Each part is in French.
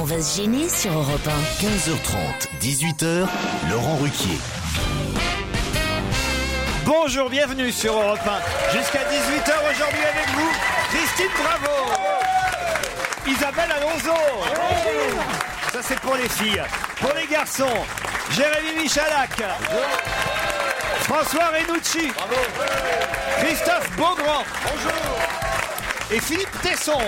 On va se gêner sur Europe 15h30, 18h, Laurent Ruquier. Bonjour, bienvenue sur Europe 1. Jusqu'à 18h aujourd'hui avec vous, Christine Bravo, Isabelle Alonso. Ça c'est pour les filles. Pour les garçons, Jérémy Michalak. François Renucci. Christophe Beaugrand. Et Philippe Tesson.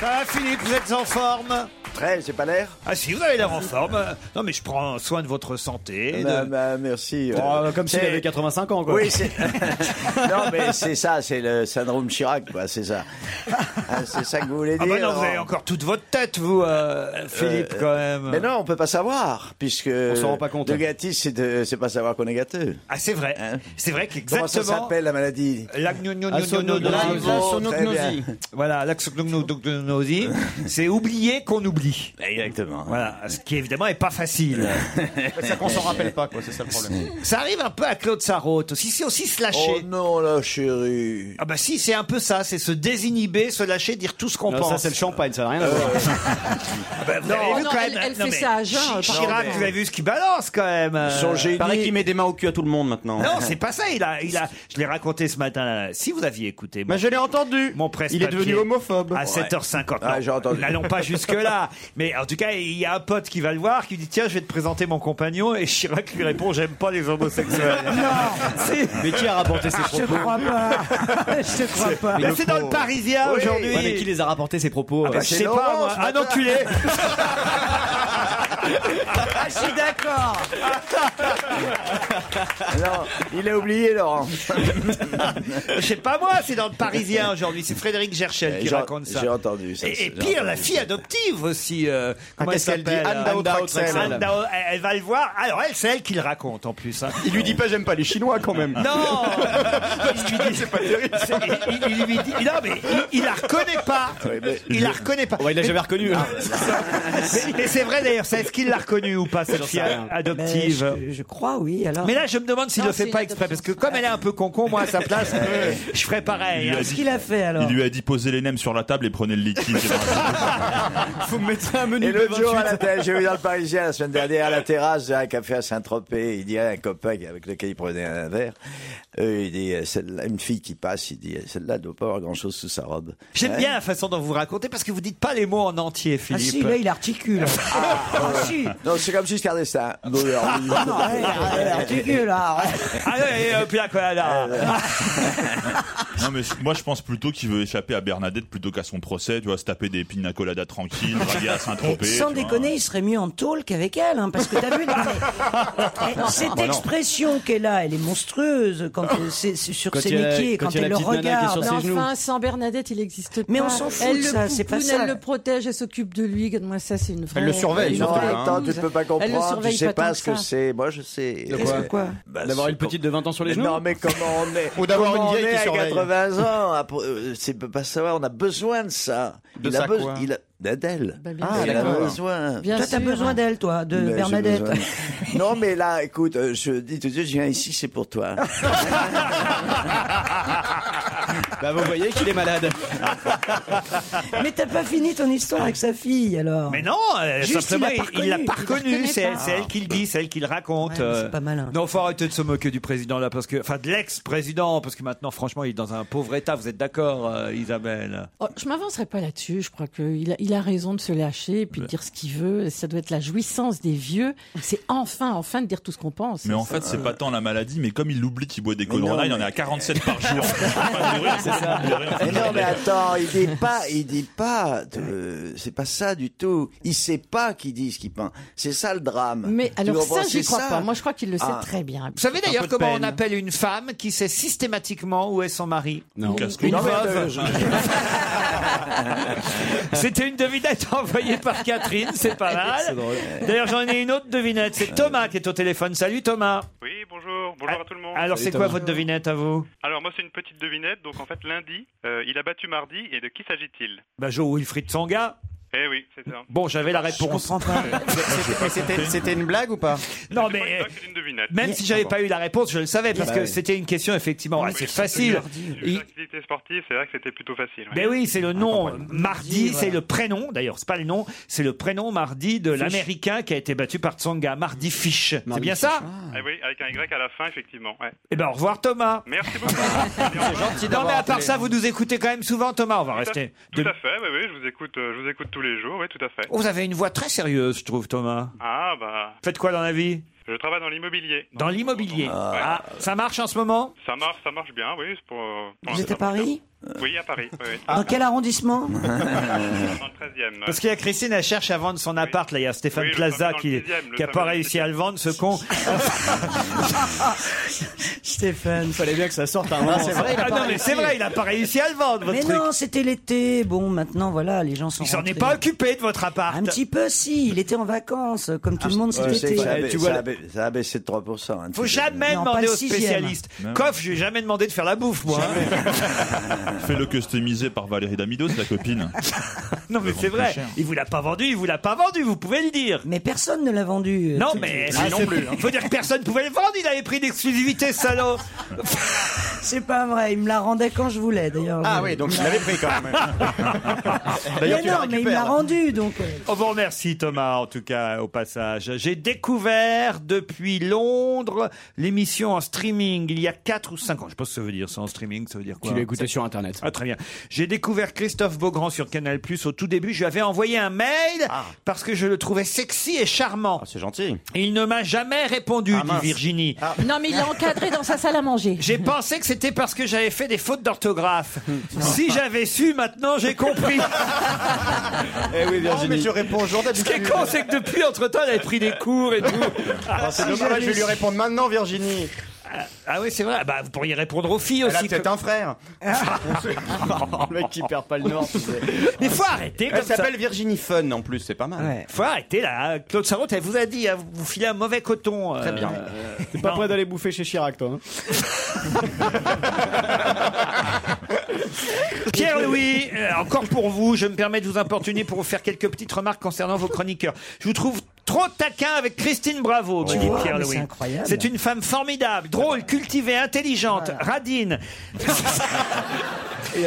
Ça va Philippe, vous êtes en forme Très, j'ai pas l'air Ah si, vous avez l'air en forme. Non mais je prends soin de votre santé. de- Oh, Bah, bah, Merci. euh, comme s'il c'est- avait 85 ans, quoi. Oui, c'est. non, mais c'est ça, c'est le syndrome Chirac, quoi, c'est ça. Ah, c'est ça que vous voulez Ah dire. bah non, vous Laurent avez encore toute votre tête, vous, euh, Philippe, Euh, quand même. Mais non, on peut pas savoir, puisque. On s'en rend pas compte. hein. Le gâtis, c'est de- c'est pas savoir qu'on est gâteux. Ah, c'est vrai. Hein C'est vrai Comment ça qu'exactement... s'appelle la maladie La Assonognose. gnognognognognognose. La Bravo, très bien. sonognosie. Voilà, l'axognognognosie, c'est oublier qu'on oublie. Exactement. Voilà, ce qui évidemment est pas facile. C'est qu'on s'en rappelle pas, quoi. C'est ça le problème. Ça arrive un peu à Claude Sarraute aussi, c'est aussi se lâcher. Oh non, la chérie. Ah bah si, c'est un peu ça, c'est se désinhiber, se lâcher, dire tout ce qu'on pense. ça, c'est le champagne, ça n'a rien à voir. Ah bah, vous avez vu non, quand elle- même- elle non, fait mais ça à jeun, hein, Chi- par Chirac, contre. vous avez vu ce qui balance quand même. euh. Son génie. Pareil qu'il met des mains au cul à tout le monde maintenant. Non, c'est pas ça. Il a, il a. Je l'ai raconté ce matin. là. Si vous aviez écouté, mon- Mais Bah, je l'ai entendu. mon presse Il est devenu homophobe. À 7h50. Ah, j'ai entendu. N'allons pas jusque-là. Mais en tout cas, il y a un pote qui va le voir, qui lui dit Tiens, je vais te présenter mon compagnon. Et Chirac lui répond J'aime pas les homosexuels. Mais qui a rapporté Ah, ces propos Je crois pas. Mais c'est dans le Parisien Oui. aujourd'hui. Ouais, mais qui les a rapporté ces propos Bah, euh, je sais c'est pas, Laurent, moi. ce Un matin. enculé. Je suis d'accord. Non, il a oublié, Laurent. Je sais pas, moi. C'est dans le Parisien aujourd'hui. C'est Frédéric Gerchel qui J'ai- raconte ça. J'ai entendu ça. Et, et j'ai pire, entendu la fille ça. adoptive aussi. euh, comment qu'est-ce elle qu'elle dit s'appelle euh, Anne Dao Traxel. Anne Dao, elle- elle va le voir. Alors, elle, c'est elle qui le raconte en plus. hein. Il lui dit pas j'aime pas les Chinois quand même. Ah, Non Il lui dit- C'est- il- il lui dit- non, mais il- il la reconnaît pas. mais- Il la reconnaît pas. Ouais, il l'a jamais reconnu. hein. Ah, Mais, mais c'est vrai d'ailleurs, ça, est-ce qu'il l'a reconnue ou pas, Ah, cette J'en sais fille rien. adoptive Je, je crois, oui. Alors. mais là, je me demande s'il Non, le fait c'est pas une exprès, parce que adoption. comme elle est un peu concon, moi, à sa Ah, place, euh, je ferais pareil. hein. Qu'est-ce qu'il a fait alors Il lui a dit posez les nems sur la table et prenez le liquide. Faut me mettre un menu Et de l'autre jour, à 28. la télé, j'ai vu dans le Parisien la semaine dernière, à la terrasse d'un café à Saint-Tropez, il dit à un copain avec lequel il prenait un verre, euh, il dit, euh, celle-là, une fille qui passe, il dit, euh, celle-là ne doit pas avoir grand-chose sous sa robe. Hein J'aime bien la façon dont vous racontez, parce que vous dites pas les mots en entier, Ah Philippe. si, là, il articule. Ah si. Non, c'est comme Giscard d'Estaing. Ah, Non, alors, oui. Non, Ah, ouais, il Eh, articule. là. Ah ouais, euh, puis là, quoi, là. non mais moi je pense plutôt qu'il veut échapper à Bernadette plutôt qu'à son procès, tu vois, se taper des pina coladas tranquilles, draguer à eh, Saint-Tropez. Sans tu vois. déconner, il serait mieux en tôle qu'avec elle, hein, parce que t'as vu. non, mais- Eh, Oh, cette expression qu'elle a, elle est monstrueuse quand euh, c'est c'est sur Quand ses il y a- métiers, quand quand, il y a elle la le petite nana qui est regarde. sur Mais ses genoux. enfin, sans Bernadette, il existe pas. Mais on s'en fout elle de le ça, c'est pas poupoune, ça. Elle le protège, elle s'occupe de lui. Moi, ça, c'est une vraie. Elle le surveille, hein. une Non, en vraie même temps, tu épouse. ne peux pas hein. Elle le comprendre, tu surveille sais tant pas ce que ça. c'est. Moi, je sais. Qu'est-ce que quoi Bah, D'avoir c'est une petite com- de 20 ans sur les genoux. Non, mais comment on est Ou d'avoir comment une on vieille est qui à surveille. 80 80 ans, ah, pour- euh, c'est peut pas savoir, on a besoin de ça. De il ça a besoin- quoi il a- d'Adèle. Bah, bien Ah, sûr. il a D'accord. besoin. Bien Toi, t'as sûr. besoin d'elle, toi, de Ben, j'ai Bernadette. besoin. non, mais là, écoute, euh, je dis tout de suite, je viens ici, c'est pour toi. Bah, vous voyez qu'il est malade. Mais t'as pas fini ton histoire avec sa fille alors Mais non, euh, Juste, simplement, il l'a pas il l'a reconnue. pas Il la reconnu. reconnaît C'est pas. elle, c'est elle qui le dit, c'est elle qui le raconte. Ouais, mais c'est euh. pas malin. Non, faut arrêter de se moquer du président là, parce que, enfin, de l'ex-président, parce que maintenant, franchement, il est dans un pauvre état. Vous êtes d'accord, euh, Isabelle Oh, je m'avancerai pas là-dessus. Je crois qu'il a, il a raison de se lâcher et puis de dire ce qu'il veut. Ça doit être la jouissance des vieux. C'est enfin, enfin de dire tout ce qu'on pense. Mais en fait, c'est pas tant la maladie, mais comme il oublie qu'il boit des Corona, il en est à 47 par jour. Mais non, mais attends, il dit pas, il dit pas, de- c'est pas ça du tout. Il sait pas qu'il dit ce qu'il pense. C'est ça le drame. Mais Tu alors comprends, ça, j'y c'est crois ça. pas. Moi, je crois qu'il le sait Ah. très bien. Vous savez d'ailleurs comment on appelle appelle une femme qui sait systématiquement où est son mari Non. Une Non, mais, veuve. euh, je- C'était une devinette envoyée par Catherine, c'est pas C'est mal. drôle. D'ailleurs, j'en ai une autre devinette. C'est Thomas qui est au téléphone. Salut Thomas. Oui, bonjour, bonjour à tout le monde. Alors, c'est quoi votre devinette à vous Alors moi c'est une petite devinette, donc en fait lundi, euh, il a battu mardi, et de qui s'agit-il Bah, Joe Wilfried Tsonga. Eh oui, c'est ça. Bon, j'avais la réponse. c'était- C'était une blague ou pas Non, mais C'est une devinette. Eh. même si Ah j'avais pas eu la réponse, je le savais parce Bah que oui. c'était une question effectivement assez facile. Les Il- activités sportives, c'est vrai que c'était plutôt facile. ouais. Ben oui, c'est le nom mardi, c'est le prénom. D'ailleurs, c'est pas le nom, c'est le prénom mardi de l'américain qui a été battu par Tsonga, mardi hein. Fish. C'est bien ça Eh oui, avec un Y à la fin, effectivement. ouais. Eh ben au revoir Thomas. Merci beaucoup. Ah, Non mais à part ça, vous nous écoutez quand même souvent Thomas. On va rester. Tout de- à fait, oui, oui, je vous écoute, euh, je vous écoute tous les jours, oui, tout à fait. Vous avez une voix très sérieuse, je trouve Thomas. Ah bah, Faites quoi dans la vie je travaille dans l'immobilier. Dans l'immobilier. Ah, ça marche en ce moment Ça marche, ça marche bien, oui. c'est Pour, euh, pour Vous êtes à l'instant, ça marche Paris Euh, bien. Oui, à Paris. Oui, oui. Dans quel arrondissement Dans le 13e. Parce qu'il y a Christine, elle cherche à vendre son appart. Là, il y a Stéphane Oui, le Plaza fameux dans le qui dixième, le qui a pas fameux dans le réussi à le vendre, ce con. Stéphane. Fallait bien que ça sorte un moment. Ah, c'est vrai, il a Ah pas non, mais réussi. c'est vrai, il a pas réussi à le vendre, votre Mais truc. non, c'était l'été. Bon, maintenant, voilà, les gens sont. Il s'en est rentrés. pas occupé de votre appart. Un petit peu, si. Il était en vacances, comme tout le monde Ah, Ouais, cet c'est été. que ça, a, Tu tu vois, ça, a, ba- ça a baissé de 3%. hein, Faut tu sais. jamais Non, pas demander le aux sixième. spécialistes. Non. Coff, je lui ai jamais demandé de faire la bouffe, moi. hein. Fais-le customiser par Valérie Damido, c'est la copine. Non, mais c'est vrai. Il vous l'a pas vendu, il vous l'a pas vendu, vous pouvez le dire. Mais personne ne l'a vendu. Non, mais Ah, non plus, hein. il faut dire que personne pouvait le vendre, il avait pris d'exclusivité, salaud. C'est pas vrai. Il me la rendait quand je voulais, d'ailleurs. Ah oui, donc il l'avait pris quand même. Mais non, mais il me l'a rendu, donc. euh, On vous remercie Thomas, en tout cas, au passage. J'ai découvert depuis Londres l'émission en streaming il y a 4 ou 5 ans. Je sais pas ce que ça veut dire, ça en streaming, ça veut dire quoi Tu l'as écouté Ça- sur Internet. Ah très bien. J'ai découvert Christophe Beaugrand sur Canal+. Au tout début, je lui avais envoyé un mail parce que je le trouvais sexy et charmant. Ah. c'est gentil. Ah, il ne m'a jamais répondu, dit Virginie. Non, mais il est encadré dans sa salle à manger. J'ai pensé que c'était parce que j'avais fait des fautes d'orthographe. si j'avais su, maintenant j'ai compris. eh oui, Virginie. mais je réponds aujourd'hui. Ce qui est con, c'est que depuis, entre-temps, elle avait pris des cours et tout. Ah, c'est dommage, je vais lui répondre maintenant, Virginie. Ah oui, c'est vrai. Bah, vous pourriez répondre aux filles aussi. Elle a peut-être un frère. le mec qui perd pas le nord. Ah. Mais faut arrêter Elle comme ça. s'appelle Virginie Fun en plus, c'est pas mal. Faut arrêter là. Claude Sarraute, elle vous a dit, hein, vous vous filez un mauvais coton. euh. Très bien. T'es pas prêt d'aller bouffer chez Chirac, toi. Pierre-Louis, euh, encore pour vous, je me permets de vous importuner pour vous faire quelques petites remarques concernant vos chroniqueurs. Je vous trouve trop taquin avec Christine Bravo, me Tu dit vois, mais Pierre-Louis. c'est incroyable. C'est une femme formidable, drôle, cultivée, intelligente, radine.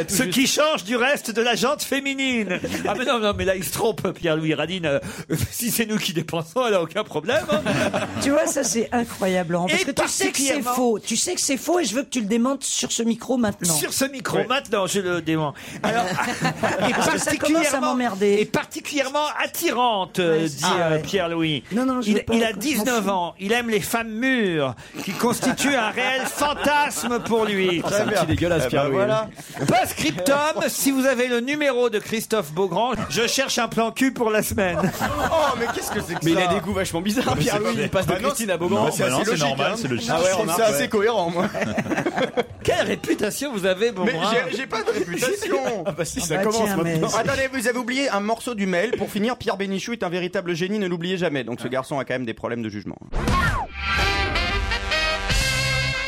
Ce qui change du reste de la jante féminine. Ah mais non, non, mais là il se trompe, Pierre-Louis Radine. Euh, si c'est nous qui dépensons, elle a aucun problème. hein. Tu vois, ça c'est incroyable, Laurent, parce Et que tu sais que c'est particulièrement- faux. Tu sais que c'est faux et je veux que tu le démentes sur ce micro maintenant. Sur ce micro, maintenant, je le dément. Alors, et Parce que ça commence à particulièrement, et particulièrement attirante, euh, dit Ah, euh, ouais. Pierre-Louis. je il, veux pas, il a je m'en 19 fous. ans, il aime les femmes mûres, qui constituent un réel fantasme pour lui. C'est un petit Eh ben dégueulasse, Pierre. Voilà. Postscriptum, si vous avez le numéro de Christophe Beaugrand, je cherche un plan cul pour la semaine. Oh, mais qu'est-ce que c'est que Mais il ça a des goûts vachement bizarres, Mais c'est Pierre Louis. pas- Il passe de Bah non, Christine à non, Beaugrand. bah c'est Bah non, assez c'est logique, normal, hein. c'est logique. Ah ouais, Je trouve remarque, ça assez ouais. cohérent, moi. Quelle réputation vous avez, Mais Beaugrand j'ai- j'ai pas de réputation. Ah bah si, ça commence maintenant. Attendez, vous avez oublié un morceau du mail. Pour finir, Pierre Bénichou est un véritable génie, ne Ah. l'oubliez jamais. Donc ce garçon a quand même des problèmes de jugement.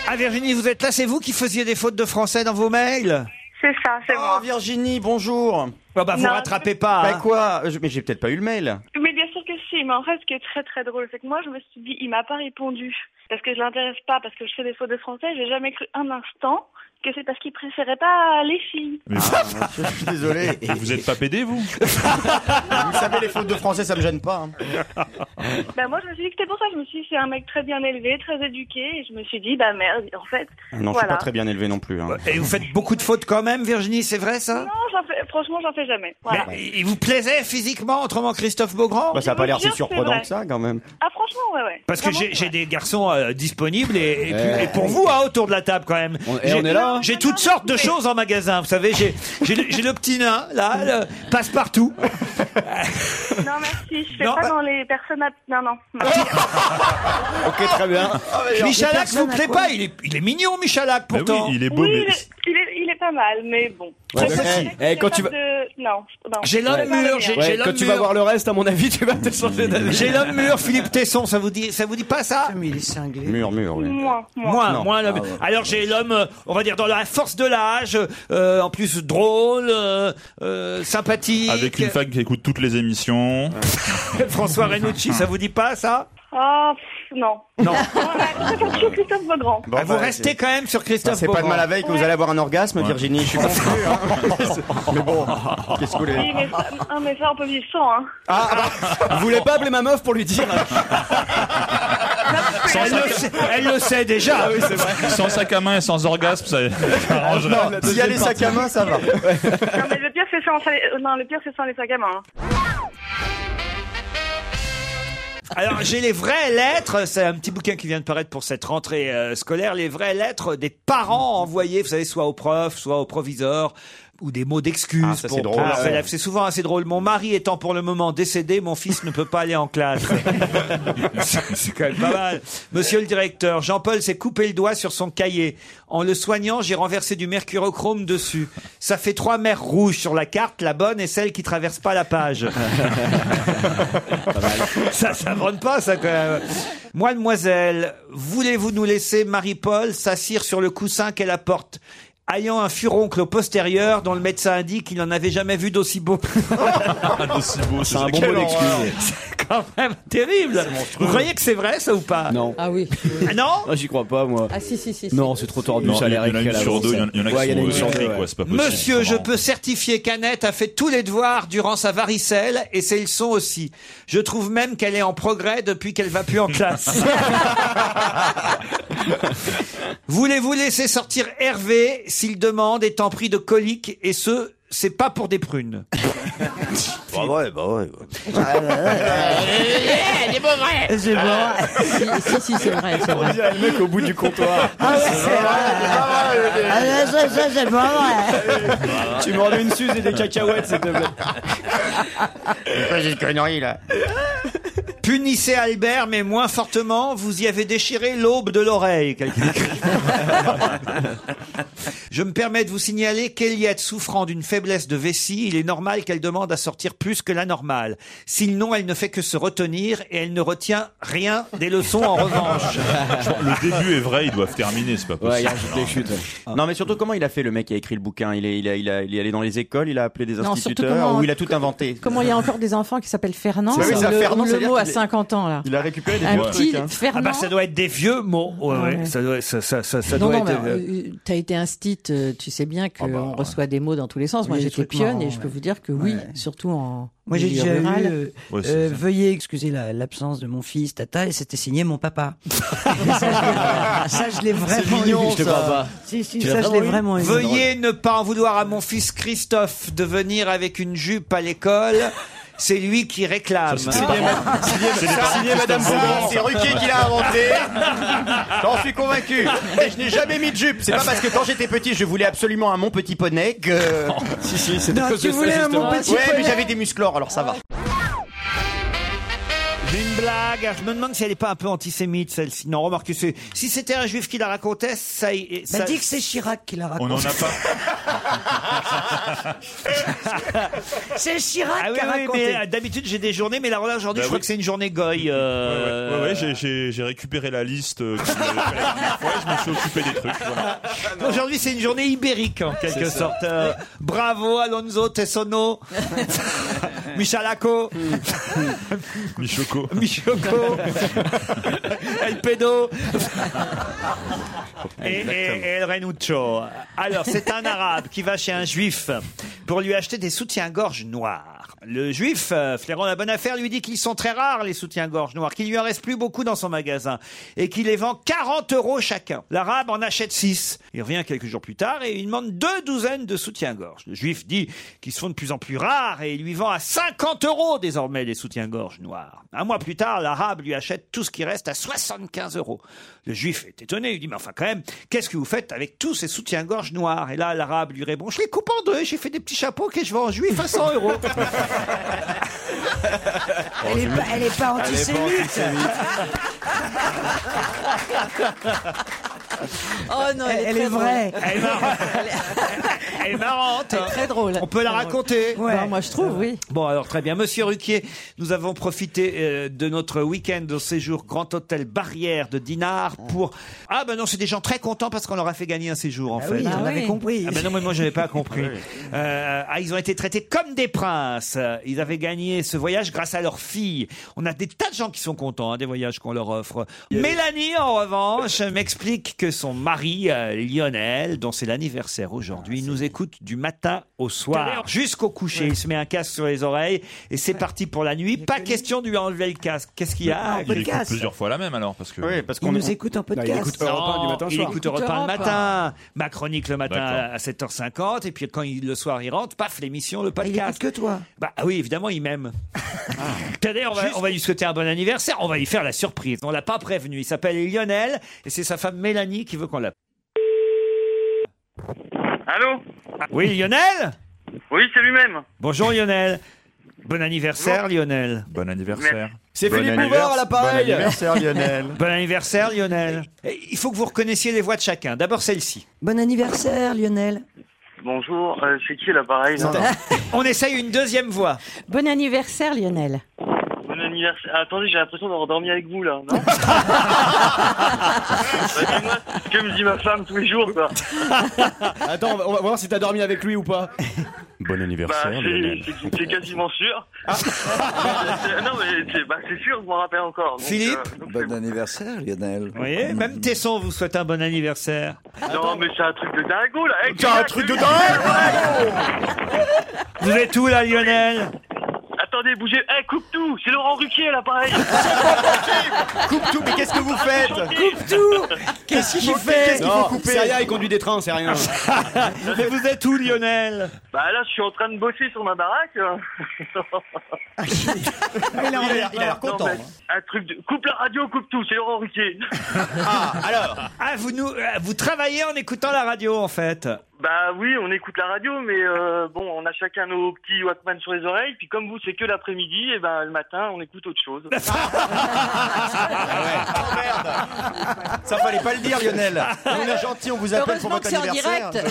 Ah Virginie, vous êtes là, c'est vous qui faisiez des fautes de français dans vos mails C'est ça, c'est moi. Ah. Virginie, bonjour. Bah, bah, vous Non. rattrapez pas, Bah hein. quoi Je- Mais j'ai peut-être pas eu le mail. Mais bien sûr que si, mais en fait, ce qui est très très drôle, c'est que moi, je me suis dit, il m'a pas répondu. Parce que je l'intéresse pas, parce que je fais des fautes de français, j'ai jamais cru un instant que c'est parce qu'il préférait pas les filles. Mais Ah, je suis désolé. vous êtes pas pédé, vous Vous savez, les fautes de français, ça me gêne pas. hein. Bah, moi, je me suis dit que c'était pour ça, je me suis dit, c'est un mec très bien élevé, très éduqué, et je me suis dit, bah merde, en fait. Ah Non, je suis voilà. pas très bien élevé non plus. hein. Et vous faites beaucoup de fautes quand même, Virginie, c'est vrai ça Non, j'en fais, franchement, j'en fais jamais. Voilà. Mais il vous plaisait physiquement, autrement Christophe Beaugrand Bah, ça a pas l'air Je vous si jure, surprenant c'est que ça, quand même. Ah, franchement, ouais, ouais. Parce que j'ai j'ai des garçons euh, disponibles et, et puis- Ouais. et pour vous hein, autour de la table quand même. et J'ai- on est là. J'ai toutes sortes de choses en magasin. Vous savez, j'ai j'ai le j'ai le petit nain là, le passe partout. Non, merci, je fais Non, pas ah. bah- dans les personnes à... Non, non. Ok, très bien. Ah, Michalak Personne vous à plaît quoi pas Il est il est mignon, Michalak pourtant. oui, il, est, il, est, il est pas mal, mais bon. Ouais, Très d'accord. petit. Eh, eh, quand tu vas- De... Non, non. J'ai l'homme C'est pas le mûr, mien. j'ai- Ouais, j'ai l'homme quand tu vas mûr. voir le reste, à mon avis, tu vas te changer d'avis. J'ai l'homme mûr, Philippe Tesson, ça vous dit, ça vous dit pas ça Ah, Mais il est cinglé. Mûr, mûr, oui. Moins, moins. Moi, Non. moi, l'homme. Ah ouais. Alors j'ai l'homme, euh, on va dire dans la force de l'âge, euh, en plus drôle, euh, euh, sympathique. Avec une femme qui écoute toutes les émissions. François Renucci, ça vous dit pas ça Ah, pff, non. Non. Je préfère toujours Christophe Beaugrand. Bon, Vous bah, restez c'est- quand même sur Christophe. Bah, c'est pas de Beaugrand. mal avec, vous allez avoir un orgasme, Virginie. Je suis confus. hein. mais bon, qu'est-ce que vous Oui, voulez mais ça, ah, mais ça, on peut vivre sans, hein. Ah, ah, bah, vous voulez pas appeler ma meuf pour lui dire Elle le, sait, elle le sait déjà. Ah oui, c'est vrai. Sans sac à main et sans orgasme, ça ça arrange Non, rien. S'il y a les sacs à main, ça va. Non, mais le pire, c'est sans, euh, non, le pire, c'est sans les sacs à main. hein. Alors j'ai les vraies lettres, c'est un petit bouquin qui vient de paraître pour cette rentrée euh, scolaire, les vraies lettres des Mm-hmm. parents envoyées, vous savez, soit au prof, soit au proviseur, ou des mots d'excuses. Ah, ça, c'est pour- drôle, pour leurs ah ouais. élèves. C'est souvent assez drôle. Mon mari étant pour le moment décédé, mon fils ne peut pas aller en classe. c'est quand même pas mal. Monsieur le directeur, Jean-Paul s'est coupé le doigt sur son cahier. En le soignant, j'ai renversé du mercurochrome dessus. Ça fait trois mers rouges sur la carte, la bonne et celle qui traverse pas la page. ça s'invente pas, ça, quand même. Mademoiselle, voulez-vous nous laisser Marie-Paul s'assire sur le coussin qu'elle apporte ayant un furoncle au postérieur dont le médecin indique qu'il n'en avait jamais vu d'aussi beau. Ah, d'aussi beau, c'est un ça. Quelle horreur. C'est quand même terrible. Vous croyez que c'est vrai ça ou pas Non. Ah oui. non Ah, J'y crois pas, moi. Ah si, si, si. si. Non, c'est trop tordu, Non, ça a il y l'air en a écrit une à la sur volonté. deux, il y en- il y en a qui Ouais, sont euh, une sur écrits, deux, quoi, ouais. c'est pas possible. Monsieur, je peux certifier qu'Annette a fait tous les devoirs durant sa varicelle et ses leçons aussi. Je trouve même qu'elle est en progrès depuis qu'elle va plus en classe. Voulez-vous laisser sortir Hervé s'il demande étant pris de colique et ce, c'est pas pour des prunes. Bah ouais, bah ouais. C'est vrai. Si, si, si, c'est vrai. c'est vrai. le mec au bout du comptoir. Ah Ah, ouais, ça, ça, c'est pas vrai. tu me rendais une suze et des cacahuètes, s'il te plaît. J'ai une connerie, là. Punissez Albert, mais moins fortement, vous y avez déchiré l'aube de l'oreille. quelqu'un écrit. Je me permets de vous signaler qu'Eliette, souffrant d'une faiblesse de vessie, il est normal qu'elle demande à sortir plus que la normale. Sinon, elle ne fait que se retenir et elle ne retient rien des leçons en revanche. Franchement, Le début est vrai, ils doivent terminer, c'est pas Ouais, il possible. rajoute des chutes. ouais. Non, mais surtout, comment il a fait le mec qui a écrit le bouquin il est, il, a- il a- il est allé dans les écoles, il a appelé des Non, surtout instituteurs, comment- ou il a tout inventé Comment il y a encore des enfants qui s'appellent Fernand C'est vrai, ou ça, le, Fernand, ou le c'est-à-dire mot à qu'il est- 50 ans là. Il a récupéré des Un vieux petit trucs. hein. Fernand. Ah bah ça doit être des vieux mots. Ouais, ouais, Ouais. Ça doit, ça, ça, ça, ça non, doit non, mais être. alors, euh, t'as été instit, euh, tu sais bien Ah bah, qu'on reçoit des mots dans tous les sens. Moi, Oui, des j'étais trucs pionne marrants, et je peux ouais. vous dire que oui, surtout en Moi, j'ai milieu déjà eu. rural. euh, Ouais, c'est euh, ça. veuillez excuser la- l'absence de mon fils, Tata, et c'était signé mon papa. ça, je l'ai vraiment eu. Je te crois pas. Si, si, Tu ça, l'as je l'ai vraiment eu vraiment eu. Veuillez ne pas en vouloir à mon fils Christophe de venir avec une jupe à l'école. C'est lui qui réclame. Ça, c'était pas- Signé Madame Beaugrand, c'est Ruquier qui l'a inventé. J'en suis convaincu. Mais je n'ai jamais mis de jupe. C'est pas parce que quand j'étais petit, je voulais absolument un mon petit poney que. Si, si, c'est Non, à cause tu de ça, voulais un justement. bon petit Ouais, mais poney. j'avais des musclores, alors ça va. J'ai une blague. Je me demande si elle n'est pas un peu antisémite, celle-ci. Non, remarquez, c'est- si c'était un juif qui la racontait, ça, y- Bah, ça- dis que c'est Chirac qui l'a On raconté. en a pas. C'est Chirac Ah oui, qui a oui, raconté. mais, euh, D'habitude, j'ai des journées, mais là, là, aujourd'hui, je crois que c'est une journée goy. euh, Bah Ouais, ouais, j'ai- j'ai j'ai récupéré la liste. euh, que je m'avais fait la dernière fois, je me suis occupé des trucs. Voilà. Aujourd'hui, c'est une journée ibérique, en quelque Ah, C'est ça. sorte. Euh, bravo, Alonso Tessono. Michalaco. Michoco. Michoco. El Pedo. et, et, et El Renuccio. Alors, c'est un arabe qui va chez un juif pour lui acheter des soutiens-gorge noirs. Le juif, euh, flairant la bonne affaire, lui dit qu'ils sont très rares, les soutiens-gorge noirs, qu'il lui en reste plus beaucoup dans son magasin et qu'il les vend 40 euros chacun. L'arabe en achète 6. Il revient quelques jours plus tard et il demande deux douzaines de soutiens-gorge. Le juif dit qu'ils se font de plus en plus rares et il lui vend à 50 euros désormais les soutiens-gorge noirs. Un mois plus tard, l'arabe lui achète tout ce qui reste à 75 euros. Le juif est étonné, il dit mais enfin quand même, qu'est-ce que vous faites avec tous ces soutiens-gorge noirs Et là, l'arabe lui répond, je les coupe en deux, j'ai fait des petits chapeaux que je vends en juif à 100 euros. Ah, Elle est pas- elle est pas antisémite. Oh non, elle est Elle est très vraie. drôle. Elle est marrante. Elle est marrante. très drôle. On peut la raconter. moi, je trouve, oui. Bon, alors très bien. Monsieur Ruquier, nous avons profité euh, de notre week-end au séjour Grand Hôtel Barrière de Dinard pour. Ah ben non, c'est des gens très contents parce qu'on leur a fait gagner un séjour en Ah fait. oui, on Ah avait oui. compris. Ah ben non, mais moi j'avais pas compris. Euh, ah, ils ont été traités comme des princes. Ils avaient gagné ce voyage grâce à leur fille. On a des tas de gens qui sont contents hein, des voyages qu'on leur offre. Mélanie, en revanche, m'explique que son mari, euh, Lionel, dont c'est l'anniversaire aujourd'hui, nous écoute du matin au soir jusqu'au coucher. Il se met un casque sur les oreilles et c'est parti pour la nuit. Pas question de lui enlever le casque. Qu'est-ce qu'il y a Il euh, écoute plusieurs fois la même alors parce que. Oui, parce qu'on- nous écoute en podcast. Non, Bah, il écoute Europe 1 le matin. Ma chronique le matin D'accord. à 7h50. Et puis quand il, le soir il rentre, paf, l'émission, le podcast. que toi. Ah. Bah ah oui, évidemment, il m'aime. Tiens, D'ailleurs, on, va- on va lui souhaiter un bon anniversaire. On va lui faire la surprise. On l'a pas prévenu. Il s'appelle Lionel et c'est sa femme Mélanie qui veut qu'on l'appelle. Allô Oui, Lionel Oui, c'est lui-même. Bonjour Lionel. Bon anniversaire Lionel. Bon anniversaire. C'est Bon Philippe anniversaire. Bouvard à l'appareil. Bon anniversaire, Lionel. bon anniversaire Lionel. Et il faut que vous reconnaissiez les voix de chacun. D'abord celle-ci. Bon anniversaire, Lionel. Bonjour, euh, c'est qui l'appareil là On essaye une deuxième voix. Bon anniversaire, Lionel. Bon anniversaire. Ah, attendez, j'ai l'impression d'avoir dormi avec vous là. Non Bah, dis-moi ce que me dit ma femme tous les jours quoi. Attends, on va, on va voir si t'as dormi avec lui ou pas. Bon anniversaire, Bah, c'est- c'est c'est quasiment sûr. Ah. non, mais c'est bah, c'est sûr, je m'en rappelle encore. Donc, Philippe euh, Bon anniversaire, Lionel. Vous voyez, même Tesson vous souhaite un bon anniversaire. non, mais c'est un truc de dingo là. Eh, Hey, C'est un Jack, truc lui- de dingue Vous êtes où là Lionel Attendez, bougez. Eh, coupe tout C'est Laurent Ruquier là, pareil Coupe tout, mais qu'est-ce que vous faites Coupe tout Qu'est-ce qu'il Bon, fait Qu'est-ce qu'il Non, faut couper c'est rien, il conduit des trains, c'est rien. Mais vous êtes où, Lionel Bah là, je suis en train de bosser sur ma baraque. Ah, Il a l'air- il a l'air content. hein. Non, mais un truc de... Coupe la radio, coupe tout, c'est Laurent Ruquier. alors Ah, vous, nous, euh, vous travaillez en écoutant la radio en fait Bah oui, on écoute la radio, mais euh, bon, on a chacun nos petits Walkman sur les oreilles. Puis comme vous, c'est que l'après-midi, et ben le matin, on écoute autre chose. Ça fallait pas le dire, Lionel. On est gentil, on vous appelle pour Heureusement que votre c'est en anniversaire.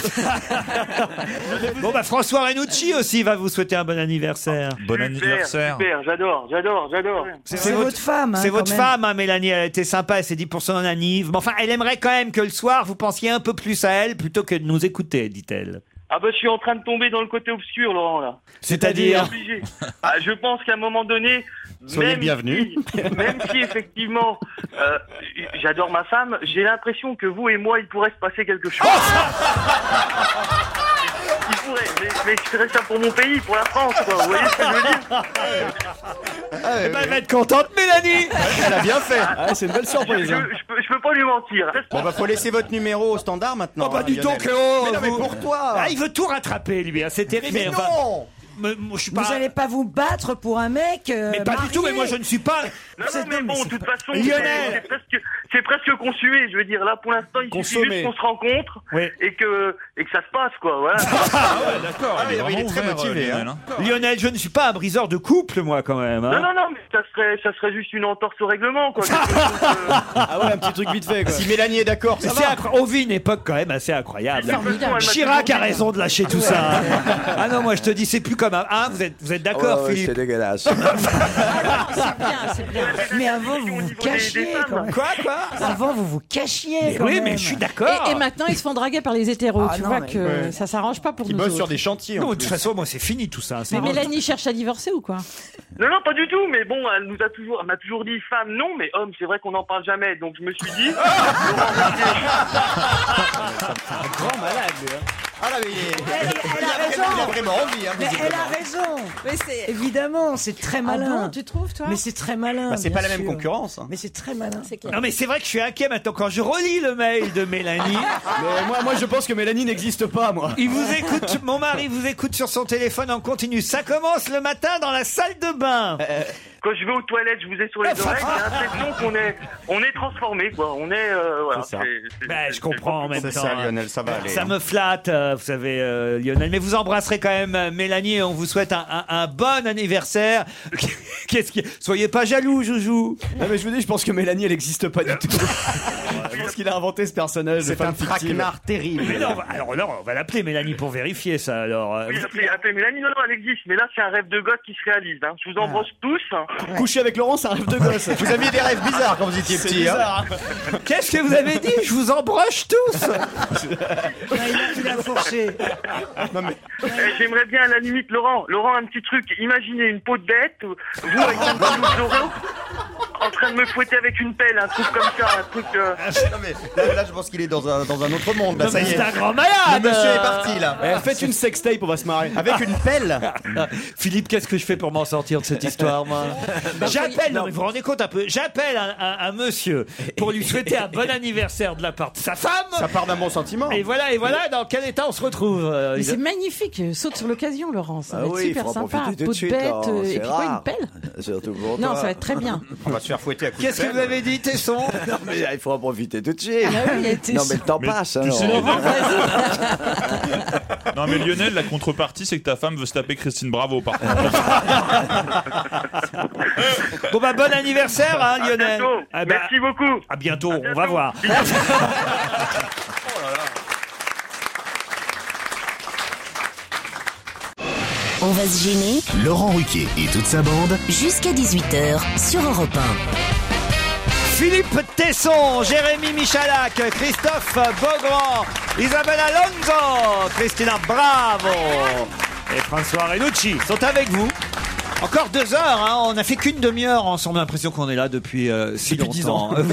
Bon bah François Renucci aussi va vous souhaiter un bon anniversaire. Bon Super, j'adore, j'adore, j'adore. C'est votre femme. hein, C'est quand votre même. femme, hein, Mélanie, elle était sympa, elle s'est dit pour son anniv. Mais enfin, elle aimerait quand même que le soir, vous pensiez un peu plus à elle plutôt que de nous écouter, dit-elle. Ah bah je suis en train de tomber dans le côté obscur, Laurent, là. C'est-à-dire Je suis obligé. Ah, Je pense qu'à un moment donné... Soyez même bienvenue. si- même si, effectivement, euh, j'adore ma femme, j'ai l'impression que vous et moi, il pourrait se passer quelque chose. il pourrait, mais, mais je ferais ça pour mon pays, pour la France, quoi. Vous voyez ce que je veux dire Eh ben, elle va être contente, Mélanie Elle a bien fait. c'est une belle surprise, hein. peux, pas lui mentir. hein. Bon, bah, faut laisser votre numéro au standard maintenant. Oh bah hein, dis donc, Lionel. Léo Mais non, mais vous- pour toi Ah, il veut tout rattraper, lui, hein, c'est terrible. Mais enfin, non me- moi, je suis Vous pas. n'allez pas vous battre pour un mec. euh, Mais pas du tout, marié. mais moi, je ne suis pas- Non, non, mais bon, de toute façon, c'est Lionel. c'est presque, c'est presque consuet. Je veux dire, là, pour l'instant, il suffit Consommé. juste qu'on se rencontre et que et que ça se passe, quoi. Voilà. d'accord. Ah, il est il est vraiment très ouvert, motivé, euh, hein. Lionel, Lionel, je ne suis pas un briseur de couple, moi, quand même. hein. Non, non, non, mais ça serait, ça serait juste une entorse au règlement, quoi. euh, Ah ouais, un petit truc vite fait. Si Mélanie est d'accord, ça On oh, vit une époque quand même assez incroyable. C'est formidable. Chirac a raison de lâcher tout ça. hein. ah non, moi je te dis, c'est plus comme un. Ah, vous êtes, vous êtes d'accord, Ouais, ouais, Philippe C'est dégueulasse. Ah, Mais avant, vous vous cachiez. Quand même. Quoi, quoi Avant, vous vous cachiez. Mais quand oui, mais même. je suis d'accord. Et, et maintenant, ils se font draguer par les hétéros. Ah tu non, vois mais- que Ouais. ça s'arrange pas pour Ils nous. bossent autres. chantiers. Non, de toute façon, moi c'est fini tout ça. hein, Mais c'est- Mélanie cherche à divorcer ou quoi Euh, Non, non, pas du tout. Mais bon, elle nous a toujours, elle m'a toujours dit femme, non, mais homme, c'est vrai qu'on n'en parle jamais. Donc je me suis dit. Grand malade, lui, hein. Ah là, mais il est- Elle, elle il a a raison. vraiment- il a vraiment envie, hein, Mais elle visiblement. a raison. Évidemment, c'est très malin. bon, tu trouves, toi Mais c'est très malin. Bah, c'est bien pas la même sûr. concurrence, hein. Mais c'est très malin. C'est Non, mais c'est vrai que je suis inquiet maintenant quand je relis le mail de Mélanie. Mais moi, moi, je pense que Mélanie n'existe pas, moi. Il vous écoute, mon mari vous écoute sur son téléphone en continu. Ça commence le matin dans la salle de bain. Euh, Quand je vais aux toilettes, je vous ai sur les oreilles. J'ai l'impression qu'on est, on est transformé, quoi. On est, euh, voilà. C'est ça. c'est- c'est- Ben, je comprends en même temps. C'est ça, Lionel, ça va aller, Ça hein. me flatte, euh, vous savez, euh, Lionel. Mais vous embrasserez quand même euh, Mélanie et on vous souhaite un, un- un bon anniversaire. Qu'est-ce qui... Soyez pas jaloux, Joujou. Non, mais je vous dis, je pense que Mélanie, elle n'existe pas du tout. je pense qu'il a inventé ce personnage. de C'est femme un fictive. traquenard Mais non, on va- alors là, on va l'appeler Mélanie pour vérifier ça. Alors, Ah euh, Oui, appelez, appelez Mélanie, non, non, elle existe, mais là, c'est un rêve de gosse qui se réalise. hein. Je vous embrasse tous. hein. Coucher avec Laurent, c'est un rêve de gosse. Ah. Vous aviez des rêves bizarres quand vous étiez C'est petit, hein. bizarre. Qu'est-ce que vous avez dit Je vous embroche tous Il a forcé. Eh, J'aimerais bien, à la limite, Laurent, Laurent, un petit truc. Imaginez une peau de bête, vous avec un bon de Laurent, en train de me fouetter avec une pelle, un truc comme ça, un truc. euh, Non, mais là, là, Ah, je pense qu'il est dans un, dans un autre monde. Là, Non, ça mais y est. c'est un grand malade. Le monsieur est parti, là. Eh, faites une sextape, on va se marrer. Avec une pelle Philippe, qu'est-ce que je fais pour m'en sortir de cette histoire, moi J'appelle, non, mais vous vous rendez compte un peu, j'appelle un, un- un monsieur pour lui souhaiter un bon anniversaire de la part de sa femme. Ça part d'un bon sentiment. Et voilà, et voilà, dans quel état on se retrouve euh, Mais il- c'est magnifique, euh, saute sur l'occasion, Laurent. Ça Ah va être oui, il super faut en sympa. profiter tout de Peau de suite. bête, hein, euh, et c'est puis quoi, rare. une pelle Surtout pour Non, toi. ça va être très bien. On va se faire fouetter à coups de Qu'est-ce que pelle. vous avez dit, Tesson Non, mais il faut en profiter tout de suite. Ah oui, il y a Tesson. non, mais le temps Mais passe. hein, tu alors. sais, Laurent, Non, mais Lionel, la contrepartie, c'est que ta femme veut se taper Christine Bravo, par contre. Bon bah bon anniversaire, hein, Lionel. bientôt. Merci beaucoup. À bientôt, on va voir. On va se gêner Laurent Ruquier et toute sa bande. jusqu'à 18h sur Europe Philippe Tesson, Jérémy Michalak, Christophe Beaugrand, Isabelle Alonso, Christina Bravo et François Renucci sont avec vous. Encore deux heures, hein, on n'a fait qu'une demi-heure ensemble. On a l'impression qu'on est là depuis euh, si Depuis dix longtemps. ans.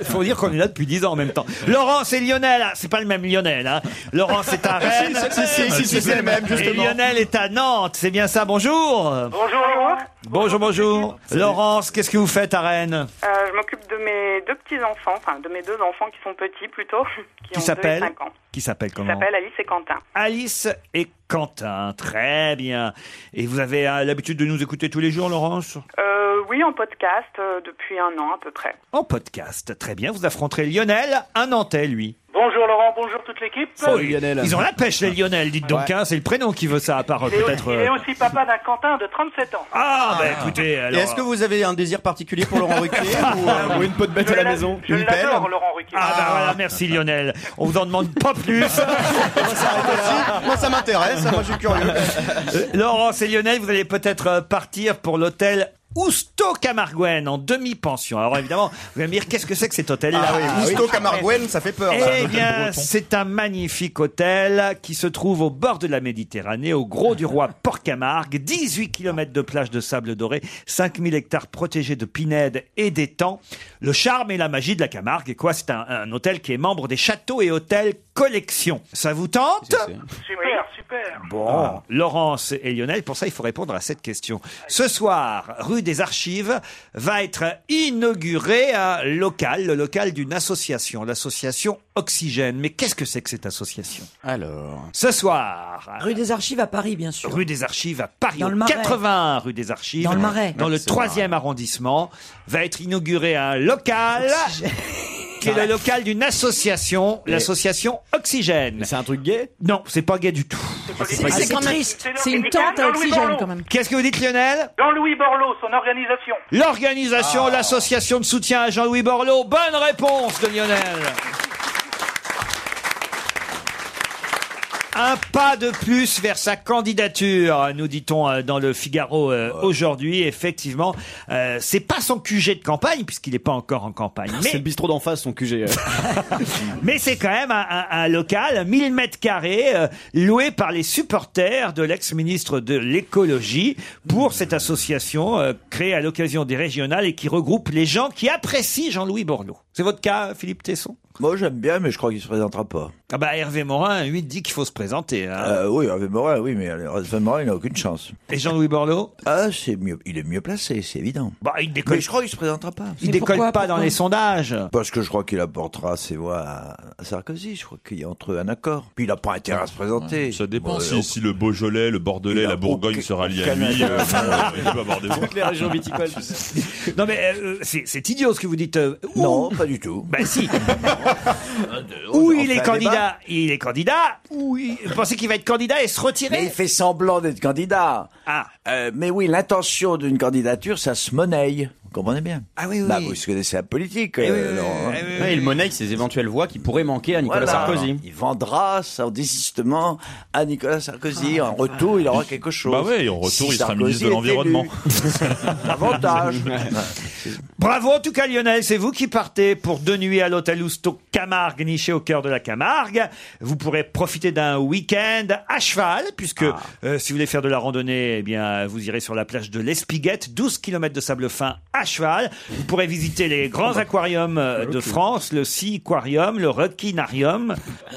Il faut dire qu'on est là depuis dix ans en même temps. Laurence et Lionel, ah, c'est pas le même Lionel. Hein. Laurence est à Rennes. Si, si, si, si, si, c'est le même, Et justement. Lionel est à Nantes. C'est bien ça, bonjour. Bonjour. Bonjour, bonjour. Laurence, qu'est-ce que vous faites à Rennes Euh, je m'occupe de mes deux petits-enfants, enfin de mes deux enfants qui sont petits plutôt, qui, Qui ont 2 et s'appelle 5 ans. Qui s'appelle Qui comment s'appellent Alice et Quentin. Alice et Quentin. Très bien. Et vous avez euh, l'habitude de nous écouter tous les jours, Laurence Euh, oui, en podcast euh, depuis un an à peu près. En podcast. Très bien. Vous affronterez Lionel, un Nantais, lui. Bonjour Laurent, bonjour toute l'équipe. Oui, Ils ont la pêche, les Lionel, dites donc. hein, c'est le prénom qui veut ça, à part euh, Il est peut-être. aussi- il est euh, aussi papa d'un Quentin de 37 ans. Ah, bah écoutez, Et alors. est-ce que vous avez un désir particulier pour Laurent Ruquier ou, euh, Ou une peau de bête à la maison. Je Une pelle l'adore, Laurent Ruquier. Ah, bah voilà, merci Lionel. On vous en demande pas plus. Moi, ça m'intéresse, hein, moi, je suis curieux. Euh, Laurence et Lionel, vous allez peut-être euh, partir pour l'hôtel Ousto Camarguen en demi-pension. Alors évidemment, vous allez me dire qu'est-ce que c'est que cet hôtel-là Ah oui, Ousto Camarguen, ça fait peur. ça. Eh bien, c'est un magnifique hôtel qui se trouve au bord de la Méditerranée, au Gros du Roi Port-Camargue, 18 km de plage de sable doré, 5000 hectares protégés de pinèdes et d'étangs. Le charme et la magie de la Camargue, et quoi C'est un, un hôtel qui est membre des châteaux et hôtels collection. Ça vous tente Super, super. Ah. Bon. Laurence et Lionel, pour ça, il faut répondre à cette question. Ce soir, rue des archives va être inauguré un local, le local d'une association, l'association Oxygène. Mais qu'est-ce que c'est que cette association Alors. Ce soir, Rue des Archives à Paris, bien sûr. rue des Archives à Paris, Dans au le Marais. 80 rue des Archives, Dans le Marais. dans le C'est troisième arrondissement, va être inauguré un local. Qui est le local d'une association, l'association Oxygène. C'est un truc gay Non, c'est pas gay du tout. Ah, C'est c'est quand même c'est une tente à oxygène quand même. Qu'est-ce que vous dites, Lionel Jean-Louis Borloo, son organisation. Ah. L'organisation, l'association de soutien à Jean-Louis Borloo. Bonne réponse de Lionel. Un pas de plus vers sa candidature, nous dit-on euh, dans le Figaro euh, aujourd'hui. Effectivement, euh, c'est pas son QG de campagne puisqu'il n'est pas encore en campagne. C'est le bistrot d'en face, son QG. Mais c'est quand même un, un- un local, 1000 mètres carrés, euh, loué par les supporters de l'ex-ministre de l'écologie pour cette association euh, créée à l'occasion des régionales et qui regroupe les gens qui apprécient Jean-Louis Borloo. C'est votre cas, Philippe Tesson Moi, j'aime bien, mais je crois qu'il se présentera pas. Ah bah Hervé Morin, lui, dit qu'il faut se présenter. hein. Euh, oui, Hervé Morin, oui, mais Hervé Morin, il n'a aucune chance. Et Jean-Louis Borloo Ah, c'est mieux, il est mieux placé, c'est évident. Bah, il décolle. Mais je crois qu'il se présentera pas. Il décolle pas dans les sondages. Parce que je crois qu'il apportera ses voix à à Sarkozy. Je crois qu'il y a entre eux un accord. Puis il n'a pas intérêt à se présenter. Ça dépend. Ouais, Si, si le Beaujolais, le Bordelais, la Bourgogne se rallient à lui, Canada. euh, il peut avoir des Toutes les régions viticoles. Non mais euh, c'est c'est idiot ce que vous dites. euh, ou- Non, pas du tout. Bah si. Ou on il fait est un candidat, débat il est candidat. Ou il- vous pensez qu'il va être candidat et se retirer Mais il fait semblant d'être candidat. Euh, Ah. mais oui, l'intention d'une candidature, ça se monnaie. Vous comprenez bien Ah oui, Eh oui. Bah, vous connaissez la politique. euh, Laurent, hein. il monnaie ses éventuelles voix qui pourraient manquer à Nicolas Voilà. Sarkozy. Il vendra son désistement à Nicolas Sarkozy. Ah, En retour, il aura quelque chose. Bah ouais, et en retour, Si il sera Sarkozy ministre de est l'Environnement. élu. Avantage. Bravo en tout cas Lionel, c'est vous qui partez pour deux nuits à l'hôtel Ousto Camargue, niché au cœur de la Camargue. Vous pourrez profiter d'un week-end à cheval, puisque Ah. euh, si vous voulez faire de la randonnée, eh bien vous irez sur la plage de l'Espiguette, 12 km de sable fin à cheval. Vous pourrez visiter les Ah. grands aquariums euh, de France, le Sea Aquarium, le Requinarium.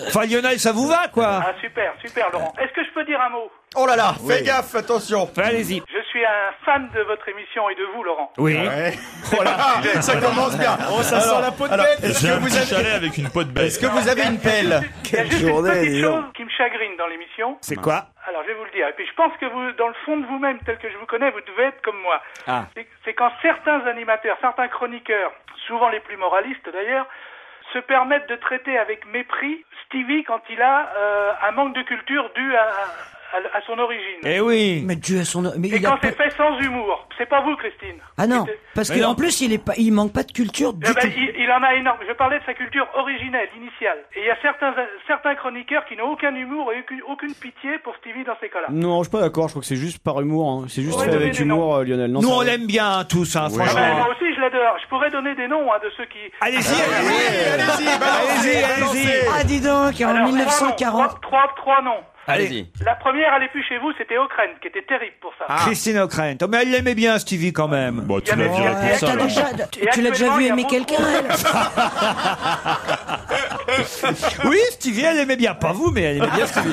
Enfin Lionel, ça vous va quoi Ah, super, super, Laurent. Est-ce que je peux dire un mot Oh là là, fais Oui. gaffe, attention. Allez-y. Je suis un fan de votre émission et de vous, Laurent. Oui. Ah, Ah, ça commence bien. Oh, Alors, alors, Est-ce J'ai que un vous petit chalet avez avec une peau de bête. Est-ce que vous avez une pelle Il y a juste une petite chose qui me chagrine dans l'émission. C'est quoi Alors, je vais vous le dire. Et puis, je pense que vous, dans le fond de vous-même, tel que je vous connais, vous devez être comme moi. Ah. C'est- C'est quand certains animateurs, certains chroniqueurs, souvent les plus moralistes d'ailleurs, se permettent de traiter avec mépris Stevie quand il a euh, un manque de culture dû à, à- à son origine. Eh oui. Mais Dieu, son. Mais Et il a quand pas- c'est fait sans humour, c'est pas vous, Christine. Ah non, parce Mais que non. en plus il est pas, il manque pas de culture du Eh ben, tout. il, il en a énorme. Je parlais de sa culture originelle, initiale. Et il y a certains, certains chroniqueurs qui n'ont aucun humour et aucune, aucune pitié pour Stevie dans ces cas-là. Non, je suis pas d'accord. Je crois que c'est juste par humour. hein. C'est juste Ouais, fait mais avec non. humour, euh, Lionel. Non, Nous ça- on l'aime bien hein, tous, hein, Ah franchement. ben, moi aussi, je l'adore. Je pourrais donner des noms hein, de ceux qui. Allez-y, allez-y, allez-y, Ah dis donc, en 1940. Trois, trois, trois noms. Allez-y. Ah. La première, elle est plus chez vous, c'était Ockrent, qui était terrible pour ça. Christine O'Krent. Oh, mais elle l'aimait bien, Stevie, quand même. Bon, Bah, tu l'as viré pour ça, T'as là. déjà, tu- Et tu l'as déjà actuellement, vu il y a aimer beaucoup- quelqu'un elle Oui, Stevie, elle aimait bien. Pas vous, mais elle aimait bien Stevie.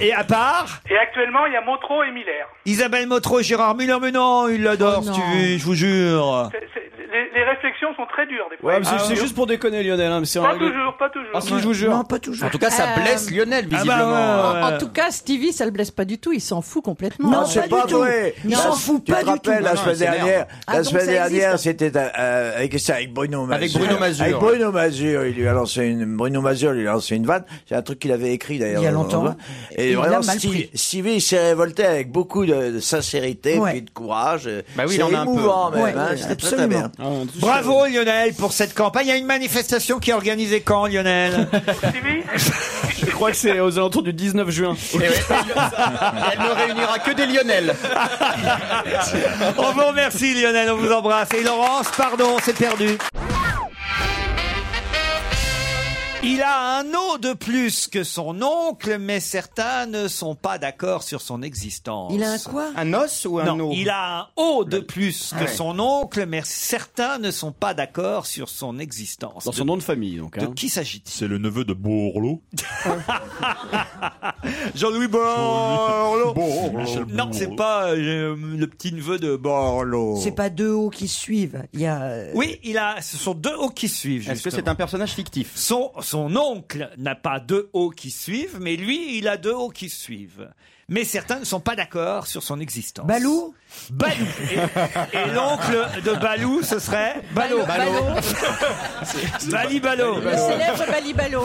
Et à part Et actuellement, il y a Motro et Miller. Isabelle Motro, Gérard Miller, mais non, il Oh, l'adore, Stevie, je vous jure. C'est- c'est- les, les réflexions sont très dures, des fois. Ouais, mais c'est Ah, c'est oui. juste pour déconner, Lionel. hein, mais c'est Pas un- toujours, pas toujours. Ah si, je vous jure. Non, pas toujours. En tout cas, ça Euh, blesse Lionel, ah bah, visiblement. ouais, ouais, En ouais. tout cas, Stevie, ça le blesse pas du tout. Il s'en fout complètement. Ah, Non, c'est pas, vrai. Il La- s'en fout tu pas te du tout. rappelles, la Non, non, semaine c'est merde. dernière, Ah, la donc semaine ça existe. dernière, c'était euh, euh, avec, ça, avec Bruno Mazur. Avec Bruno Mazur. Avec Bruno Mazur, il lui a lancé une, Bruno Mazur lui a lancé une vanne. C'est un truc qu'il avait écrit d'ailleurs. Il y a longtemps. Et, Et il vraiment, l'a mal Stevie, pris. Stevie, il s'est révolté avec beaucoup de, de sincérité, Ouais. puis de courage. Bah oui, il C'est en a un peu. émouvant même, Ouais, hein, ouais, c'était très, très absolument. bien. bah, Bravo Lionel pour cette campagne. Il y a une manifestation qui est organisée quand, Lionel Stevie Je crois que c'est aux alentours du 19 juin. Eh Elle ne réunira que des Lionel. On vous remercie Lionel, on vous embrasse. Et Laurence, pardon, c'est perdu. Il a un nom de plus que son oncle, mais certains ne sont pas d'accord sur son existence. Il a un quoi Un os ou un non, O Il a un O de plus que Ah ouais. son oncle, mais certains ne sont pas d'accord sur son existence. Dans son nom de famille, donc. hein. De qui s'agit-il C'est le neveu de Borlo. Jean-Louis Borloo. Michel Non, c'est pas euh, le petit neveu de Borloo. C'est pas deux hauts qui suivent. Il y a. euh, Oui, il a. Ce sont deux hauts qui suivent. Est-ce que justement. c'est un personnage fictif Son son oncle n'a pas deux hauts qui suivent, mais lui, il a deux hauts qui suivent. Mais certains ne sont pas d'accord sur son existence. Balou Balou. Et, et l'oncle de Balou, ce serait Balot. Balot. Bali Balot. Le célèbre Balibalo.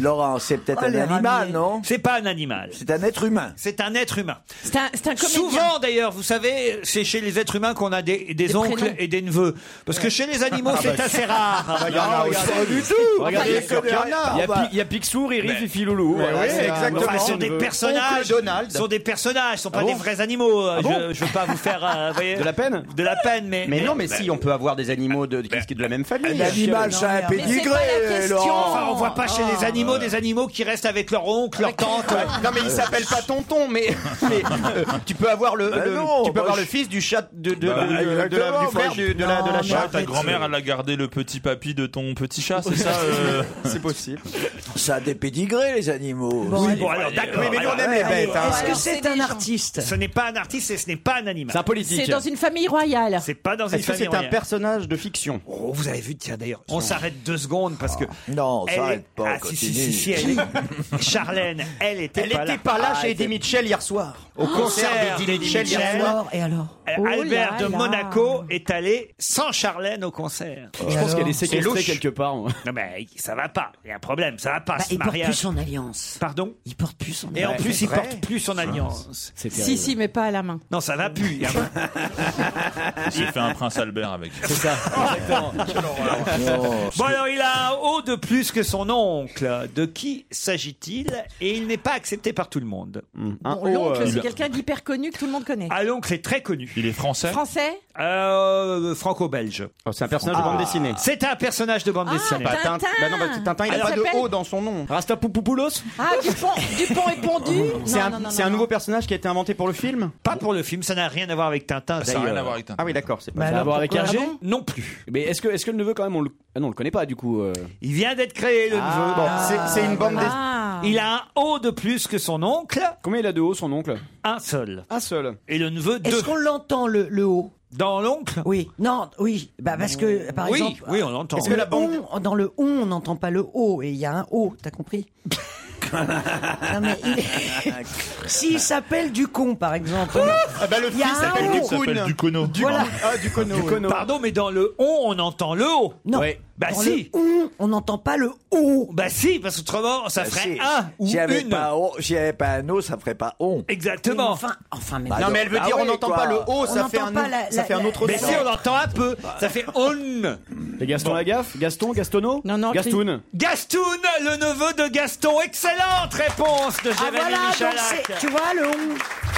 Laurent, c'est peut-être Oh, un les animal, non C'est pas un animal. C'est un être humain. C'est un être humain. C'est un, c'est un comédien. Souvent d'ailleurs, vous savez, c'est chez les êtres humains qu'on a des, des oncles prénoms. et des neveux. Parce que chez les animaux, Ah c'est bah, assez si. rare. Ah bah, il y en a Non, aussi. regardez. Pas du tout. Regardez, Regardez, il il y a- y en a. il y a Ah bah. Pi- il y a Picsou, Riri, Fifi, Loulou, Mais voilà, oui, c'est un- exactement. enfin, ce sont des neveu. personnages. Oncle Donald. Ce sont des personnages, ce sont pas Ah bon des vrais animaux. euh, Ah bon je, je veux pas vous faire. euh, vous voyez, De la peine De la peine, mais. Bah, Mais non, mais si, on peut avoir des animaux de, qui- qui- de la même famille. Un animal, ça a un Mais c'est pédigré, pas la question. Ah. Laurent. Enfin, on voit pas chez les animaux des animaux qui restent avec leur oncle, leur tante. Non, mais il s'appelle pas tonton, mais, mais, euh, tu peux avoir le, Bah le- non, tu peux bah avoir je- le fils du chat de, de, de- Bah, de- de- de- de la- du frère du- de la, de la Ouais, chatte. ta grand-mère, elle a gardé le petit papy de ton petit chat, c'est ça C'est possible. Ça a des pédigrés, les animaux. Bon, Oui, allez, bon, alors, allez, d'accord. oui, mais nous, on aime les Ouais, bêtes, ouais. hein. Est-ce que Alors, c'est des un gens. artiste Ce n'est pas un artiste et ce n'est pas un animal. C'est un politique. C'est dans une famille royale. C'est pas dans une Est-ce que famille. c'est un royale. personnage de fiction Oh, vous avez vu, tiens d'ailleurs, on s'arrête deux secondes parce que. Non, on elle s'arrête est- pas, Ah, on si, si, continue. si, si, elle est- Charlène, elle était Elle pas là. était pas là Ah, chez elle était- Eddie Mitchell hier soir. Au Ah. concert d'Eddie d'Eddie Mitchell hier Mitchell. soir. Et alors Euh, Oh Albert là de là. Monaco est allé sans Charlène au concert. Je pense qu'elle est séquestrée quelque part. hein. moi. Non mais ça va pas, il y a un problème, ça va pas Bah, ce il porte mariage. plus son alliance. Pardon Il porte plus son Et en alliance. plus, C'est il vrai. porte plus son alliance. Si, si, mais pas à la main. Non, ça va plus. il y a- J'ai fait un prince Albert avec. C'est ça. Oh, Bon alors, il a un haut de plus que son oncle. De qui s'agit-il Et il n'est pas accepté par tout le monde. Mmh. euh, Bon, Oh, L'oncle, c'est quelqu'un d'hyper connu que tout le monde connaît. Ah, l'oncle est très connu. Il est français Français Euh, franco-belge. Oh, Ah. c'est un personnage de bande dessinée. C'est un personnage de bande dessinée. Bah, Tintin. Bah non, bah, Tintin, il a Alors, pas il de s'appelle- O dans son nom. Rastapoupopoulos Ah, Dupont, Dupont et Pondu C'est Non, un, non, non, c'est un nouveau personnage qui a été inventé pour le film Pas pour le film, ça n'a rien à voir avec Tintin. Ça n'a rien euh, d'ailleurs. à voir avec Tintin. Ah oui, d'accord. C'est Ça pas a à voir avec pourquoi Hergé non Non plus. Mais est-ce que, est-ce que le neveu, quand même, on le, ah non, on le connaît pas du coup euh. Il vient d'être créé, le Ah, neveu. bon, Euh, c'est une bande dessinée. Ah. Il a un haut de plus que son oncle, Combien il a de haut son oncle un seul. Un seul. Et le neveu, Est-ce deux. qu'on l'entend le, le haut Dans l'oncle Oui. Non, oui. Bah parce que par Oui, exemple. oui, on l'entend. Parce Le que la bande... dans le on, on n'entend pas le O et il y a un O. T'as compris Non, mais il- S'il s'appelle Ducon, par exemple. Ah bah le Il y a fils un s'appelle O. Il s'appelle Ducoun. Ducono. voilà. Ah, Ducono. ouais. Pardon, mais dans le on, on entend le haut. Non. Ouais. Bah Dans si. le on, on n'entend pas le O. Bah si, parce Oh, qu'autrement, ça Bah Ah, ferait si. un ou S'il n'y avait, une. pas on- s'il y avait pas un O, ça ferait pas on. Exactement. Enfin, enfin, mais. Bah, Non, mais elle veut Ah dire on oui, n'entend quoi. pas le O, On ça fait n'entend un pas la- autre- ça la- fait un la- autre mais son. si, on l'entend un peu. Ça fait on. Bah. Et Gaston Lagaffe Gaston Gastono Non, non, Gastoun Gastoun, le neveu de Gaston. Excellente réponse de Ah Jérémy voilà, donc Michalak. c'est- tu vois le on.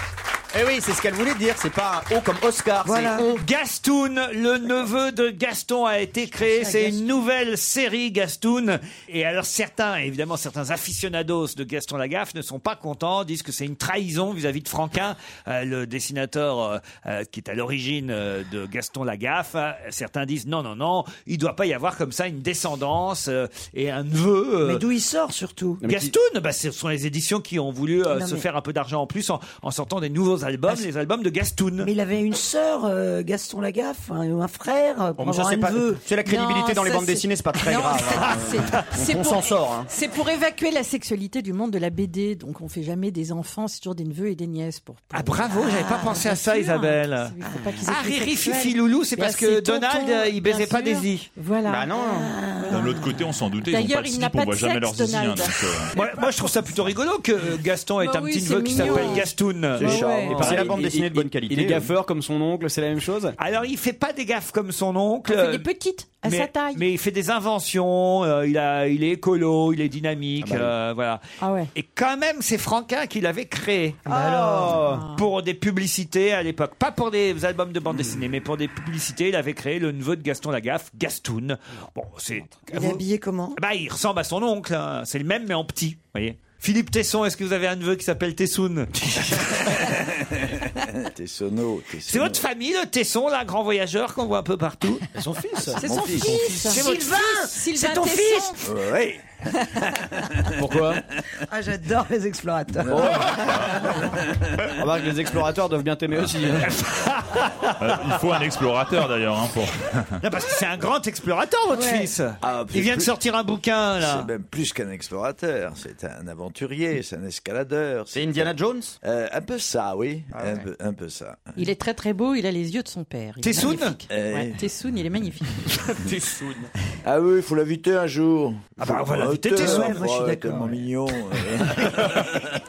Eh oui, c'est ce qu'elle voulait dire, c'est pas un O comme Oscar, Voilà. c'est on. Gastoun, le neveu de Gaston a été créé. C'est une nouvelle série Gastoun. Et alors certains, évidemment certains aficionados de Gaston Lagaffe ne sont pas contents, disent que c'est une trahison vis-à-vis de Franquin, euh, le dessinateur euh, euh, qui est à l'origine euh, de Gaston Lagaffe. Euh, Certains disent non, non, non, il doit pas y avoir comme ça une descendance euh, et un neveu. euh, Mais d'où il sort Non, surtout mais qui- Gastoun, bah, ce sont les éditions qui ont voulu euh, Non, se mais- faire un peu d'argent en plus en, en sortant des nouveaux albums, les albums de Gastoun. Mais il avait une sœur, euh, Gaston Lagaffe, un, un frère, euh, pour Bon, mais ça, avoir c'est un pas- neveu. c'est la crédibilité Non, dans les ça, bandes c'est- dessinées, c'est pas très Non, grave. c'est- hein. c'est- c'est On pour- s'en sort, hein. C'est pour évacuer la sexualité du monde de la BD. Donc on fait jamais des enfants, c'est toujours des neveux et des nièces pour. Ah bravo, j'avais pas pensé à ça, Isabelle. Il faut pas qu'ils aient Ah, des Riri, sexuels. Fifi, Loulou, c'est Bien parce sûr, que Donald, tonton, euh, il baisait bien pas sûr. Daisy. Voilà. Ah. Bah non. De l'autre côté, on s'en doutait, ils ont D'ailleurs, pas de il slip, n'a on pas voit de jamais sexe, leurs zizi. hein, Donald. donc, euh, Moi, moi, je trouve ça plutôt rigolo que euh, Gaston est Bah un oui, petit c'est neveu qui mignon. Bah s'appelle Gastoun. C'est ouais. charmant. Et c'est la Il- bande il- dessinée de il- bonne qualité. Il est euh. gaffeur comme son oncle, c'est la même chose Alors, il fait pas des gaffes comme son oncle. On fait des petites. À mais, sa taille. mais il fait des inventions, euh, il, a, il est écolo, il est dynamique, Ah bah oui. euh, voilà. Et quand même, c'est Franquin qui l'avait créé. Pour des publicités à l'époque. Pas pour des albums de bande dessinée, mais pour des publicités, il avait créé le neveu de Gaston Lagaffe, Gastoun. Bon, c'est. Il est habillé comment Bah, il ressemble à son oncle. hein. C'est le même, mais en petit. vous voyez. Philippe Tesson, est-ce que vous avez un neveu qui s'appelle Tessoun T'es sono. t'es C'est sono. votre famille, le Tesson, là, grand voyageur qu'on voit un peu partout son fils. C'est Mon son fils. fils. C'est votre Sylvain fils. Sylvain C'est ton Tesson. fils Oui. Pourquoi Ah, j'adore les explorateurs. Oh. Remarque, Oh. Ah, les explorateurs doivent bien t'aimer aussi. hein. Euh, il faut un explorateur d'ailleurs. hein, pour... Non, parce que c'est un grand explorateur, votre Ouais. fils. Ah, il puis vient de plus- sortir un bouquin, là. Mm. C'est même plus qu'un explorateur, c'est un aventurier, c'est un escaladeur. C'est Indiana Jones Ah Un peu ça, oui. un, peu, un peu ça. Il est très très beau, il a les yeux de son père. Il est Tessoun magnifique. Euh. Eh. Ouais, Tessoun, il est magnifique. Tessoun. Ah oui, il faut l'inviter un jour. Ah bah, on va l'inviter, Auteur, Tesson. Ouais, moi, je suis ouais, d'accord, tellement mignon. euh.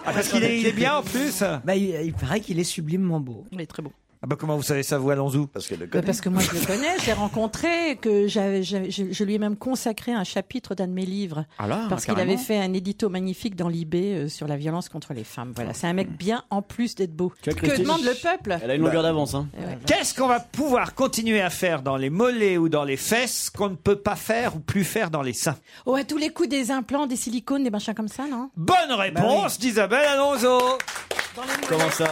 Ah, parce qu'il est, il est bien en plus. Bah, il, il paraît qu'il est sublimement beau. Il est très beau. Ah bah, comment vous savez ça, vous, Alonso Parce que le Bah, parce que moi je le connais, je l'ai rencontré, que j'avais, j'avais- je, je lui ai même consacré un chapitre d'un de mes livres. Ah là, parce qu'il carrément. avait fait un édito magnifique dans l'IB euh, sur la violence contre les femmes. Voilà, c'est un Mm. mec bien en plus d'être beau. vois, Que Christine, demande le peuple Elle a une Bah. longueur d'avance. Hein. Qu'est-ce qu'on va pouvoir continuer à faire dans les mollets ou dans les fesses qu'on ne peut pas faire ou plus faire dans les seins Oh, à tous les coups des implants, des silicones, des machins comme ça, non Bonne réponse d'Isabelle Alonso. Comment ça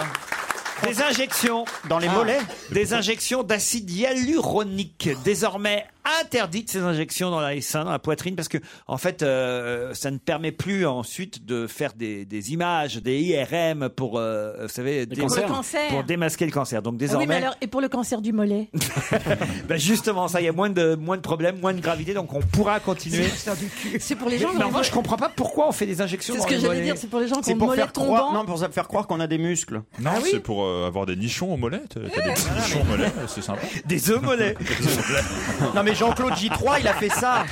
Des injections. Dans les mollets Des injections d'acide hyaluronique. Désormais interdites ces injections dans les seins, dans la poitrine, parce que, en fait, euh, ça ne permet plus ensuite de faire des, des images, des IRM pour, euh, vous savez, dé- cancers. Pour le cancer. pour démasquer le cancer. Donc Ah oui, mais désormais, alors, et pour le cancer du mollet ben, justement, ça, il y a moins de, moins de problèmes, moins de gravité, donc on pourra continuer. C'est pour les gens. Mais en revanche, je comprends pas pourquoi on fait des injections. C'est dans ce que les j'allais mollets. dire, c'est pour les gens qui ont le pour mollet faire croire- tombant. Non, pour ça faire croire qu'on a des muscles. Non, Ah oui c'est pour euh, avoir des nichons aux mollets. T'as t'as des petits nichons aux mollets, c'est sympa. Des œufs mollets. Non, mais Jean-Claude J3, il a fait ça.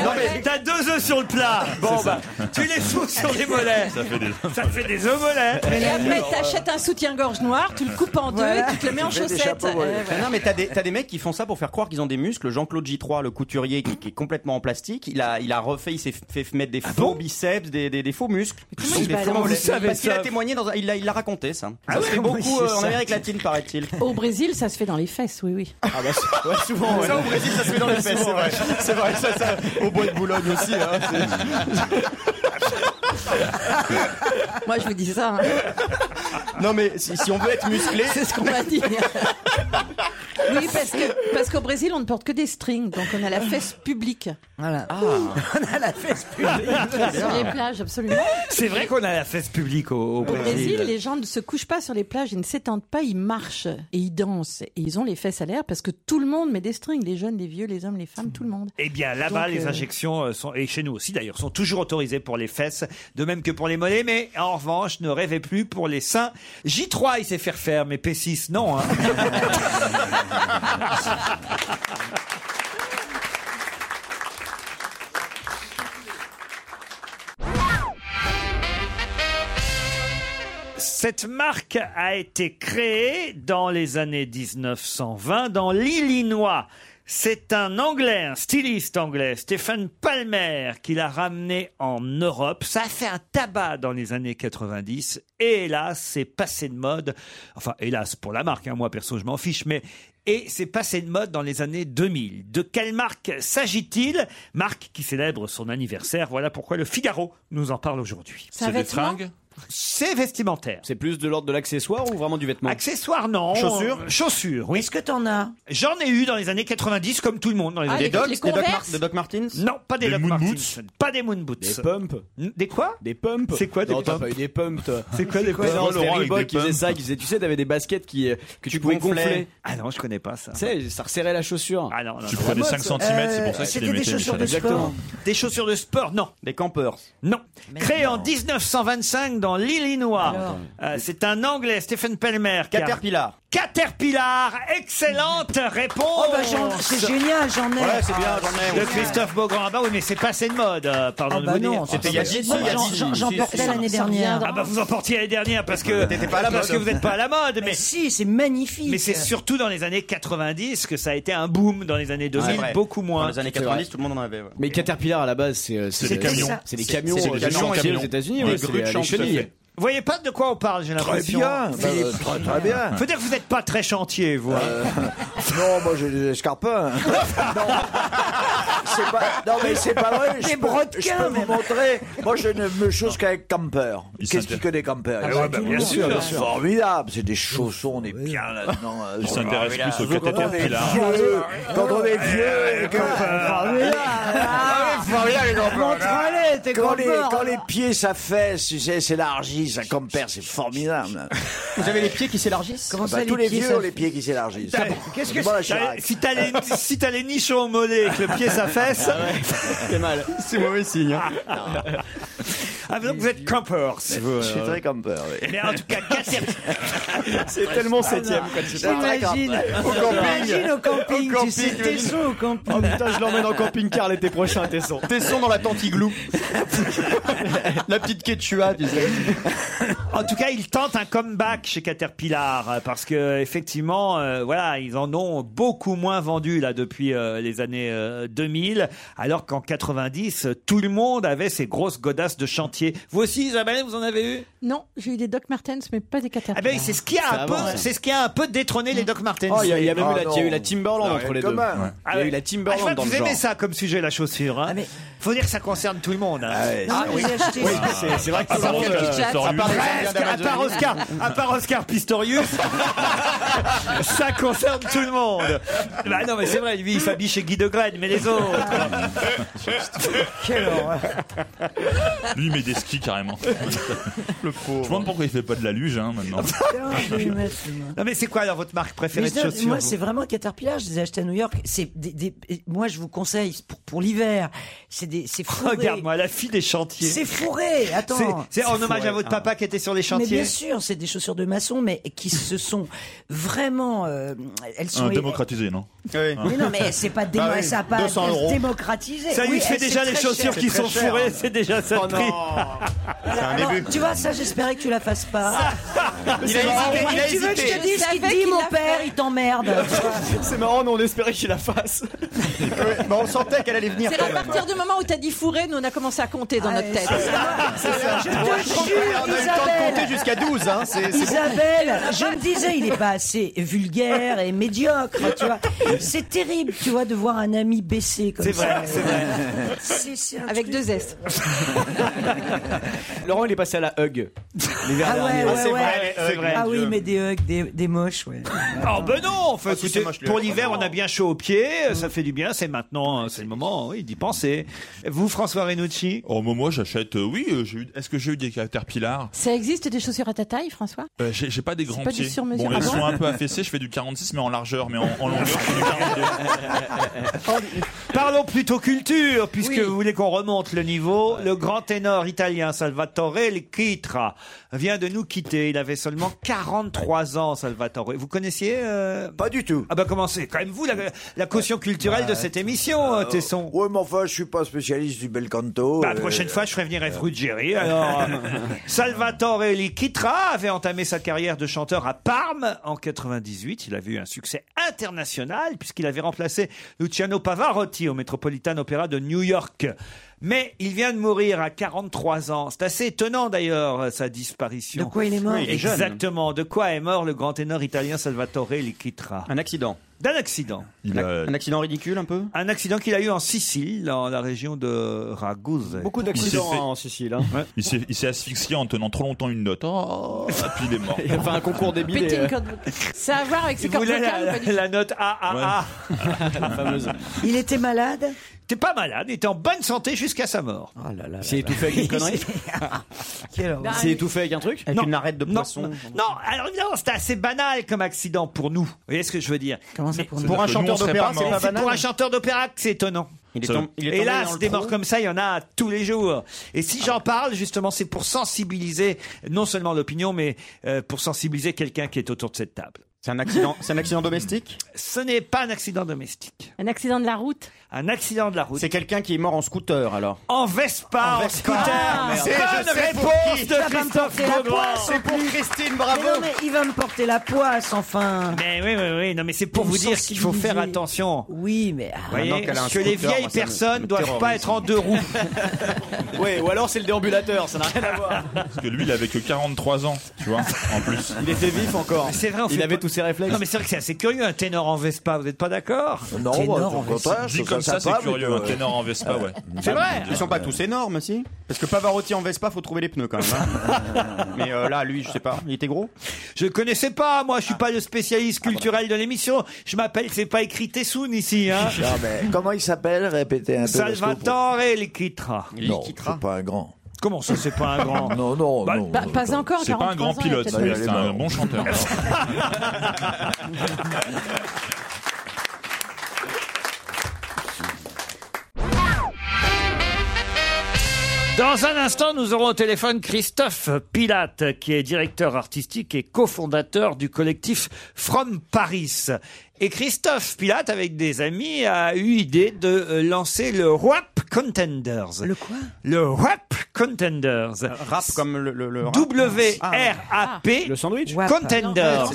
Non mais t'as deux œufs sur le plat. Bon C'est ça. bah tu les fous sur les mollets. Ça fait des Ça fait des œufs mollets. Et après, t'achètes un soutien-gorge noir, tu le coupes en deux et tu te le mets en chaussettes. Euh, Mais voilà. Non, mais t'as des, t'as des mecs qui font ça pour faire croire qu'ils ont des muscles. Jean-Claude J3, le couturier qui, qui est complètement en plastique, il a, il a refait, il s'est fait mettre des faux biceps, des, des- des faux muscles. Ah comment il Des balance faux mollets. Vous savez Parce qu'il ça a témoigné, dans, un- il l'a il l'a raconté ça. Ah ça oui, se fait comment beaucoup il euh, sait en ça Amérique latine, paraît-il. Au Brésil, ça se fait dans les fesses, oui, oui. Ah bah, ouais, souvent. Ça, au Brésil, ça se fait dans les fesses, c'est vrai. C'est vrai, ça, ça, au bois de Boulogne aussi. hein, Moi, je vous dis ça. hein. c'est- non, mais si, si on veut être musclé. C'est ce qu'on m'a dit. Oui, parce que parce qu'au Brésil, on ne porte que des strings, donc on a la fesse publique. Voilà. Ah. On a la fesse publique sur les plages, absolument. C'est vrai qu'on a la fesse publique au, au Au Brésil, Brésil. les gens ne se couchent pas sur les plages, ils ne s'étendent pas, ils marchent et ils dansent et ils ont les fesses à l'air parce que tout le monde met des strings, les jeunes, les vieux, les hommes, les femmes, tout le monde. Eh bien, là-bas, Donc, les euh, injections euh, sont, et chez nous aussi d'ailleurs, sont toujours autorisées pour les fesses, de même que pour les mollets, mais en revanche, ne rêvez plus pour les seins. J3, il sait faire faire, mais P6, non. hein. Cette marque a été créée dans les années 1920 dans l'Illinois. C'est un Anglais, un styliste anglais, Stephen Palmer, qui l'a ramené en Europe. Ça a fait un tabac dans les années 90. Et hélas, c'est passé de mode. Enfin, hélas pour la marque, hein, moi perso, je m'en fiche, mais et c'est passé de mode dans les années 2000. De quelle marque s'agit-il Marque qui célèbre son anniversaire. Voilà pourquoi le Figaro nous en parle aujourd'hui. C'est un C'est des vêtement fringues C'est vestimentaire. C'est plus de l'ordre de l'accessoire ou vraiment du vêtement Accessoires, non. Chaussures Euh, Chaussures, oui. Est-ce que t'en as J'en ai eu dans les années 90, comme tout le monde. Dans les Ah, années les- Des Docs, les des Doc Converse Mar- des Doc Martins Non, pas des, Des Doc Moon Martins. Boots Pas des Moon Boots. Des pumps N- Des quoi Des pumps C'est quoi des Non, t'as pumps pas eu des pumps toi. C'est quoi des pumps Laurent, Non, c'était avec Reebok des qui faisait pumps ça, qui faisait, tu sais, t'avais des baskets qui, euh, que tu pouvais gonflais. gonfler. Ah non, je connais pas ça. Tu sais, ça resserrait la chaussure. Ah non, non. Tu prenais 5 centimètres, c'est pour ça Euh, que Eh, qu'il les mettait, Michel. Des chaussures de sport, non. Des campeurs. Non. Créé en 1925 dans l'Illinois. Euh, c'est un Anglais, Stephen Palmer. qui a- Caterpillar. Caterpillar. Excellente réponse. Oh, bah, j'en- c'est génial, j'en ai. Ouais, c'est bien, j'en ai, De ouais. Christophe Beaugrand. Ah bah oui, mais c'est passé de mode, euh, pardon Ah de bah vous non, dire. c'est C'était il y a pas- dix ans, il y a J'en- dix ans. j'en portais Ça l'année dernière. Ah bah vous en portiez l'année dernière parce que T'étais pas à la parce mode. que vous n'êtes pas à la mode. Mais, Bah, si, c'est magnifique. Mais c'est surtout dans les années 90 que ça a été un boom. Dans les années Ah, C'est 2000, vrai. beaucoup moins. Dans les années 90, tout le monde en avait. Mais Caterpillar à la base, c'est euh, C'est des camions. C'est des C'est- camions. c'est des euh, camions en chantiers camion. aux États-Unis, Ouais, oui, c'est grue de les champ, tout à chenilles. fait. Vous voyez pas de quoi on parle, j'ai l'impression. bien, bah, Philippe. très, très bien. Faut dire que vous n'êtes pas très chantier, vous. hein. non, moi j'ai des escarpins. non, c'est pas, non, mais c'est pas vrai. Des je peux, brodequins, je peux même. vous montrer. Moi, je ne me chose qu'avec camper. Qu'est-ce qui connaît camper Ah ici ouais, bah, bien sûr, bien sûr. Formidable. C'est des chaussons, on est bien là-dedans. Ah, euh, Il c'est s'intéresse formidable. plus aux Quand on est caterpillars. vieux, Quand on est vieux et que. Ah. Montre-les, tes hein. Quand les, campeurs, quand là. les pieds s'affaissent, tu sais, s'élargissent, ça compère, c'est formidable. Vous avez les pieds qui s'élargissent Ah bah, tous les vieux ont les pieds qui s'élargissent. T'as- Qu'est-ce que t'as- Si t'as les, si t'as les nichons au mollet et que le pied s'affaisse. Ah C'est mal. C'est mauvais signe. hein. Ah, donc vous êtes camper. Je suis euh, très campeur, oui. Mais en tout cas, Caterpillar. C'est tellement septième quand tu parles. Ah, J'imagine. Au camping. J'imagine au camping. Au tu sais, camping, Tesson au camping. Oh putain, je l'emmène en camping-car l'été prochain, Tesson. Tesson dans la tente igloo. la petite quechua, tu sais. En tout cas, ils tentent un comeback chez Caterpillar euh, parce que effectivement, euh, voilà, ils en ont beaucoup moins vendu là depuis euh, les années euh, 2000, alors qu'en 90, euh, tout le monde avait ces grosses godasses de chantier. Vous aussi, Isabelle, vous en avez eu Non, j'ai eu des Doc Martens, mais pas des Caterpillar. Eh ben, c'est ce qui a un peu, c'est ce qui a un peu détrôné les Doc Martens. Oh, il y a- il y a même eu la- il y a eu la Timberland entre les deux. Ouais. Ah Il y a eu la Timberland dans vous le aimez genre. ça comme sujet la chaussure. Hein Faut dire que ça concerne tout le monde. hein. Ah, oui. j'ai acheté Oui, ça. c'est- c'est vrai que À tout part le monde, Oscar- euh, sort à part lui. presque, à part Oscar, à part Oscar Pistorius, ça concerne tout le monde. Bah non, mais c'est vrai, lui, il s'habille chez Guy de Graine, mais les autres. Quelle horreur. Lui, il met des skis carrément. Le pauvre. Je me demande pourquoi il fait pas de la luge hein, maintenant. Je vais lui mettre une main. Non, mais c'est quoi alors votre marque préférée Mais de ça, chaussures moi, vous c'est vraiment Caterpillar. Je les ai achetés à New York. C'est des, des- et moi, je vous conseille pour, pour l'hiver. C'est des, c'est fourré. Regarde-moi, la fille des chantiers. C'est fourré. Attends. C'est c'est en hommage fourré. à votre papa qui était sur les chantiers. Mais bien sûr, c'est des chaussures de maçon, mais qui se sont vraiment, euh, elles sont. Un démocratisé, non Hein. Mais non, mais c'est pas Bah démo- Ah oui, ça a pas 200 à se euros. démocratiser. Ça Oui, lui fait elle- déjà c'est les très chaussures cher. qui sont fourrées, c'est déjà ça Oh, le prix. Alors, alors, Tu vois, ça, j'espérais que tu la fasses pas. Il a hésité, il a Tu veux que je hésité. te dise ce qu'il dit, mon père, il t'emmerde. C'est marrant, mais on espérait qu'il la fasse. mais on sentait qu'elle allait venir. C'est à partir du moment où t'as dit fourré, nous on a commencé à compter dans notre tête. Je te jure, Isabelle. jusqu'à 12, hein. C'est c'est bon. Isabelle, je me disais, il est pas assez vulgaire et médiocre, tu vois. C'est terrible, tu vois, de voir un ami baisser comme C'est ça. vrai, c'est vrai. Avec deux S. Laurent, il est passé à la hug. Ah ouais, ouais, ouais. c'est vrai. Ah oui, mais des hugs, des, des moches, ouais. Oh ben non, enfin, Ah, si, écoutez, c'est moche, le- pour Ah, l'hiver on a bien chaud aux pieds, ça fait du bien, c'est maintenant, euh, c'est le moment, oui, d'y penser. Vous François Renucci Oh, moi, moi, j'achète. euh, oui, euh, j'ai eu- est-ce que j'ai eu des caterpillars Ça existe des chaussures à ta taille, François Euh, j'ai, j'ai pas des grands pas du pieds. sur-mesure. bon, Ah ils bon sont un peu affaissés. Je fais du 46, mais en largeur, mais en, en longueur, je fais du 42. Parlons plutôt culture, puisque Oui. vous voulez qu'on remonte le niveau. Le grand ténor italien Salvatore Liquitra vient de nous quitter. Il avait seulement 43 ans, Salvatore. Vous connaissiez euh, Pas du tout. Ah bah comment c'est quand même vous la, la caution culturelle de cette émission, Bah, euh, Tesson. Ouais, mais enfin, je suis pas spécialiste du bel canto. Bah, la euh, prochaine fois, je ferai venir F. Ruggieri. euh, Alors, Salvatore Liquitra avait entamé sa carrière de chanteur à Parme en 98. Il avait eu un succès international puisqu'il avait remplacé Luciano Pavarotti au Metropolitan Opera de New York. Mais il vient de mourir à 43 ans. C'est assez étonnant d'ailleurs euh, sa disparition. De quoi il est mort Oui, il est jeune. Exactement. De quoi est mort le grand ténor italien Salvatore Liquitra Un accident. D'un accident. Il a- Un accident ridicule, un peu Euh, Un accident qu'il a eu en Sicile, dans la région de Ragusa. Beaucoup d'accidents, d'accidents hein, en Sicile. il, s'est, il s'est asphyxié en tenant trop longtemps une note. Oh, et puis il est mort. Il a fait un concours débile. Péter une corde vocale. Ça a à voir avec ses Il cordes voulait la, vocales ou pas du la- la note A, A, A. Il était malade Oh T'es pas malade, il était en bonne santé jusqu'à sa mort. C'est étouffé avec une connerie Quelle horreur. C'est étouffé avec un truc Avec Non. une arête de poisson. Non, alors évidemment, c'était assez banal comme accident pour nous. Vous voyez ce que je veux dire Comment ça pour nous Pour un Nous, on chanteur serait d'opéra, pas c'est morts. pas C'est banal. pour un chanteur d'opéra que c'est étonnant. Il est Ça- tom- il est tombé dans Hélas, le des trou. morts comme ça, il y en a tous les jours. Et si j'en parle, justement, c'est pour sensibiliser non seulement l'opinion, mais euh, pour sensibiliser quelqu'un qui est autour de cette table. C'est un accident, c'est un accident domestique Ce n'est pas un accident domestique. Un accident de la route Un accident de la route. C'est quelqu'un qui est mort en scooter alors. En Vespa, en, scooter. Ah, merde. Bonne Je sais pour réponse qui. de Ça va me Christophe porter la Beaugrand. poisse, C'est pour Christine, bravo. Mais non, mais il va me porter la poisse, enfin. Mais Ben oui, oui, oui. Non, mais c'est pour vous dire qu'il faut faire attention. Oui, mais. ah. Vous voyez, parce que les vieilles personnes ne doivent pas être en deux roues. Oh. Ouais, ou alors c'est le déambulateur, ça n'a rien à voir. Parce que lui, il avait que 43 ans, tu vois, en plus. Il était vif encore. C'est vrai, on Il fait avait pas- tous ses réflexes. Non, mais c'est vrai que c'est assez curieux, un ténor en Vespa, vous n'êtes pas d'accord Non, Ténor bah, au en contraire, Vespa. je Dit comme ça, c'est curieux, euh, un ténor en Vespa, ouais. C'est vrai Ils sont pas tous énormes, si Parce que Pavarotti en Vespa, faut trouver les pneus quand même. hein. Mais euh, là, lui, je sais pas, il était gros Je connaissais pas, moi, je suis pas le Ah, spécialiste culturel de l'émission. Je m'appelle, c'est pas écrit Tessoun ici, hein. ah, Non, mais comment il s'appelle Répétez un peu. parce que- Salvatore Liquitra. Non, c'est pas un grand. Comment ça, c'est pas un grand Non, non, Bah, non. euh, Pas- pas encore, C'est pas 43 un grand ans, pilote, il a mais peut-être- c'est un bon chanteur. Dans un instant, nous aurons au téléphone Christophe Pilate, qui est directeur artistique et cofondateur du collectif From Paris. Et Christophe Pilate, avec des amis, a eu idée de euh, lancer le WAP Contenders. Le quoi Le WAP Contenders. Rap comme le. le, le rap. W-R-A-P Ah. Le sandwich Contenders.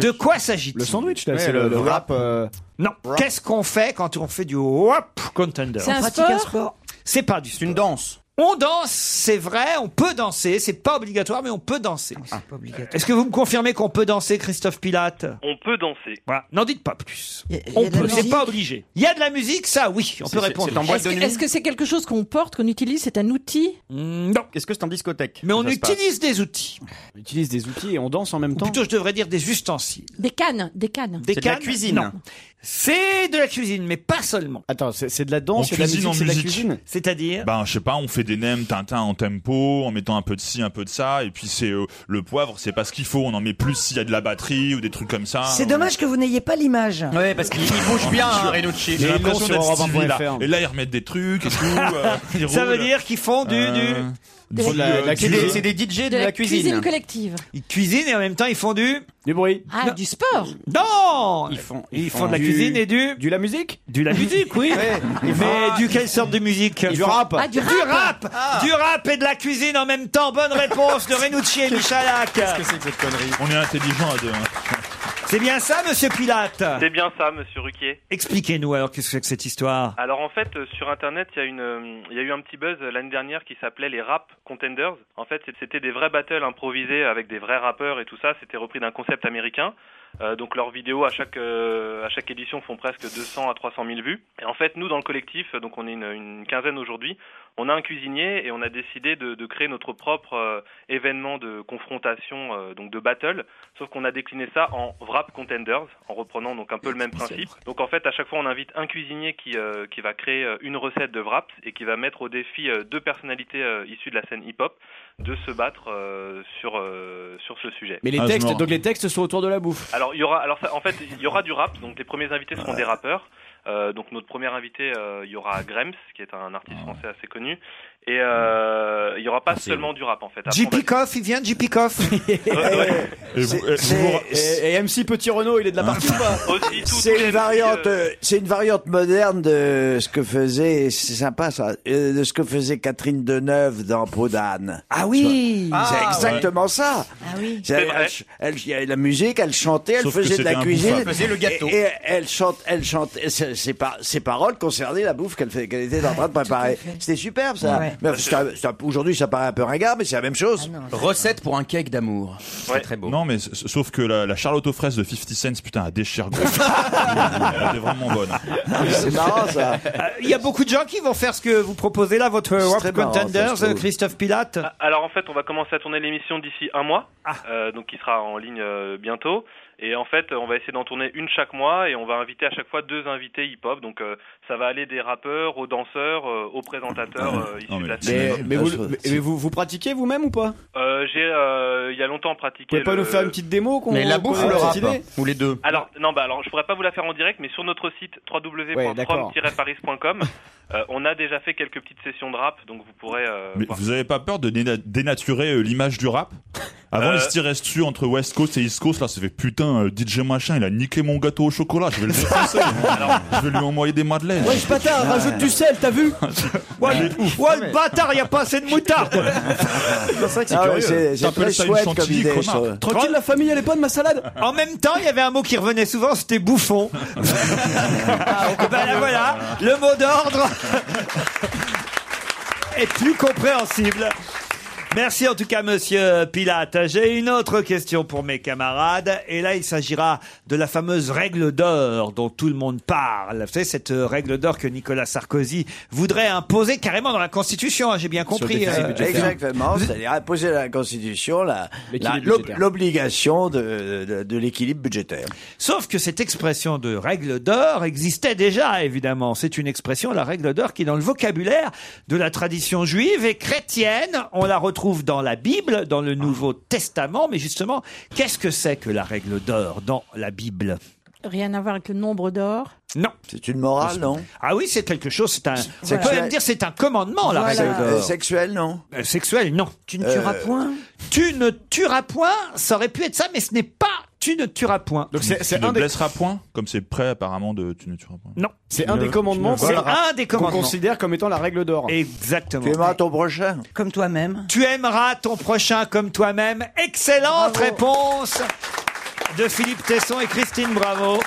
De quoi s'agit-il Le sandwich, là, Ouais, c'est le, le rap. euh, Non. Qu'est-ce qu'on fait quand on fait du WAP Contenders C'est un On pratique un sport C'est pas du sport. une danse. On danse, c'est vrai, on peut danser, c'est pas obligatoire, mais on peut danser. Est-ce que vous me confirmez qu'on peut danser, Christophe Pilate On peut danser. Voilà, n'en dites pas plus. y a On de la peut, c'est musique pas obligé. Il y a de la musique, ça, oui, on C'est- peut c'est- répondre. c'est en boîte Est-ce que- est-ce que c'est quelque chose qu'on porte, qu'on utilise C'est un outil Hmm, Non. Est-ce que c'est en discothèque Mais on ça se passe utilise des outils. On utilise des outils et on danse en même temps. Plutôt, je devrais dire des ustensiles. Des cannes, des cannes. Des cannes, non. C'est de la cuisine, mais pas seulement. Attends, c'est c'est de la On danse, c'est de la cuisine musique, en c'est de la musique. cuisine. C'est-à-dire Ben, je sais pas, on fait des nems tintin en tempo, en mettant un peu de ci, un peu de ça, et puis c'est euh, le poivre, c'est pas ce qu'il faut, on en met plus s'il y a de la batterie ou des trucs comme ça. C'est dommage que vous n'ayez pas l'image. Ouais, parce qu'il il bouge bien, hein, Renucci. J'ai l'impression d'être sur Stevie, là. europe.fr. Et là, ils remettent des trucs et tout. euh, ils Ça veut roulent. dire qu'ils font du, du... Euh, De du, la- euh, de la du- C'est des, c'est des DJ de, la, cuisine. collective. Ils cuisinent et en même temps ils font du... Du bruit. Ah, Non. du sport. Non Ils font, Ils font de la cuisine et du... Du la musique Du la musique, oui. Mais Ah. du quelle sorte de musique Du rap. Ah, du Du rap Du rap et de la cuisine en même temps. Bonne réponse de Renucci et Michalak. c'est que cette connerie On est intelligents à deux. hein. C'est bien ça, monsieur Pilate C'est bien ça, monsieur Ruquier. Expliquez-nous alors qu'est-ce que c'est que cette histoire. Alors en fait, euh, sur Internet, il y, a une, euh, il y a eu un petit buzz euh, l'année dernière qui s'appelait les rap contenders. En fait, c'est- c'était des vrais battles improvisés avec des vrais rappeurs et tout ça. C'était repris d'un concept américain. Euh, donc leurs vidéos à chaque euh, à chaque édition font presque 200 à 300 000 vues. Et en fait, nous dans le collectif, euh, donc on est une, une quinzaine aujourd'hui, on a un cuisinier et on a décidé de, de créer notre propre euh, événement de confrontation, euh, donc de battle. Sauf qu'on a décliné ça en wrap contenders, en reprenant donc un peu le même principe. Donc en fait, à chaque fois, on invite un cuisinier qui euh, qui va créer euh, une recette de wrap et qui va mettre au défi euh, deux personnalités euh, issues de la scène hip-hop de se battre euh, sur euh, sur ce sujet. Mais les Ah, je textes, m'en- donc les textes sont autour de la bouffe. Alors il y aura, alors ça, en fait il y aura du rap, donc les premiers invités seront des rappeurs. Euh, donc notre premier invité, euh, il y aura Grems, qui est un Ah. artiste français assez connu, et euh, il y aura pas seulement du rap en fait. Après, on va- JP Coff, il vient de JP Coff. Ouais, ouais. Et C'est- vous- et vous- c'est- c'est- Et, et MC Petit Renault, il est de la partie ou pas Aussi, tout- tous C'est les- une variante, euh, euh, c'est une variante moderne de ce que faisait, c'est sympa ça, euh, de ce que faisait Catherine Deneuve dans Peau d'âne. Ah oui c'est exactement ça. Ah oui. C'est- C'est vrai. elle ch- Elle, il y avait la musique, elle chantait, elle Sauf que faisait de c'était la un cuisine. bouffon. Elle faisait le gâteau. Et, et elle chante, elle chante. et Ses, ses par- ses paroles concernaient la bouffe qu'elle fait- qu'elle était en train de préparer. C'était superbe ça. Ouais. Mais c'est un- c'est un- Aujourd'hui, ça paraît un peu ringard, mais c'est la même chose. Recette pour un cake d'amour. C'est Ouais. très beau. Non, mais s- sauf que la, la Charlotte aux fraises de 50 Cent, putain, elle déchire gros. elle était vraiment bonne. c'est marrant ça. Euh, Il y a beaucoup de gens qui vont faire ce que vous proposez là, votre C'est Wap très marrant, ça, Contenders, je trouve. Christophe Pilate. Ah, Alors en fait, on va commencer à tourner l'émission d'ici un mois, Ah. euh, donc qui sera en ligne euh, bientôt. Et en fait, on va essayer d'en tourner une chaque mois et on va inviter à chaque fois deux invités hip-hop. Donc euh, ça va aller des rappeurs aux danseurs, euh, aux présentateurs euh, issus Non, de la semaine. Mais, mais vous, mais vous, vous pratiquez vous-même ou pas Euh, j'ai euh, il y a longtemps pratiqué. Vous pouvez pas le- nous faire une petite démo qu'on Mais la qu'on bouffe ait ou le une rap petite idée Ou les deux Alors non bah alors je pourrais pas vous la faire en direct mais sur notre site Ouais, d'accord. www.prom-paris.com euh, on a déjà fait quelques petites sessions de rap donc vous pourrez euh, Mais voir. vous avez pas peur de déna- dénaturer euh, l'image du rap Avant, Euh. ils se tiraient dessus entre West Coast et East Coast. Là, ça fait putain, euh, DJ machin, il a niqué mon gâteau au chocolat. Je vais le défoncer. je vais lui envoyer des madeleines. Ah. Wesh bâtard, rajoute du sel, t'as vu Ouais, le bâtard, il a pas assez de moutarde C'est vrai que c'est Ah ouais, curieux. c'est- c'est T'appelles très ça une chouette comme chantilly, idée, connard. ça. Tranquille, la famille, elle est pas de ma salade En même temps, il y avait un mot qui revenait souvent, c'était bouffon. Eh ben là, voilà, le mot d'ordre est plus compréhensible. Merci en tout cas, monsieur Pilate. J'ai une autre question pour mes camarades. Et là, il s'agira de la fameuse règle d'or dont tout le monde parle. Vous savez, cette euh, règle d'or que Nicolas Sarkozy voudrait imposer carrément dans la Constitution, hein, j'ai bien compris. euh, Exactement, c'est-à-dire imposer à la Constitution la- la- L'équilibre l'ob- budgétaire. l'obligation de, de- de l'équilibre budgétaire. Sauf que cette expression de règle d'or existait déjà, évidemment. C'est une expression, la règle d'or, qui est dans le vocabulaire de la tradition juive et chrétienne. On la retrouve dans la Bible, dans le Nouveau Testament. Mais justement, qu'est-ce que c'est que la règle d'or dans la Bible Rien à voir avec le nombre d'or. Non. C'est une morale, non Ah oui, c'est quelque chose, c'est un... On Sexuel. peut même dire c'est un commandement, la Voilà. règle Euh, d'or. sexuel, non Euh, Sexuel, non. Tu ne tueras Euh, point Tu ne tueras point, ça aurait pu être ça, mais ce n'est pas tu ne tueras point. Donc tu ne blesseras point, comme c'est prêt apparemment de tu ne tueras point. Non. C'est un des commandements C'est qu'on- un des commandements. qu'on considère comme étant la règle d'or. Exactement. Tu aimeras ton prochain Comme toi-même. Tu aimeras ton prochain comme toi-même. Excellente réponse de Philippe Tesson et Christine Bravo.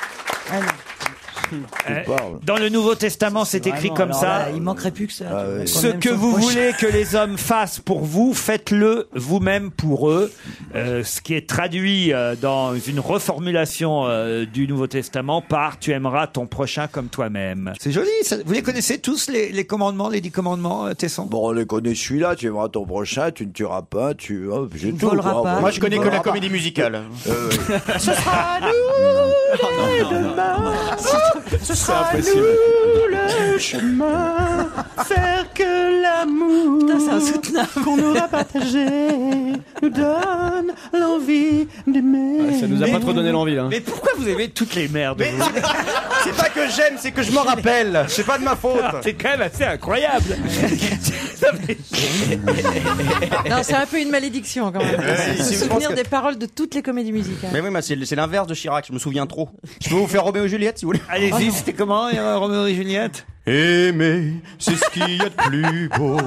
Euh, Dans le Nouveau Testament, c'est écrit Vraiment, comme alors ça. là, il manquerait plus que ça. Ah tu vois, qu'on Ce aime que son vous prochain. voulez que les hommes fassent pour vous, faites-le vous-même pour eux. Euh, ce qui est traduit euh, dans une reformulation euh, du Nouveau Testament par Tu aimeras ton prochain comme toi-même. C'est joli. ça. Vous les connaissez tous, les, les commandements, les dix commandements, euh, Tesson Bon, on les connaît celui-là, tu aimeras ton prochain, tu ne tueras pas, tu... hop, j'ai tout, voleras quoi. pas. Bon, Moi, je connais que la voleras pas. comédie musicale. Euh, oui. Ce sera nous Ce sera nous le chemin, faire que l'amour qu'on aura partagé nous donne l'envie d'aimer. Ça nous a pas trop donné l'envie, là. Mais pourquoi vous aimez toutes les merdes vous C'est pas que j'aime, c'est que je m'en rappelle. C'est pas de ma faute. C'est quand même assez incroyable. Non, c'est un peu une malédiction quand même. Ouais, Se je souvenir pense que- des paroles de toutes les comédies musicales. Mais oui, mais c'est c'est l'inverse de Chirac, je me souviens trop. Je peux vous faire Roméo et Juliette si vous voulez. Ah Allez-y, c'était comment, euh, Roméo et Juliette Aimer, c'est ce qu'il y a de plus beau.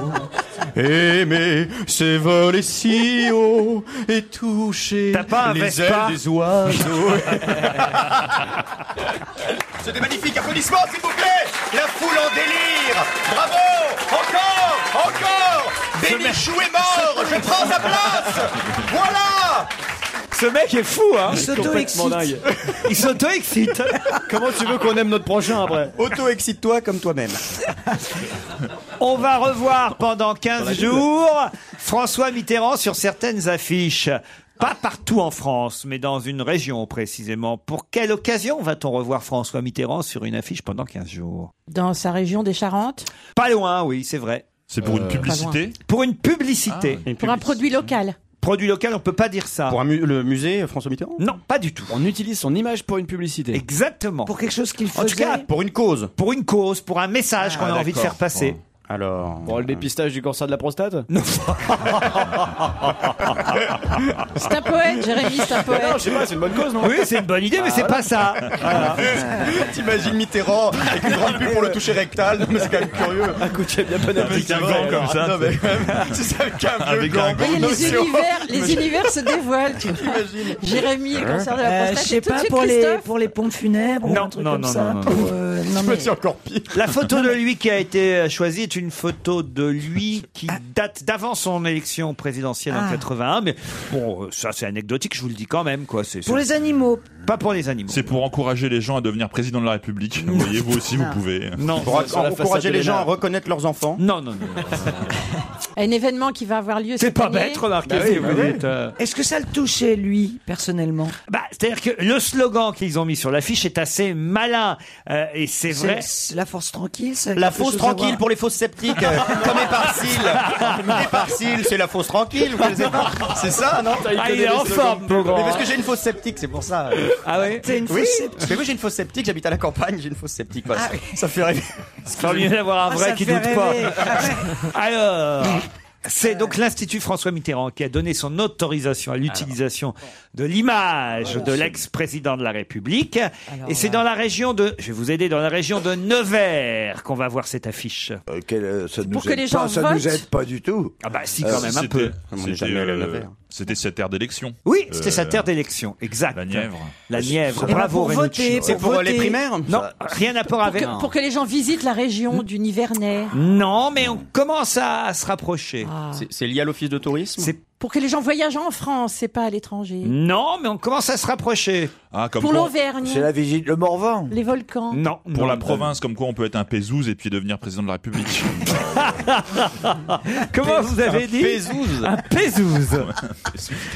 Aimer, c'est voler si haut et toucher pas un les ailes Vespa des oiseaux. C'était magnifique, applaudissements s'il vous plaît La foule en délire Bravo Encore Encore Bénichou est mort Je prends sa place Voilà Ce mec est fou, hein Il s'auto-excite. Complètement dingue. Il s'auto-excite. Comment tu veux qu'on aime notre prochain après Auto-excite-toi comme toi-même. On va revoir pendant 15 jours François Mitterrand sur certaines affiches. Ah. Pas partout en France, mais dans une région précisément. Pour quelle occasion va-t-on revoir François Mitterrand sur une affiche pendant 15 jours Dans sa région des Charentes, Pas loin, oui, c'est vrai. Euh, C'est pour une publicité Pas loin. Pour une publicité. pour un produit local. Produit local, on peut pas dire ça. Pour le musée euh, François Mitterrand Non, pas du tout. On utilise son image pour une publicité. Exactement. Pour quelque chose qu'il En tout cas, Pour une cause. Ah, pour une cause, pour un message qu'on Ah, a envie de d'accord. faire passer. Alors. Pour le dépistage du cancer de la prostate C'est un poète, Jérémy, c'est un poète. Non, je sais pas, c'est une bonne cause, non Oui, c'est une bonne idée, mais c'est pas ça. T'imagines Mitterrand avec une grande pub pour le toucher rectal Non, mais c'est quand même curieux. Un coup de chef bien bonnet. Avec un gant comme ça. Ah, Non, mais quand même, c'est avec un vieux Avec gant. un Ah, il y a Non, les c'est- univers, les univers se dévoilent, tu vois. Jérémy, le cancer de la Euh, je prostate. sais et tout de pas, suite, pour les, Christophe. pour les pompes funèbres ou Non, un truc non, comme non, ça. non, non, pour, euh, non, mais- encore pire. La photo de lui qui a été euh, choisie est une photo de lui qui date d'avant son élection présidentielle en Ah. 81. Mais bon, euh, ça c'est anecdotique, je vous le dis quand même. quoi. C'est, pour c'est- les animaux. Pas pour les animaux. C'est pour encourager les gens à devenir président de la République. Vous voyez, vous aussi, vous pouvez. Non, Pour Sur la façade encourager de les gens à l'ENA. reconnaître leurs enfants. non, non, non. Un événement qui va avoir lieu C'est cette pas année. bête, remarquez. Bah oui, ce que bah vous oui. dites, euh. Est-ce que ça le touchait, lui, personnellement Bah, c'est-à-dire que le slogan qu'ils ont mis sur l'affiche est assez malin. Euh, et c'est vrai. C'est- La force tranquille, ça a La quelque chose fosse à tranquille voir. pour les fosses sceptiques, euh, comme Éparcile. Éparcile, c'est la fosse tranquille. vous connaissez pas C'est ça, non Ah, il est en forme, Mais mon grand. parce que j'ai une fosse sceptique, c'est pour ça. Ah ouais T'as une Oui, fosse sceptique Mais moi j'ai une fosse sceptique, j'habite à la campagne, j'ai une fosse sceptique. voilà. Ah oui. Ça fait rêver. Tant mieux d'avoir un vrai qui doute pas. Alors, c'est donc l'Institut François Mitterrand qui a donné son autorisation à l'utilisation de l'image de l'ex-président de la République. Et c'est dans la région de, je vais vous aider, dans la région de Nevers qu'on va voir cette affiche. Pour que aide les gens pas, Euh, ça votent nous aide pas du tout. Ah bah si, quand même, un C'était- peu. c'était, euh, C'était cette terre d'élection. Oui, c'était Euh, sa terre d'élection, exact. La Nièvre. La Nièvre, Et ben, bravo pour Renucci. voter, C'est pour pour les voter. primaires Non, rien à voir avec... que, pour que les gens visitent la région du Nivernais. Non, mais on commence à, à se rapprocher. C'est lié à l'office de tourisme C'est Pour que les gens voyagent en France et pas à l'étranger. Non, mais on commence à se rapprocher. Pour quoi- l'Auvergne. C'est la visite, le Morvan. Les volcans. Non. Pour la province, comme quoi on peut être un Pézouze et puis devenir président de la République. Comment vous avez Un dit Pézouze. Un Pézouze.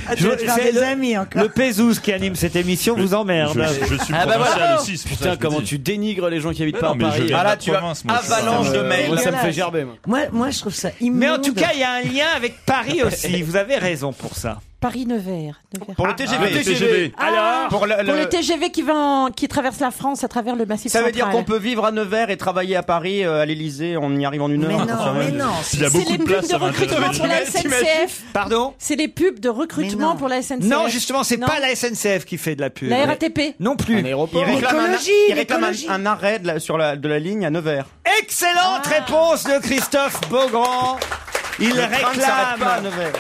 Ah, tu vas te Je- faire c'est des le- amis encore. Le Pézouze qui anime cette émission vous emmerde. je- je suis Ah bah voilà. provincial aussi, c'est pour ça que je me dis. dénigres les gens qui habitent Mais non, mais je hein. Ah Ah viens de la province, moi, je suis- euh, avalanche ça de me- mails. ça me fait gerber, moi. Moi, moi, je trouve ça immonde. Mais en tout cas, il y a un lien avec Paris aussi. Vous avez raison pour ça. Paris-Nevers. Nevers. Pour le TGV. Ah, le TGV. Ah, Alors, pour le- le- TGV qui, va en- qui traverse la France à travers le massif Ça veut dire central. qu'on peut vivre à Nevers et travailler à Paris, euh, à l'Elysée, on y arrive en une heure. Mais non, mais non, Il y a c'est beaucoup les de place, de recrutement pour la SNCF. Pardon C'est les pubs de recrutement pour la SNCF. Non, justement, c'est Non. pas la SNCF qui fait de la pub. La RATP. Non plus. Ah, Il réclame, un, L'écologie, il réclame un- l'écologie. un arrêt de la, sur la, de la ligne à Nevers. Excellente réponse de Christophe Beaugrand. Il Le train ne s'arrête pas à réclame. Nevers.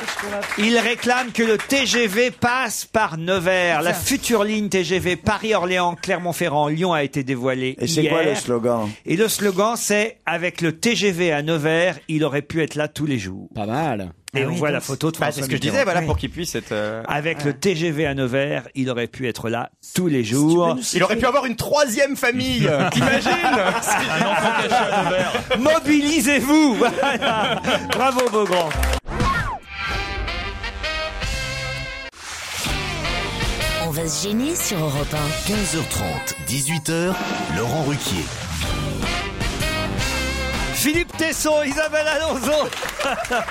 Il réclame que le TGV passe par Nevers. La future ligne TGV Paris-Orléans, Clermont-Ferrand, Lyon a été dévoilée. Et c'est quoi hier. le slogan Et le slogan, c'est Avec le TGV à Nevers, il aurait pu être là tous les jours. Pas mal. Et on voit la photo de Bah, François C'est ce que je Mitterrand. disais, voilà, Oui. pour qu'il puisse être. euh, Avec le TGV à Nevers, il aurait pu être là tous les jours. Il aurait pu avoir une troisième famille. T'imagines Ah, Mobilisez-vous Voilà. Bravo Beaugrand On va se gêner sur Europe 1. 15h30, 18h, Laurent Ruquier. Philippe Tesson, Isabelle Alonso,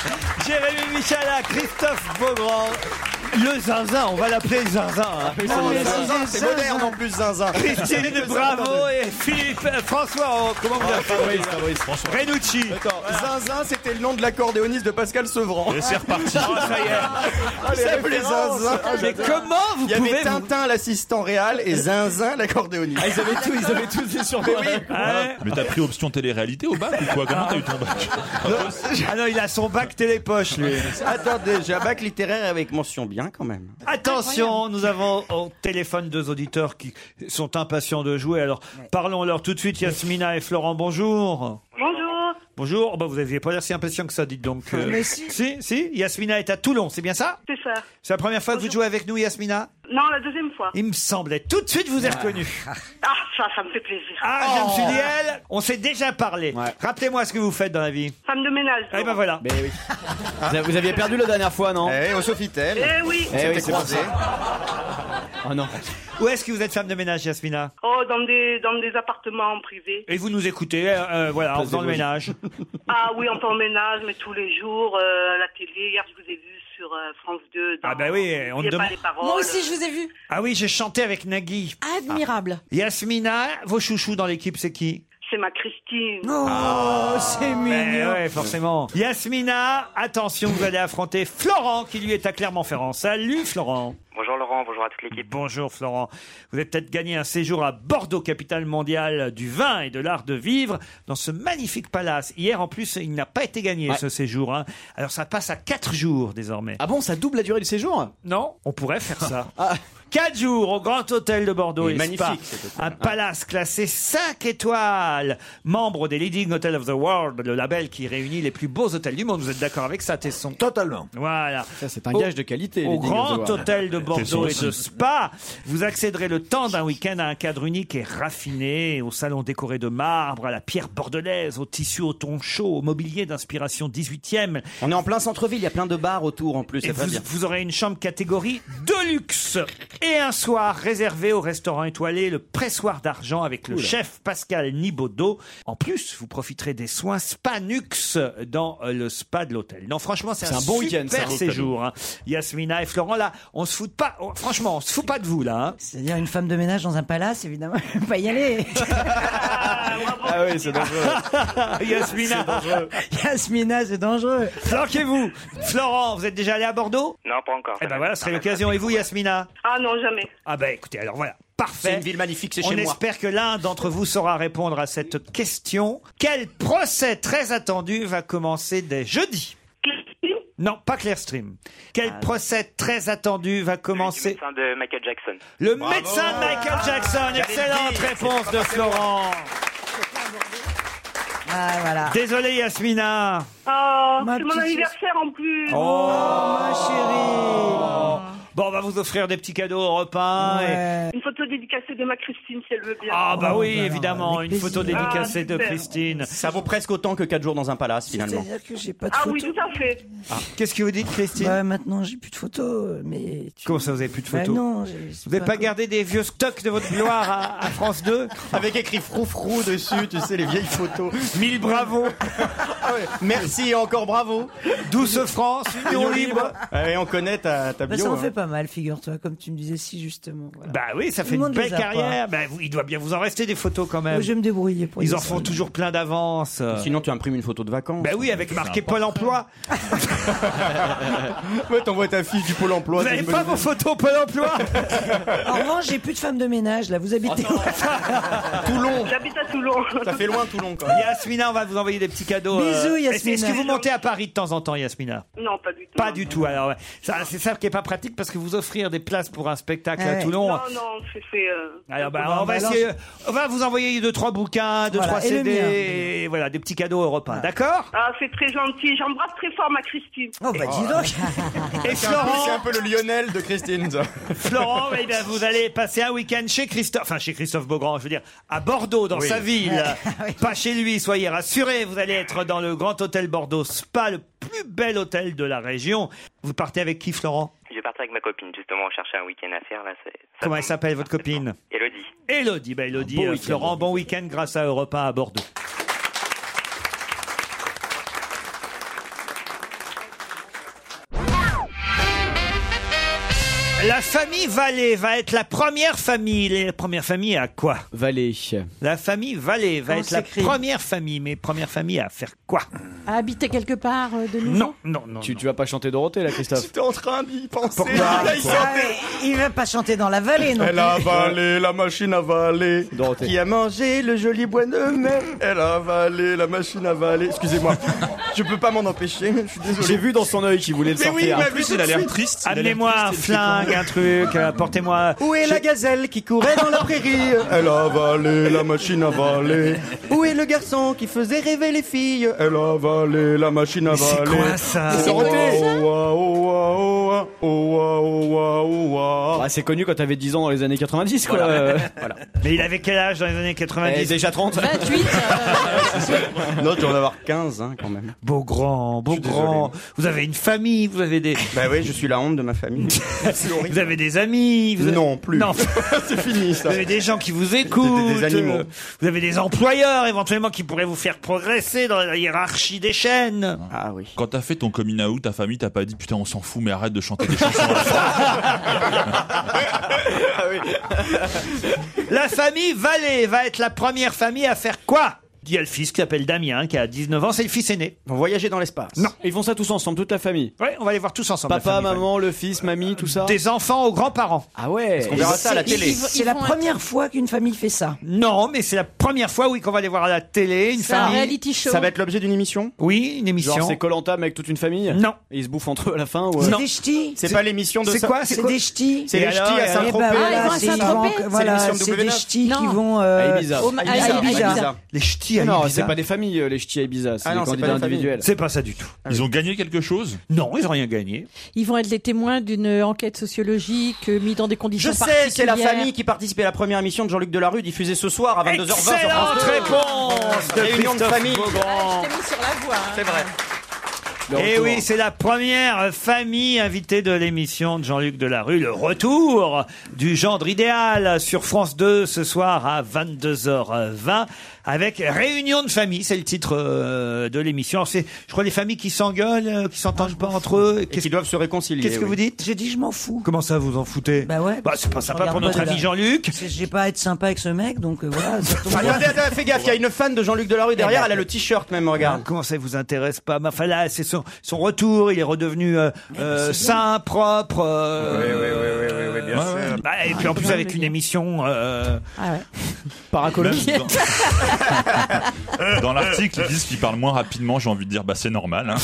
Jérémy Michala, Christophe Beaugrand. Le zinzin, on va l'appeler zinzin. hein. Non, Ah, mais zinzin, c'est moderne en plus, zinzin. Christine Bravo et Philippe euh, François, oh, comment Ah, vous appelez Renucci. Attends, Zinzin, c'était le nom de l'accordéoniste de Pascal Sevran. Ah, Et c'est reparti. Oh, ça y est. Il s'appelait Zinzin. Mais comment vous Il y pouvez avait vous- Tintin, l'assistant réel, et Zinzin, l'accordéoniste. Ah, ils avaient tous, ils avaient tous des surnoms. Ah, Mais t'as pris option télé-réalité au bac ou quoi Comment t'as eu ton bac ouais. Ah non, il a son bac télépoche, lui. Attendez, j'ai un bac littéraire avec mention bien quand même. Attention, nous avons au téléphone deux auditeurs qui sont impatients de jouer. Alors, parlons-leur tout de suite. Yasmina et Florent, bonjour. Bonjour. Bonjour. Bah, vous n'aviez pas l'air si impatient que ça, dites donc. euh. Mais si. Si, si. Yasmina est à Toulon, c'est bien ça C'est ça. C'est la première fois que vous jouez avec nous, Yasmina Non, la deuxième fois. Il me semblait. Tout de suite, vous ai reconnu. Ah, ça, ça me fait plaisir. Oh. Ah, je me suis dit, elle, on s'est déjà parlé. Rappelez-moi ce que vous faites dans la vie. Femme de ménage. Eh ben voilà. oui. Vous a- Vous aviez perdu la dernière fois, non Eh, au Sofitel. Eh oui. Eh oui, c'est pour croisé. Oh non. Où est-ce que vous êtes femme de ménage, Yasmina Oh, dans des, dans des appartements privés. Et vous nous écoutez, euh, euh, voilà, en faisant le ménage. Ah oui, on fait en ménage, mais tous les jours, euh, à la télé. Hier, je vous ai vu sur euh, France 2. Dans... Ah bah oui, on ne N'oubliez pas demande- les paroles. Moi aussi, je vous ai vu. Ah oui, j'ai chanté avec Nagui. Admirable. Yasmina, vos chouchous dans l'équipe, c'est qui Ah. C'est ma Christine. Oh, Ah, c'est Eh ben mignon. ouais, forcément. Yasmina, attention, vous allez affronter Florent qui lui est à Clermont-Ferrand. Salut Florent. Bonjour Laurent, bonjour à toute l'équipe. Bonjour Florent. Vous avez peut-être gagné un séjour à Bordeaux, capitale mondiale du vin et de l'art de vivre, dans ce magnifique palace. Hier, en plus, il n'a pas été gagné Ouais. ce séjour. hein. Alors ça passe à 4 jours désormais. Ah bon, ça double la durée du séjour Ah. Non, on pourrait faire ça. 4 jours au Grand Hôtel de Bordeaux. Il est et Spa. magnifique, cet hôtel. Un palace classé 5 étoiles. Membre des Leading Hotels of the World, le label qui réunit les plus beaux hôtels du monde. Vous êtes d'accord avec ça, Tesson Totalement. Voilà. Ça, c'est un gage de qualité, Au Leading of the Grand World. Hôtel de Bordeaux et aussi. de Spa. Vous accéderez le temps d'un week-end à un cadre unique et raffiné, au salon décoré de marbre, à la pierre bordelaise, au tissu au ton chaud, au mobilier d'inspiration 18e. On est en plein centre-ville, il y a plein de bars autour en plus. Et c'est très vous, bien. vous aurez une chambre catégorie de luxe et un soir réservé au restaurant étoilé, le pressoir d'argent avec le Oula. chef Pascal Nibaudot. En plus, vous profiterez des soins Spanux dans euh, le spa de l'hôtel. Non, franchement, c'est C'est un, un bon week-end, super ça. séjour. hein. Yasmina et Florent, là, on se fout de pas. on- franchement, on se fout pas de vous là. hein. C'est-à-dire une femme de ménage dans un palace, évidemment, elle va pas y aller. Ah oui, c'est dangereux. Yasmina. Yasmina, c'est dangereux. Planquez-vous. Florent, vous êtes déjà allé à Bordeaux Non, pas encore. Eh ben voilà, ce serait l'occasion. Et vous, Yasmina Ah non, jamais. Ah ben écoutez, alors voilà, parfait. C'est une ville magnifique, c'est On chez moi. espère que l'un d'entre vous saura répondre à cette question. Quel procès très attendu va commencer dès jeudi Non, pas Clearstream. Quel Ah. procès très attendu va commencer Médecin de Michael Jackson. Le médecin de Michael Jackson. Excellente réponse de Florent. Ah voilà. Désolé Yasmina. Oh, Ma c'est mon petite- anniversaire en plus. Oh. ma chérie. Bon, on va vous offrir des petits cadeaux au repas. et- Une photo dédicacée de ma Christine, si elle veut bien. Ah bah oui, évidemment, une photo plaisir. dédicacée Ah, de super. Christine. Ça vaut presque autant que 4 jours dans un palace finalement. que j'ai pas Ah oui, tout à fait. Qu'est-ce que vous dites, Christine Bah, maintenant, j'ai plus de photos, mais. tu- Comment ça, vous avez plus de Bah photos non, j'ai- Vous c'est n'avez pas pas gardé des vieux stocks de votre gloire à, à France 2 Avec écrit froufrou dessus, tu sais, les vieilles photos. Ah Mille bravo Merci et encore bravo Douce France, Union libre Ah, Et on connaît ta, ta Bah, bio. ça en hein. fait pas mal, figure-toi, comme tu me disais si justement. voilà. Bah oui, ça Tout fait le une monde belle les a pas. carrière. Bah, vous- il doit bien vous en rester des photos quand même. Je vais me débrouiller pour Ils y en aller. font toujours plein d'avance. Sinon, tu imprimes une photo de vacances. Bah oui, avec marqué Pôle emploi. Ouais, t'envoies ta fille du Pôle emploi. Vous n'avez pas vos photos Pôle emploi En revanche, j'ai plus de femme de ménage, là, vous habitez. Oh, Toulon. J'habite à Toulon. Ça fait loin Toulon quand même. Yasmina, on va vous envoyer des petits cadeaux. Bisous, euh, Est-ce- Yasmina. Est-ce que vous montez à Paris de temps en temps, Yasmina Non, pas du tout. Pas du tout. Alors, ouais. ça, c'est ça qui est pas pratique parce que vous offrir des places pour un spectacle à Ouais. Toulon. Non, non, c'est- c'est. euh, Alors, bah, Bon, on va bah, alors, essayer. On va vous envoyer deux, trois bouquins, deux, Voilà, trois et le CD, mien. et voilà, des petits cadeaux européens. D'accord Ah, c'est très gentil. J'embrasse très fort ma Christine. Oh, bah dis donc Et C'est un peu- Florent C'est un peu le Lionel de Christine. ça. Florent, eh bien, vous allez passer un week-end chez Christophe, enfin chez Christophe Beaugrand, je veux dire, à Bordeaux, dans Oui. sa ville. Pas chez lui, soyez rassurés, vous allez être dans le Grand Hôtel Bordeaux Spa, le plus bel hôtel de la région. Vous partez avec qui, Florent Je vais partir avec ma copine, justement, chercher un week-end à faire, là, c'est... ça Comment elle tombe. s'appelle, votre copine Elodie. Elodie, bah Elodie, Bon euh, week-end. Florent, bon week-end grâce à Europe 1 à Bordeaux. La famille Vallée va être la première famille. La première famille à quoi Vallée. La famille Vallée va Comment être la s'écrit première famille. Mais première famille à faire quoi À habiter quelque part euh, de nouveau Non, non, non. Tu, tu vas pas chanter Dorothée là, Christophe J'étais en train d'y penser. Là, il Ah, mais Il va pas chanter dans la vallée, non Elle a plus. avalé la machine à valer. Qui a mangé le joli bois de mer. Elle a avalé la machine à valer. Excusez-moi, je peux pas m'en empêcher. Je suis désolé. J'ai vu dans son œil qu'il voulait le Mais oui, sortir. il m'a En vu plus, tout il a de l'air suite. triste. il a l'air Amenez-moi un triste, il est flingue, un truc, euh, apportez-moi. Où est la gazelle qui courait dans la prairie Elle a avalé la machine à valer. Où est le garçon qui faisait rêver les filles Elle a avalé la machine à valer. C'est quoi ça Bah, c'est connu quand t'avais 10 ans dans les années 90, quoi. Euh, Voilà. Mais il avait quel âge dans les années 90 Eh, déjà 30. 28 Non, tu vas en avoir 15 hein, quand même. Beau grand, beau grand. Vous avez une famille, vous avez des. Bah oui, je suis la honte de ma famille. Vous avez des amis. Vous avez- Non, plus. Non. C'est fini ça. Vous avez des gens qui vous écoutent. Des- des animaux. euh, Vous avez des employeurs éventuellement qui pourraient vous faire progresser dans la hiérarchie des chaînes. Ah oui. Quand t'as fait ton coming out, ta famille t'a pas dit putain on s'en fout mais arrête de chanter des chansons. La famille Vallée va être la première famille à faire quoi Dit le fils qui s'appelle Damien, qui a 19 ans, c'est le fils aîné. On voyager dans l'espace. Non. Ils font ça tous ensemble, toute la famille. Ouais, on va les voir tous ensemble. la Papa, famille maman, le fils, mamie, tout ça. Vallée. Des enfants aux grands-parents. Ah ouais. On verra ça à la C'est- télé. C'est la première fois qu'une famille fait ça. Non, mais c'est la première fois, oui, qu'on va les voir à la télé, une C'est un famille. reality show. Ça va être l'objet d'une émission Oui, une émission. Genre c'est Colanta mais avec toute une famille Non. Et ils se bouffent entre eux à la fin ou C'est euh, des ch'tis C'est pas l'émission de C'est ça- quoi C'est quoi des ch'tis C'est Et les ch'tis alors, à euh, Eh ben Saint-Tropez. ils voilà, vont à c'est Voilà, Saint-Tropez l'émission de c'est des W9. ch'tis qui Non. vont euh, À Ibiza. au- À à Ibiza. Ibiza. Les ch'tis ch'tis à Non, Ibiza. c'est pas des familles, euh, les ch'tis à Ibiza, c'est Ah des non, c'est pas candidats des familles. individuels. C'est pas ça du tout. Ils ont gagné quelque chose Non, ils ont rien gagné. Ils vont être les témoins d'une euh, enquête sociologique euh, mise dans des Je conditions sais, c'est la particulières. famille qui participait à la première émission de Jean-Luc Delarue diffusée ce soir à 22h20 sur Excellente France réponse de Réunion de Christophe famille. Ah, Ah, Je t'ai mis sur la voie. hein. C'est vrai. Le Et retour. Eh oui, c'est la première famille invitée de l'émission de Jean-Luc Delarue, le retour du gendre idéal sur France 2 ce soir à 22h20 avec Réunion de famille, c'est le titre euh, de l'émission. Alors, C'est, je crois, les familles qui s'engueulent, euh, qui s'entendent pas entre eux, et qui doivent se réconcilier. Qu'est-ce que oui. vous dites J'ai dit je m'en fous. Comment ça, vous en foutez Bah ouais. Bah, c'est pas sympa Regarde pour notre pas de ami là. Jean-Luc. C'est- J'ai pas à être sympa avec ce mec, donc euh, voilà. ça tombe Attendez, bien. attendez, fais gaffe, il y a une fan de Jean-Luc Delarue derrière, elle a le t-shirt même, regarde. Eh ben, hein, Comment ça vous intéresse pas Mais Enfin là, c'est son, son retour, il est redevenu euh, euh, sain, propre. euh, oui, oui, oui, oui, bien sûr. Bah, et puis en plus avec une émission... Euh... Ah ouais. Paracolonie. Dans l'article, ils disent qu'il parle moins rapidement. J'ai envie de dire, bah c'est normal. hein.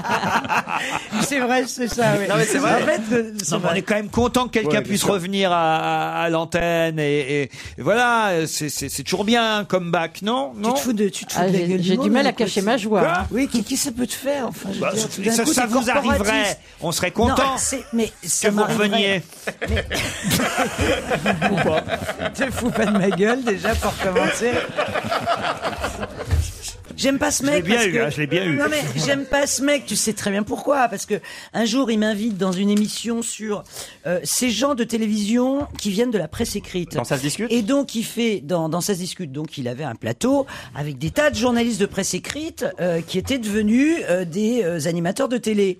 C'est vrai, c'est ça. ouais. Non, mais c'est vrai. En fait, euh, c'est Non, mais on vrai. est quand même content que quelqu'un Ouais, bien puisse sûr. revenir à, à- à l'antenne et, et- et voilà, euh, c'est- c'est c'est toujours bien un comeback, non, non Tu te fous de, tu te fous Ah, de la j'ai- gueule j'ai monde, du mal à écoute. cacher ma joie. hein. Quoi oui, qui, qui ça peut te faire enfin, je veux Bah, dire, ça- tout d'un ça- coup, ça t'es vous arriverait. corporatiste. On serait content Non, c'est- mais ça vous m'arriverait. reveniez. Te fous pas de ma gueule déjà pour commencer. J'aime pas ce Je mec. l'ai bien parce eu, que- hein, je l'ai bien eu. Non mais j'aime pas ce mec. Tu sais très bien pourquoi. Parce que un jour il m'invite dans une émission sur euh, ces gens de télévision qui viennent de la presse écrite. Dans Ça se discute Et donc il fait dans, dans ça se discute. Donc il avait un plateau avec des tas de journalistes de presse écrite euh, qui étaient devenus euh, des euh, animateurs de télé.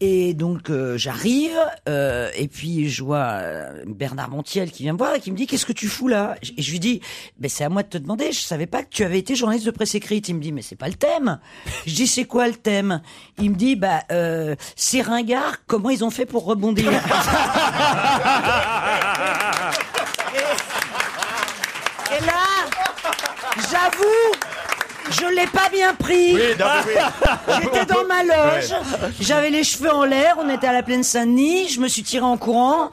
Et donc euh, j'arrive euh, et puis je vois euh, Bernard Montiel qui vient me voir et qui me dit qu'est-ce que tu fous là Et je lui dis ben c'est à moi de te demander. Je savais pas que tu avais été journaliste de presse écrite. Il me dit mais c'est pas le thème. Je dis c'est quoi le thème Il me dit bah euh, ces ringards comment ils ont fait pour rebondir Et là, j'avoue, je l'ai pas bien pris. Oui, non, mais oui. J'étais dans ma loge, Ouais. j'avais les cheveux en l'air, on était à la plaine Saint-Denis, je me suis tiré en courant.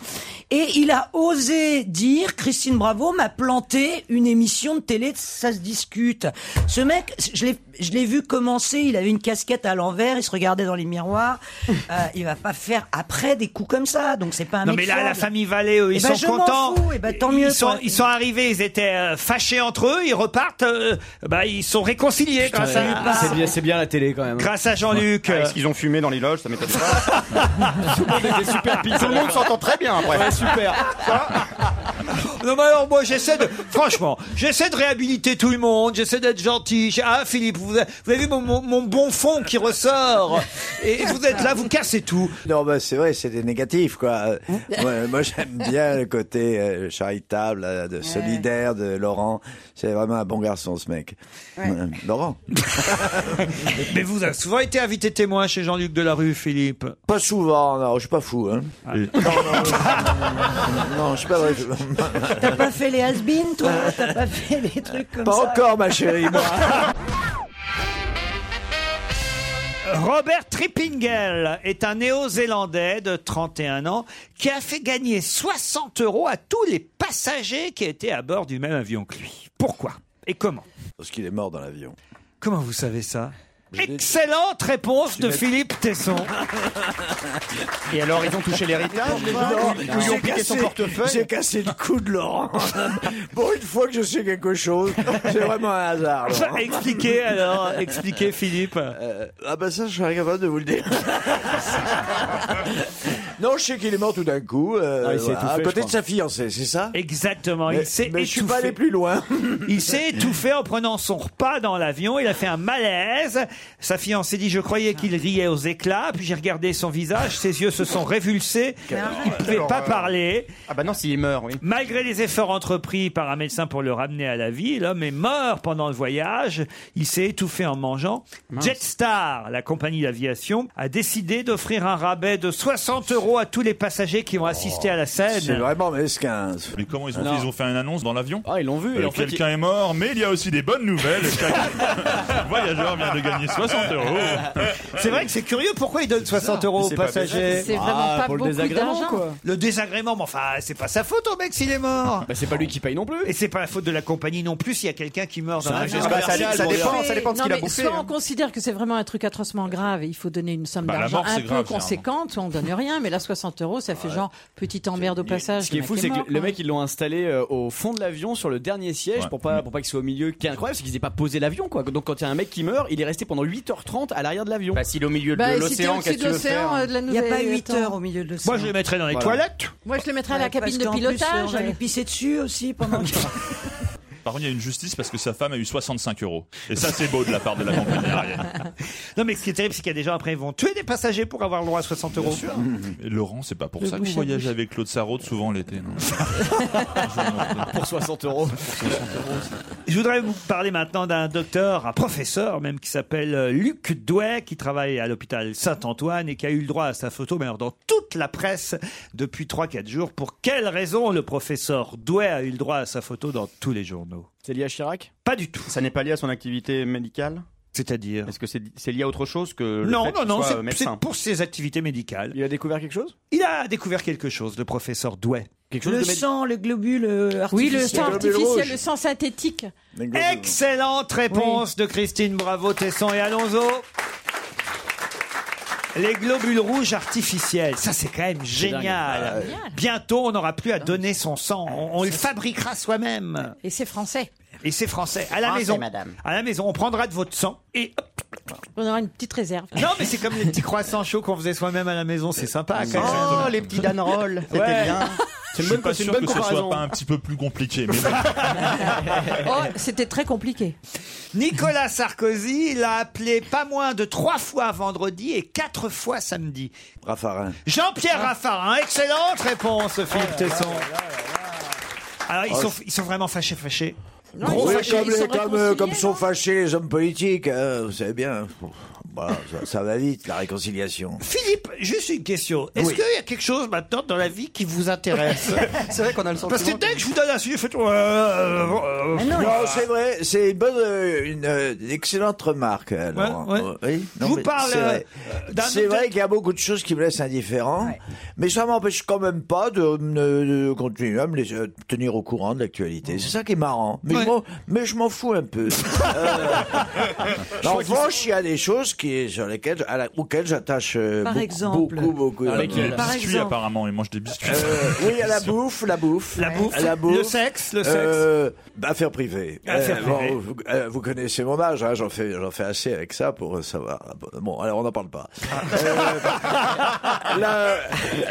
Et il a osé dire, Christine Bravo m'a planté une émission de télé, ça se discute. Ce mec, je l'ai, je l'ai vu commencer, il avait une casquette à l'envers, il se regardait dans les miroirs. Euh, il va pas faire après des coups comme ça, donc c'est pas un Non mec mais là, la fiable. famille Vallée, eux, Eh ils ben, sont je m'en contents. fous, eh ben, tant mieux, Ils sont, quoi. ils sont arrivés, ils étaient euh, fâchés entre eux, ils repartent, euh, bah ils sont réconciliés grâce à, Ah, C'est bien, c'est bien la télé quand même. grâce à Jean-Luc. Ah, est-ce qu'ils ont fumé dans les loges, ça m'étonne pas. super Tout le monde s'entend très bien après. Ouais, super. Non mais alors moi j'essaie de franchement j'essaie de réhabiliter tout le monde j'essaie d'être gentil J'ai- ah Philippe vous avez, vous avez vu mon, mon- mon bon fond qui ressort et vous êtes là vous cassez tout Non, bah, c'est vrai, c'est des négatifs, quoi. moi, moi, j'aime bien le côté euh, charitable, euh, de solidaire de Laurent. C'est vraiment un bon garçon, ce mec. Euh, Laurent mais vous avez souvent été invité témoin chez Jean-Luc Delarue Philippe Ah. Pas souvent, non, je suis pas fou, hein. Non, je suis pas vrai. T'as pas fait les has-been, toi T'as pas fait les trucs comme Pas ça encore, ma chérie, moi. Robert Trippingel est un néo-zélandais de 31 ans qui a fait gagner 60 euros à tous les passagers qui étaient à bord du même avion que lui. Pourquoi et comment Parce qu'il est mort dans l'avion. Comment vous savez ça Excellente réponse de Philippe Tesson. Et alors, ils ont touché l'héritage, les Non, gens Ils lui ont j'ai piqué son cassé- J'ai portefeuille cassé le cou de Laurent. Bon, une fois que je sais quelque chose, c'est vraiment un hasard. Laurent. expliquez alors, expliquez Philippe. Euh, ah ben ça, je serais incapable de vous le dire. non, je sais qu'il est mort tout d'un coup, euh, Ah, il s'est voilà, étouffé, à côté je de sa fiancée, c'est ça Exactement, Mais, il s'est mais je suis pas étouffé. allé plus loin. Il s'est étouffé en prenant son repas dans l'avion. Il a fait un malaise. Sa fiancée dit Je croyais qu'il riait aux éclats. Puis j'ai regardé son visage. Ses yeux se sont révulsés. Il ne pouvait Alors, pas euh, parler. Ah bah non, s'il meurt, oui. Malgré les efforts entrepris par un médecin pour le ramener à la vie, l'homme est mort pendant le voyage. Il s'est étouffé en mangeant. Jetstar, la compagnie d'aviation, a décidé d'offrir un rabais de 60 euros euros à tous les passagers qui ont assisté à la scène. c'est vraiment mesquin. Mais comment ils ont Non. fait Ils ont fait une annonce dans l'avion Euh, Ah, ils l'ont vu, et en fait, Quelqu'un ils- est mort, mais il y a aussi des bonnes nouvelles. Chaque voyageur vient de gagner 60 euros. C'est vrai que c'est curieux, pourquoi ils donnent 60 euros aux C'est pas passagers bizarre. C'est vraiment Ah, pas pour le beaucoup désagrément, d'argent. quoi. Le désagrément, mais enfin, c'est pas sa faute au mec s'il est mort. c'est pas lui qui paye non plus. Et c'est pas la faute de la compagnie non plus s'il y a quelqu'un qui meurt dans C'est un la geste Bah, ça- commercial, ça mon dépend- gars. ça dépend de ce Non, qu'il a mais bouffé, Soit hein. on considère que c'est vraiment un truc atrocement grave et il faut donner une somme Bah, la d'argent mort, un c'est peu grave, conséquente, on donne rien, mais là 60 euros, ça fait genre petite emmerde au passage. Ce qui est le mec fou, c'est que mort, le quoi. mec, ils l'ont installé euh, au fond de l'avion, sur le dernier siège, pour pas, pour pas qu'il soit au milieu. Ce qui est incroyable, c'est qu'ils aient pas posé l'avion, quoi. Donc, quand il y a un mec qui meurt, il est resté pendant 8h30 à l'arrière de l'avion. Bah, s'il est au milieu Bah, et si t'es au-dessus de l'océan, hein. euh, de la Il n'y a Nouvelle- pas 8 Attends. heures au milieu de l'océan. Moi, je les mettrais dans les Voilà. toilettes. Moi, je le mettrais à la Ouais, cabine parce de qu'en plus, euh, pilotage. On va lui pisser dessus aussi pendant que- Par contre, il y a une justice parce que sa femme a eu 65 euros. Et ça, c'est beau de la part de la compagnie aérienne. Non, mais ce qui est terrible, c'est qu'il y a des gens après, ils vont tuer des passagers pour avoir le droit à 60 euros. Et Laurent, c'est pas pour Le ça qu'on bouche à voyage bouche. avec Claude Sarraute souvent l'été. non pour 60 euros. Je voudrais vous parler maintenant d'un docteur, un professeur même, qui s'appelle euh, Luc Douai, qui travaille à l'hôpital Saint-Antoine et qui a eu le droit à sa photo, mais alors dans toute la presse depuis 3-4 jours. Pour quelle raison le professeur Douai a eu le droit à sa photo dans tous les journaux C'est lié à Chirac Pas du tout. Ça n'est pas lié à son activité médicale C'est-à-dire Est-ce que c'est c'est lié à autre chose que le Non, fait non, qu'il non, soit, c'est- euh, médecin c'est pour ses activités médicales. Il a découvert quelque chose Il a découvert quelque chose, le professeur Douai. Le sang, le globule euh, Oui, artificiel. le sang artificiel, le sang synthétique. Excellente réponse de Christine Bravo, Tesson et Alonso. Les globules rouges artificiels, ça c'est quand même Bah, génial. dingue. Génial. Bientôt on n'aura plus à donner son sang, on, on le fabriquera soi-même. Et c'est français. Et c'est français. À la Français, maison, madame. à la maison, on prendra de votre sang et hop. On aura une petite réserve. non mais c'est comme les petits croissants chauds qu'on faisait soi-même à la maison, c'est Ah, sympa. Quand Oh, même. les petits danrolls, c'était Ouais. bien. Je suis pas c'est une sûr bonne que ce soit comparaison. pas un petit peu plus compliqué. Mais bon. Oh, c'était très compliqué. Nicolas Sarkozy l'a appelé pas moins de trois fois vendredi et quatre fois samedi. Raffarin. Jean-Pierre Raffarin, excellente réponse, Philippe Tesson. Alors, ils Oh, sont, ils sont vraiment fâchés, fâchés. Oui, comme, les- comme, euh, comme sont fâchés les hommes politiques, hein, vous savez bien. Bah, ça, ça va vite, la réconciliation. Philippe, juste une question. Est-ce Oui. qu'il y a quelque chose maintenant dans la vie qui vous intéresse C'est vrai qu'on a le Parce que dès que je vous donne un sujet, faites. Euh, euh, euh, Ah non, c'est vrai, c'est une bonne, euh, une, euh, une excellente remarque. euh, Laurent. ouais. Euh, oui, Je vous mais parle, c'est euh, vrai. d'un C'est vrai qu'il y a beaucoup de choses qui me laissent indifférent, mais ça m'empêche quand même pas de, me- de continuer à me laisser- euh, tenir au courant de l'actualité. C'est ça qui est marrant. Mais je m'en- mais je m'en fous un peu. Euh, En revanche, il y a des choses qui, sur lesquelles, à la- auxquelles j'attache euh, Par beaucoup, exemple. beaucoup, beaucoup. Ah, mec, il y a des Par biscuits exemple. apparemment, il mange des biscuits. Euh, oui, à la bouffe, la bouffe, La bouffe, à la bouffe. le sexe, Ah, le Euh, affaires privées. Affaires Euh, bon, privées. vous, euh, vous connaissez mon âge, hein, j'en fais, j'en fais assez avec ça pour euh, savoir. Bon, alors on n'en parle pas. Euh, la,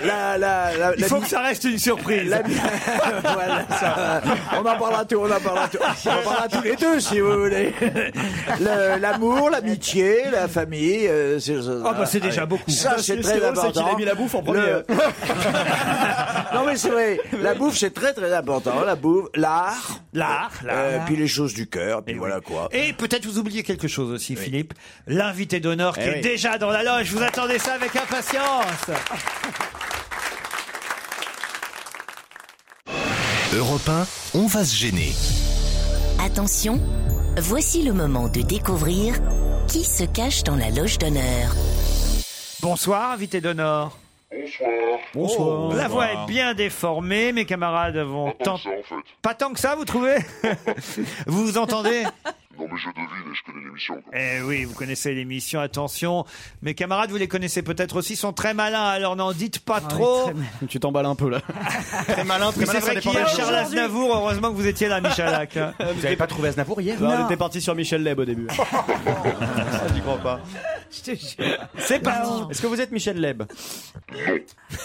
la, la, la, Ah. Il la- faut que Ah, ça reste une surprise. voilà, ça va. euh, on en parlera tout, on en parlera tout, on en parlera tous les deux si vous voulez. Le- L'amour, l'amitié, la famille, euh, ces choses. Ah, bah, c'est déjà beaucoup. Ça Ce qui c'est est très drôle, c'est important. qu'il a mis la bouffe en premier. non mais c'est vrai, la bouffe c'est très très important. La bouffe, l'art, l'art, l'art, puis les choses du cœur, puis voilà quoi. Eh Et peut-être vous oubliez quelque chose aussi, Philippe. L'invité d'honneur qui Eh est oui. déjà dans la loge. Vous attendez ça avec impatience. Europe 1, on va se gêner. Attention, voici le moment de découvrir qui se cache dans la loge d'honneur. Bonsoir, Ah, invité d'honneur. Oh, Bonsoir. La voix est bien déformée, mes camarades vont Pas tant que ça, en fait. Pas tant que ça, vous trouvez Vous vous entendez Non, mais je devine et je connais l'émission. quoi. Eh oui, vous connaissez l'émission, attention. Mes camarades, vous les connaissez peut-être aussi, sont très malins, alors n'en dites pas trop. Tu t'emballes un peu là. très malin, Oui, c'est vrai qu'il y a Charles Aznavour, heureusement que vous étiez là, Michalak. Vous avez pas trouvé Aznavour hier Non. On était parti sur Michel Leb au début. Ça, j'y crois pas. C'est parti. Est-ce que vous êtes Michel Leb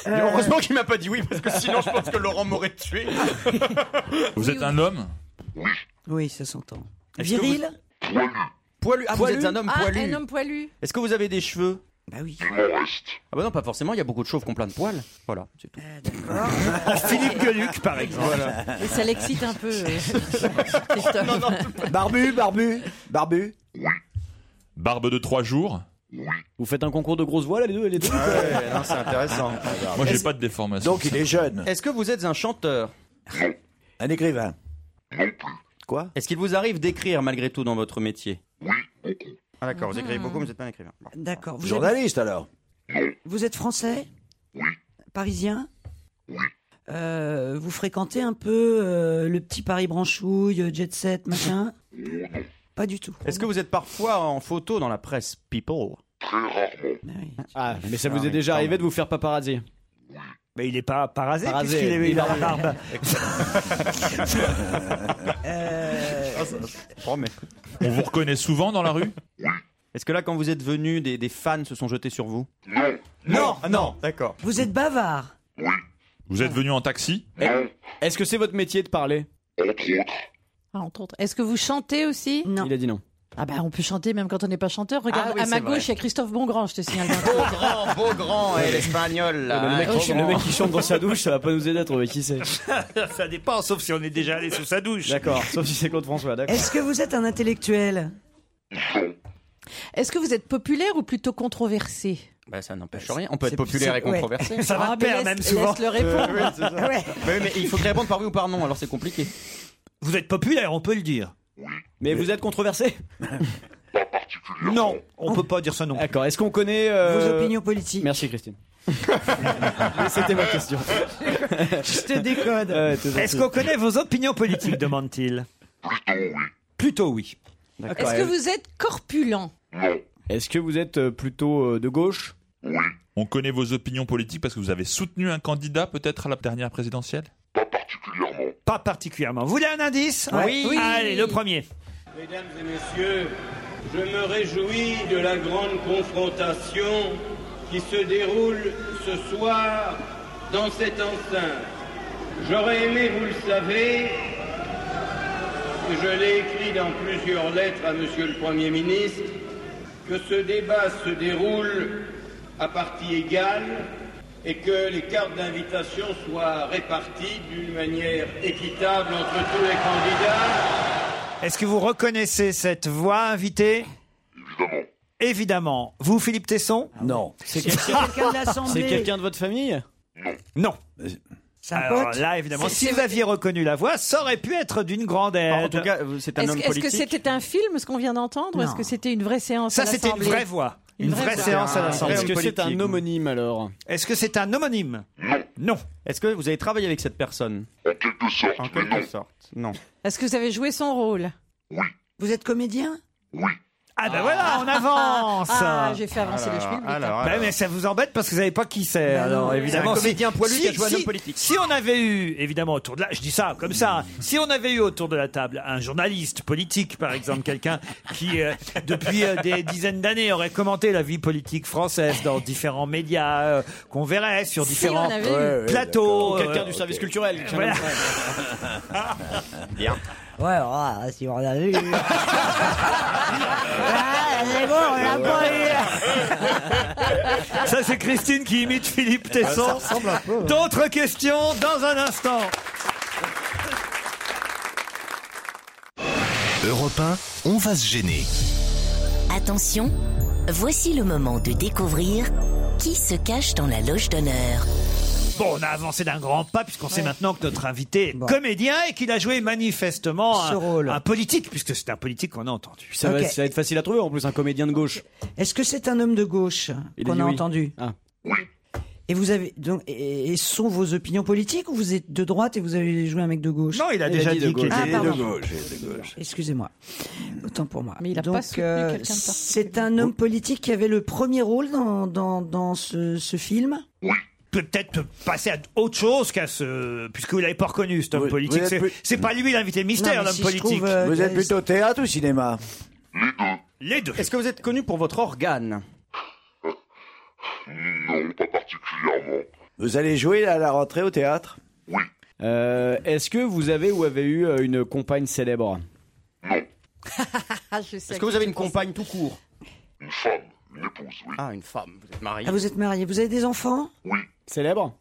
Heureusement qu'il m'a pas dit oui, parce que sinon je pense que Laurent m'aurait tué. Vous êtes un homme Oui, ça s'entend. Est-ce que Viril Poilu. Ah, vous êtes un homme Ah, poilu. un homme poilu. Est-ce que vous avez des cheveux Bah oui. Il m'en reste. Ah bah non, pas forcément, il y a beaucoup de chauves qui ont plein de poils. Voilà, c'est tout. Philippe Gueluc, par exemple. Et ça l'excite un peu. euh, euh, Christophe. Barbu, barbu, barbu. Barbe de trois jours Vous faites un concours de grosses voix là, les deux, les deux Ouais, non, c'est intéressant. Moi, j'ai Est-ce- pas de déformation. Est-ce que vous êtes un chanteur Un écrivain Quoi Est-ce qu'il vous arrive d'écrire malgré tout dans votre métier Ah d'accord, vous écrivez Hmm. beaucoup, mais vous n'êtes pas un écrivain. Bon. D'accord. Vous Journaliste alors êtes- Vous êtes français Parisien Euh, vous fréquentez un peu euh, le petit Paris branchouille, euh, jet set, machin Pas du tout. Est-ce que vous êtes parfois en photo dans la presse People Très rarement. Bah Ah, mais ça Ah vous est oui, déjà pardon. arrivé de vous faire paparazzi Mais il est pas parasé Parasé. puisqu'il est il a la Il a- barbe. Euh, Ah, On vous reconnaît souvent dans la rue Est-ce que là, quand vous êtes venu, des, des fans se sont jetés sur vous Non. Non, non, d'accord. Vous êtes bavard Vous êtes venu en taxi Est-ce que c'est votre métier de parler Ah, entre autres. Est-ce que vous chantez aussi Il a dit non. Ah bah on peut chanter même quand on n'est pas chanteur. Regarde, Ah oui, à ma c'est vrai. gauche, il y a Christophe Bongrand, je te signale. Beaugrand, Beaugrand et Oh, l'espagnol là, Le mec, hein, qui, Beaugrand. le mec qui chante dans sa douche, ça va pas nous aider à trouver qui c'est. Ça dépend, sauf si on est déjà allé sous sa douche. D'accord, sauf si c'est Claude François, d'accord. Est-ce que vous êtes un intellectuel Est-ce que vous êtes populaire ou plutôt controversé Bah ça n'empêche rien, on peut être populaire et ouais. controversé. Ça va Ah, de mais pair, laisse- même souvent. laisse-le répondre. Euh, Ouais, ouais, c'est ça. Ouais. Mais, mais il faut qu'il réponde par oui ou par non, alors c'est compliqué. Vous êtes populaire, on peut le dire. Mais vous êtes controversé Non, on peut pas dire ça non. D'accord, est-ce qu'on connaît... euh, Euh, Vos opinions politiques. Merci Christine. Mais C'était ma question. Je te décode. Ouais, t'es gentil. Est-ce qu'on connaît vos opinions politiques demande-t-il. Plutôt oui. Est-ce que vous êtes corpulent Est-ce que vous êtes euh, plutôt euh, de gauche On connaît vos opinions politiques parce que vous avez soutenu un candidat peut-être à la dernière présidentielle Pas particulièrement. Vous voulez un indice Ouais. Oui. Allez, le premier. Mesdames et messieurs, je me réjouis de la grande confrontation qui se déroule ce soir dans cette enceinte. J'aurais aimé, vous le savez, et je l'ai écrit dans plusieurs lettres à Monsieur le Premier ministre, que ce débat se déroule à partie égale et que les cartes d'invitation soient réparties d'une manière équitable entre tous les candidats. Est-ce que vous reconnaissez cette voix invitée Évidemment. Évidemment. Vous, Philippe Tesson Ah Non. C'est quelqu'un de l'Assemblée. C'est quelqu'un de votre famille Non. Euh, un Alors pote là, évidemment, C'est- si c'est- vous aviez reconnu la voix, ça aurait pu être d'une grande aide. En tout cas, euh, c'est Est-ce est-ce que c'était un film, ce qu'on vient d'entendre, ou est-ce Non. que c'était une vraie séance à Ça, c'était une l'Assemblée vraie voix. Une, vraie, séance à l'Assemblée. Ah, Est-ce que c'est un homonyme alors Est-ce que c'est un homonyme Non. Est-ce que vous avez travaillé avec cette personne En quelque sorte, En mais quelque non. sorte, non. Est-ce que vous avez joué son rôle Vous êtes comédien Ah ben voilà, on avance. Ah, j'ai fait avancer les Alors, schmilblick. alors, alors. Bah, mais ça vous embête parce que vous savez pas qui c'est. Ben, Bah non. alors évidemment, C'est un comédien si- poilu qui a si- joué un si- homme politique. Si on avait eu évidemment autour de là, je dis ça comme ça. hein, si on avait eu autour de la table un journaliste politique, par exemple, quelqu'un qui euh, depuis euh, des dizaines d'années aurait commenté la vie politique française dans différents médias euh, qu'on verrait sur Si différents on avait eu. Ouais, ouais, plateaux. euh, d'accord. Ou euh, quelqu'un du service culturel. Bien. Ouais, ouais, si on a vu. Ah, c'est bon, on l'a pas eu. Ça, c'est Christine qui imite Philippe Ah, Tesson. Ça ressemble un peu, ouais. D'autres questions dans un instant. Europe 1, on va se gêner. Attention, voici le moment de découvrir qui se cache dans la loge d'honneur. Bon, on a avancé d'un grand pas puisqu'on sait maintenant que notre invité est comédien et qu'il a joué manifestement un, un politique, puisque c'est un politique qu'on a entendu. Ça, va, ça va être facile à trouver en plus, un comédien de gauche. Est-ce que c'est un homme de gauche Il qu'on dit a oui. entendu Ah. Et vous avez donc et, et sont vos opinions politiques ou vous êtes de droite et vous avez joué un mec de gauche Non, il a Il a déjà dit de dit qu'il gauche. était Ah, de pardon. gauche, Excusez-moi, autant pour moi. Mais il a pas donc soutenu euh, quelqu'un de particulier. c'est un homme politique qui avait le premier rôle dans dans, dans ce, ce film. Peut- Peut-être passer à autre chose qu'à ce. Puisque vous l'avez pas reconnu, cet homme Vous- politique. vous êtes C'est plus- c'est pas lui l'invité mystère, l'homme politique. euh, vous êtes plutôt théâtre ou cinéma Les deux. Est-ce que vous êtes connu pour votre organe Euh, Non, pas particulièrement. Vous allez jouer à la rentrée au théâtre Euh, Est-ce que vous avez ou avez eu euh, une compagne célèbre Ah, je sais Est-ce que vous avez une compagne tout court Une femme, une épouse, oui. Ah, une femme, vous êtes marié. Ah, vous êtes marié, vous avez des enfants Oui. Euh, Célèbre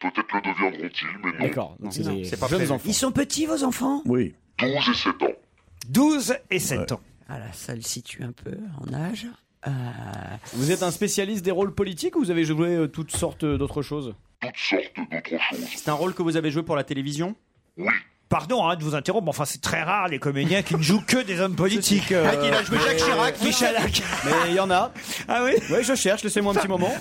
Peut-être le deviendront-ils, mais non. D'accord, donc c'est des jeunes enfants. Ils sont petits vos enfants Oui. 12 et 7 ans. 12 et 7 ans. Voilà, ça le situe un peu en âge. Euh, Vous êtes un spécialiste des rôles politiques ou vous avez joué euh, toutes sortes d'autres choses Toutes sortes d'autres choses. C'est un rôle que vous avez joué pour la télévision Oui. Pardon hein, de vous interrompre, mais enfin c'est très rare les comédiens qui ne jouent que des hommes politiques. euh, Ah, qu'il a joué Jacques Chirac, Michalak. Mais il y en a. Ah oui Oui, je cherche, laissez-moi un petit moment.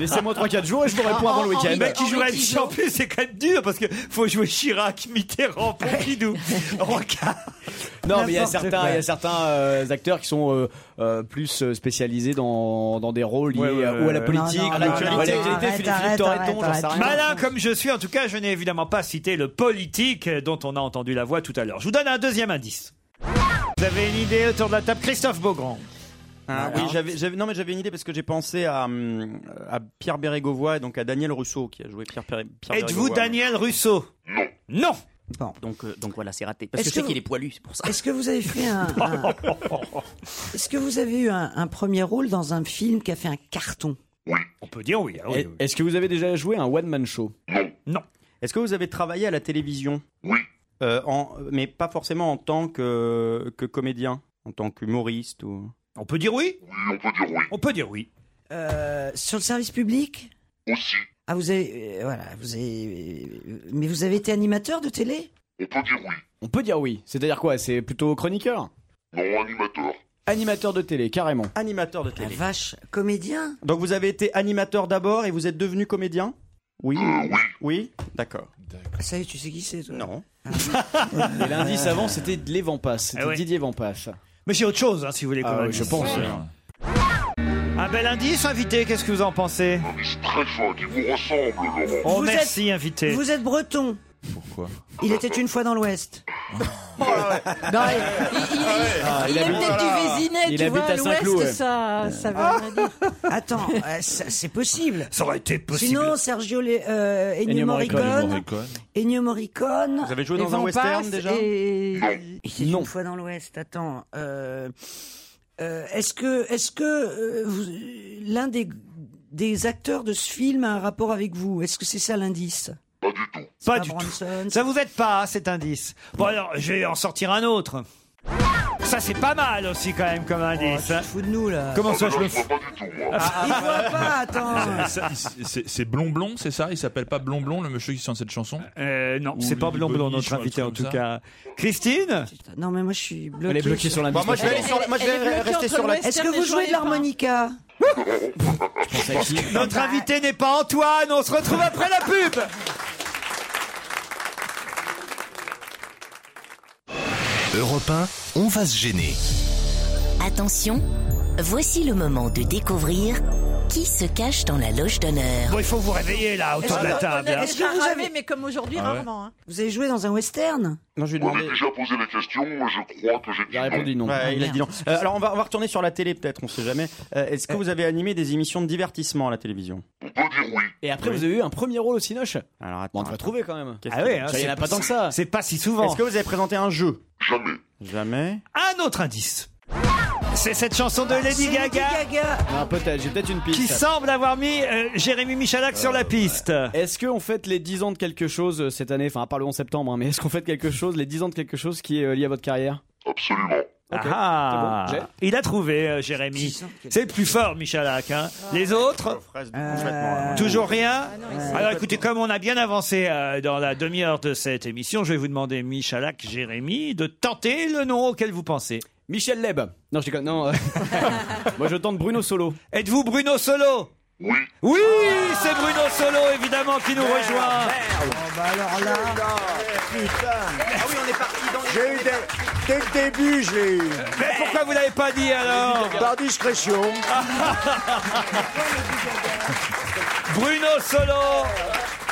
laissez-moi 3-4 jours et je vous réponds avant le week-end. Le mec ah, qui jouerait en plus, c'est quand même dur parce que faut jouer Chirac, Mitterrand, Pompidou, Rocard. Non, mais il y a N'importe certains, quoi. il y a certains euh, acteurs qui sont euh, euh, plus euh, spécialisés dans, dans des rôles liés euh, ou à la politique, Non, non, à non, non, l'actualité, à non, l'actualité, arrête, Philippe arrête, Torreton, j'en arrête, sais arrête. rien. Malin comme je suis, en tout cas, je n'ai évidemment pas cité le politique euh, dont on a entendu la voix tout à l'heure. Je vous donne un deuxième indice. Vous avez une idée autour de la table Christophe Beaugrand. Ah, oui, j'avais, j'avais- non mais j'avais une idée parce que j'ai pensé à, hum, à Pierre Bérégovoy et donc à Daniel Rousseau qui a joué Pierre, Péré- Pierre Êtes-vous Bérégovoy. Daniel Russo Non. Non. Donc, euh, donc voilà, c'est raté. Parce Est-ce que je sais que qu'il vous- est poilu, c'est pour ça. Est-ce que vous avez fait un. un- Est-ce que vous avez eu un, un premier rôle dans un film qui a fait un carton On peut dire oui. Et- Est-ce que vous avez déjà joué un one-man show Non. Est-ce que vous avez travaillé à la télévision Euh, Oui. mais pas forcément en tant que, que comédien, en tant qu'humoriste ou... On peut dire oui on peut dire oui. On peut dire oui. Euh, Sur le service public Aussi. Ah, vous avez. euh, voilà, vous avez. euh, Mais vous avez été animateur de télé On peut dire oui. On peut dire oui. C'est-à-dire quoi C'est plutôt chroniqueur Non, animateur. Animateur de télé, carrément. Animateur de télé. vache, comédien Donc vous avez été animateur d'abord et vous êtes devenu comédien Oui. Euh, oui. D'accord. Ah, Ça y est, tu sais qui c'est toi Ah, Non. Et l'indice avant, c'était les Vampas. C'était Ah ouais. Didier Vampas. Mais c'est autre chose, hein, si vous voulez. Ah qu'on oui, indice. je pense, ouais. Un bel indice, invité. Qu'est-ce que vous en pensez Très fin, qui vous ressemble, Laurent. Oh, Vous merci, êtes- invité. Vous êtes breton. Pourquoi Il était une fois dans l'Ouest. Non, il, il- il- Ah, il il est habite- peut-être voilà. du Vésinet, Il tu vois, habite à à l'ouest, Saint-Cloud, ouais. ça, ça veut rien dire. Attends, euh, ça- c'est possible. Ça aurait été possible. Sinon, Sergio Le- euh, Ennio Ennio Morricone. Morricone. Ennio Morricone. Vous avez joué Et dans un Van western, Pass déjà Ah, et- Non. Il était une fois dans l'Ouest. Attends. euh, euh, est-ce que, est-ce que euh, vous- l'un des des acteurs de ce film a un rapport avec vous Est-ce que c'est ça l'indice Pas du Euh, tout. Ça vous aide pas, hein, cet indice. Bon, alors, je vais en sortir un autre. Ça, c'est pas mal aussi, quand même, comme indice. hein. de nous, là. Comment ça, Ah, je non, me je vois fous pas Ah, ah, voit pas, attends. Ça, il- c'est- C'est Blomblon, c'est ça Il s'appelle pas Blomblon, le monsieur qui chante cette chanson euh, Non, c'est pas Blond Blond, notre invité, en tout cas. Christine Non, mais moi, je suis bloqué. Elle est bloquée Bah, sur l'indice. Bon, moi, je vais aller sur- moi, je vais rester sur la- Est-ce que vous jouez de l'harmonica Notre invité n'est pas Antoine, on se retrouve après la pub Europe 1, on va se gêner. Attention, voici le moment de découvrir qui se cache dans la loge d'honneur. Bon, il faut vous réveiller là, autour de la table. hein. Est-ce que vous avez, mais comme aujourd'hui, Ah ouais. rarement. hein. Vous avez joué dans un western Non, je lui ai On avait demandé. déjà posé la question, mais je crois que j'ai dit non. Ouais, il a dit non. Euh, alors on va, on va retourner sur la télé peut-être, on sait jamais. Euh, Est-ce que vous avez animé des émissions de divertissement à la télévision Et après, vous avez eu un premier rôle au Cinoche Alors attends. On va trouver quand même. Qu'est-ce Ah que- ouais, hein, Ça, c'est- il y en a pas c'est- tant que ça. C'est pas si souvent. Est-ce que vous avez présenté un jeu Jamais. Jamais. Un autre indice. C'est cette chanson de Lady Gaga, Ah, peut-être, j'ai peut-être une piste. qui semble avoir mis euh, Jérémy Michalak sur la piste. Euh, Est-ce qu'on fête les 10 ans de quelque chose euh, cette année Enfin, à part le 11 septembre, hein, mais est-ce qu'on fête quelque chose, les 10 ans de quelque chose qui est euh, lié à votre carrière Absolument. Ah, C'est bon, il a trouvé euh, Jérémy. C'est le plus fort, Michalak. hein. Les autres Euh, Toujours rien Alors écoutez, comme on a bien avancé euh, dans la demi-heure de cette émission, je vais vous demander, Michalak, Jérémy, de tenter le nom auquel vous pensez. Michel Leb. Non, je déconne. Non, euh, moi je tente Bruno Solo. Êtes-vous Bruno Solo Oui. Oui, c'est Bruno Solo, évidemment, qui nous rejoint. alors là. Ah oui, on est parti dans J'ai eu des- dès le début, j'ai eu. Mais pourquoi vous l'avez pas dit alors Par discrétion. Bruno Solo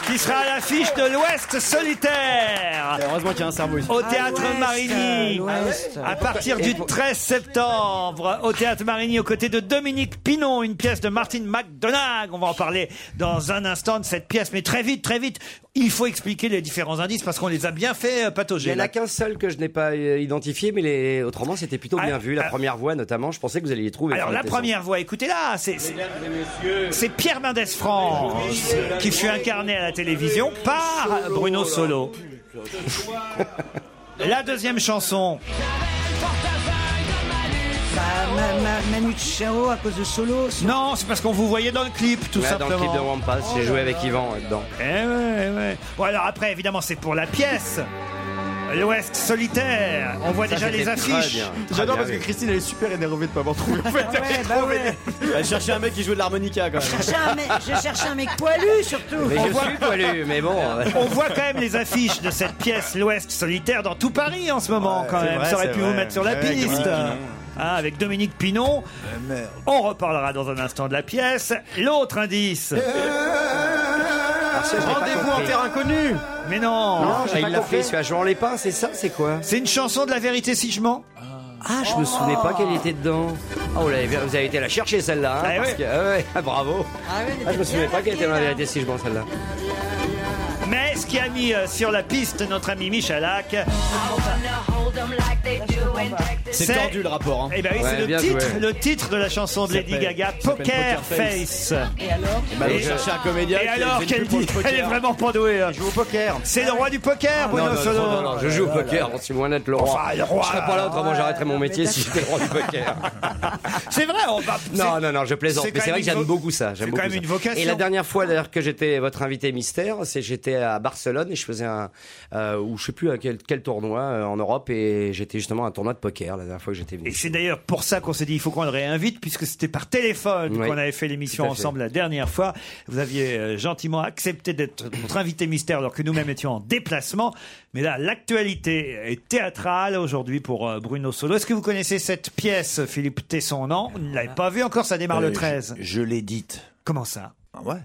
qui sera à l'affiche de l'Ouest solitaire. heureusement qu'il y a un cerveau ici. Au Ah, théâtre l'Ouest, Marigny. l'Ouest. À partir du 13 septembre, au théâtre Marigny, aux côtés de Dominique Pinon, une pièce de Martin McDonagh. On va en parler dans un instant de cette pièce, mais très vite, très vite. Il faut expliquer les différents indices parce qu'on les a bien fait euh, Il n'y patauger. en a qu'un seul que je n'ai pas euh, identifié, mais les... autrement c'était plutôt bien Ah, vu. La ah. première voix notamment, je pensais que vous alliez y trouver. Alors Fred la Tesson. première voix, écoutez-là, c'est c'est- c'est Pierre Mendès France qui fut incarné à la télévision par Bruno Solo. La deuxième chanson, Ma- ma- ma- Manu Chao à cause de Solo. sur- Non, c'est parce qu'on vous voyait dans le clip, tout Ouais, dans simplement. Oh le clip de Wampas, j'ai joué avec Yvan euh, dedans. Eh ouais, ouais. Bon, alors après, évidemment, c'est pour la pièce. L'Ouest solitaire. On voit Ça, déjà les c'était très affiches. bien. Ah, J'adore parce que Christine elle est super énervée de pas avoir trouvé. En fait, elle est bah trop énervée. Elle cherchait un mec qui jouait de l'harmonica quand même. Cherchez un mec- Je cherchais un mec poilu surtout. Mais On je voit- suis poilu, mais bon. On voit quand même les affiches de cette pièce, l'Ouest solitaire, dans tout Paris en ce moment, quand c'est même. vrai, Ça aurait c'est pu vrai. vous mettre sur la Ouais, piste. Dominique Pinon. Ah, avec Dominique Pinon. On reparlera dans un instant de la pièce. L'autre indice. Ah, Rendez-vous en terrain inconnu. Mais non. Ah, Non, j'ai pas compris, il se fait à Jean Lépin, c'est ça, c'est quoi C'est une chanson de la vérité si je mens Ah, je me souvenais pas qu'elle était dedans. Ah, vous, l'avez- vous avez été la chercher celle-là, hein, Ah, parce ouais. que- ah ouais, ah, bravo. Ah, je me souvenais pas qu'elle était dans la vérité si je mens celle-là. Eh, Mais ce qui a mis euh, sur la piste notre ami Michalak, C'est tordu le rapport. Hein. eh ben oui, c'est le titre, le titre de la chanson de Ça Lady s'appelle- Gaga, ça s'appelle Poker Poker Face. Face. Et alors Eh ben, Bah, vous cherchez un comédien Et qui alors fait une qu'elle pub pour dit, le poker. elle est vraiment pas douée. hein. Au poker. C'est le roi du poker, Ah, Non, Bruno non, Solo. Eh, non, non, je joue au poker, je suis loin d'être le roi. Enfin, le roi, je serais pas là, autrement j'arrêterais mon métier si j'étais le roi du poker. C'est vrai, on va. Non, non, non, je plaisante. c'est Mais quand c'est vrai même que une j'aime vo- beaucoup ça. c'est quand J'aime beaucoup même ça. une vocation. Et la dernière fois, d'ailleurs, que j'étais votre invité mystère, c'est j'étais à Barcelone et je faisais un, euh, ou je sais plus à quel, quel tournoi euh, en Europe et j'étais justement à un tournoi de poker la dernière fois que j'étais Et venu. c'est d'ailleurs pour ça qu'on s'est dit il faut qu'on le réinvite puisque c'était par téléphone Oui, qu'on avait fait l'émission tout à fait. ensemble la dernière fois. Vous aviez euh, gentiment accepté d'être notre invité mystère alors que nous-mêmes étions en déplacement. Mais là, l'actualité est théâtrale aujourd'hui pour euh, Bruno Solo. Est-ce que vous connaissez cette pièce, Philippe Tesson Non, vous ne l'avez pas vue encore, ça démarre Euh, le 13. Je, je l'édite. Comment ça Ah ouais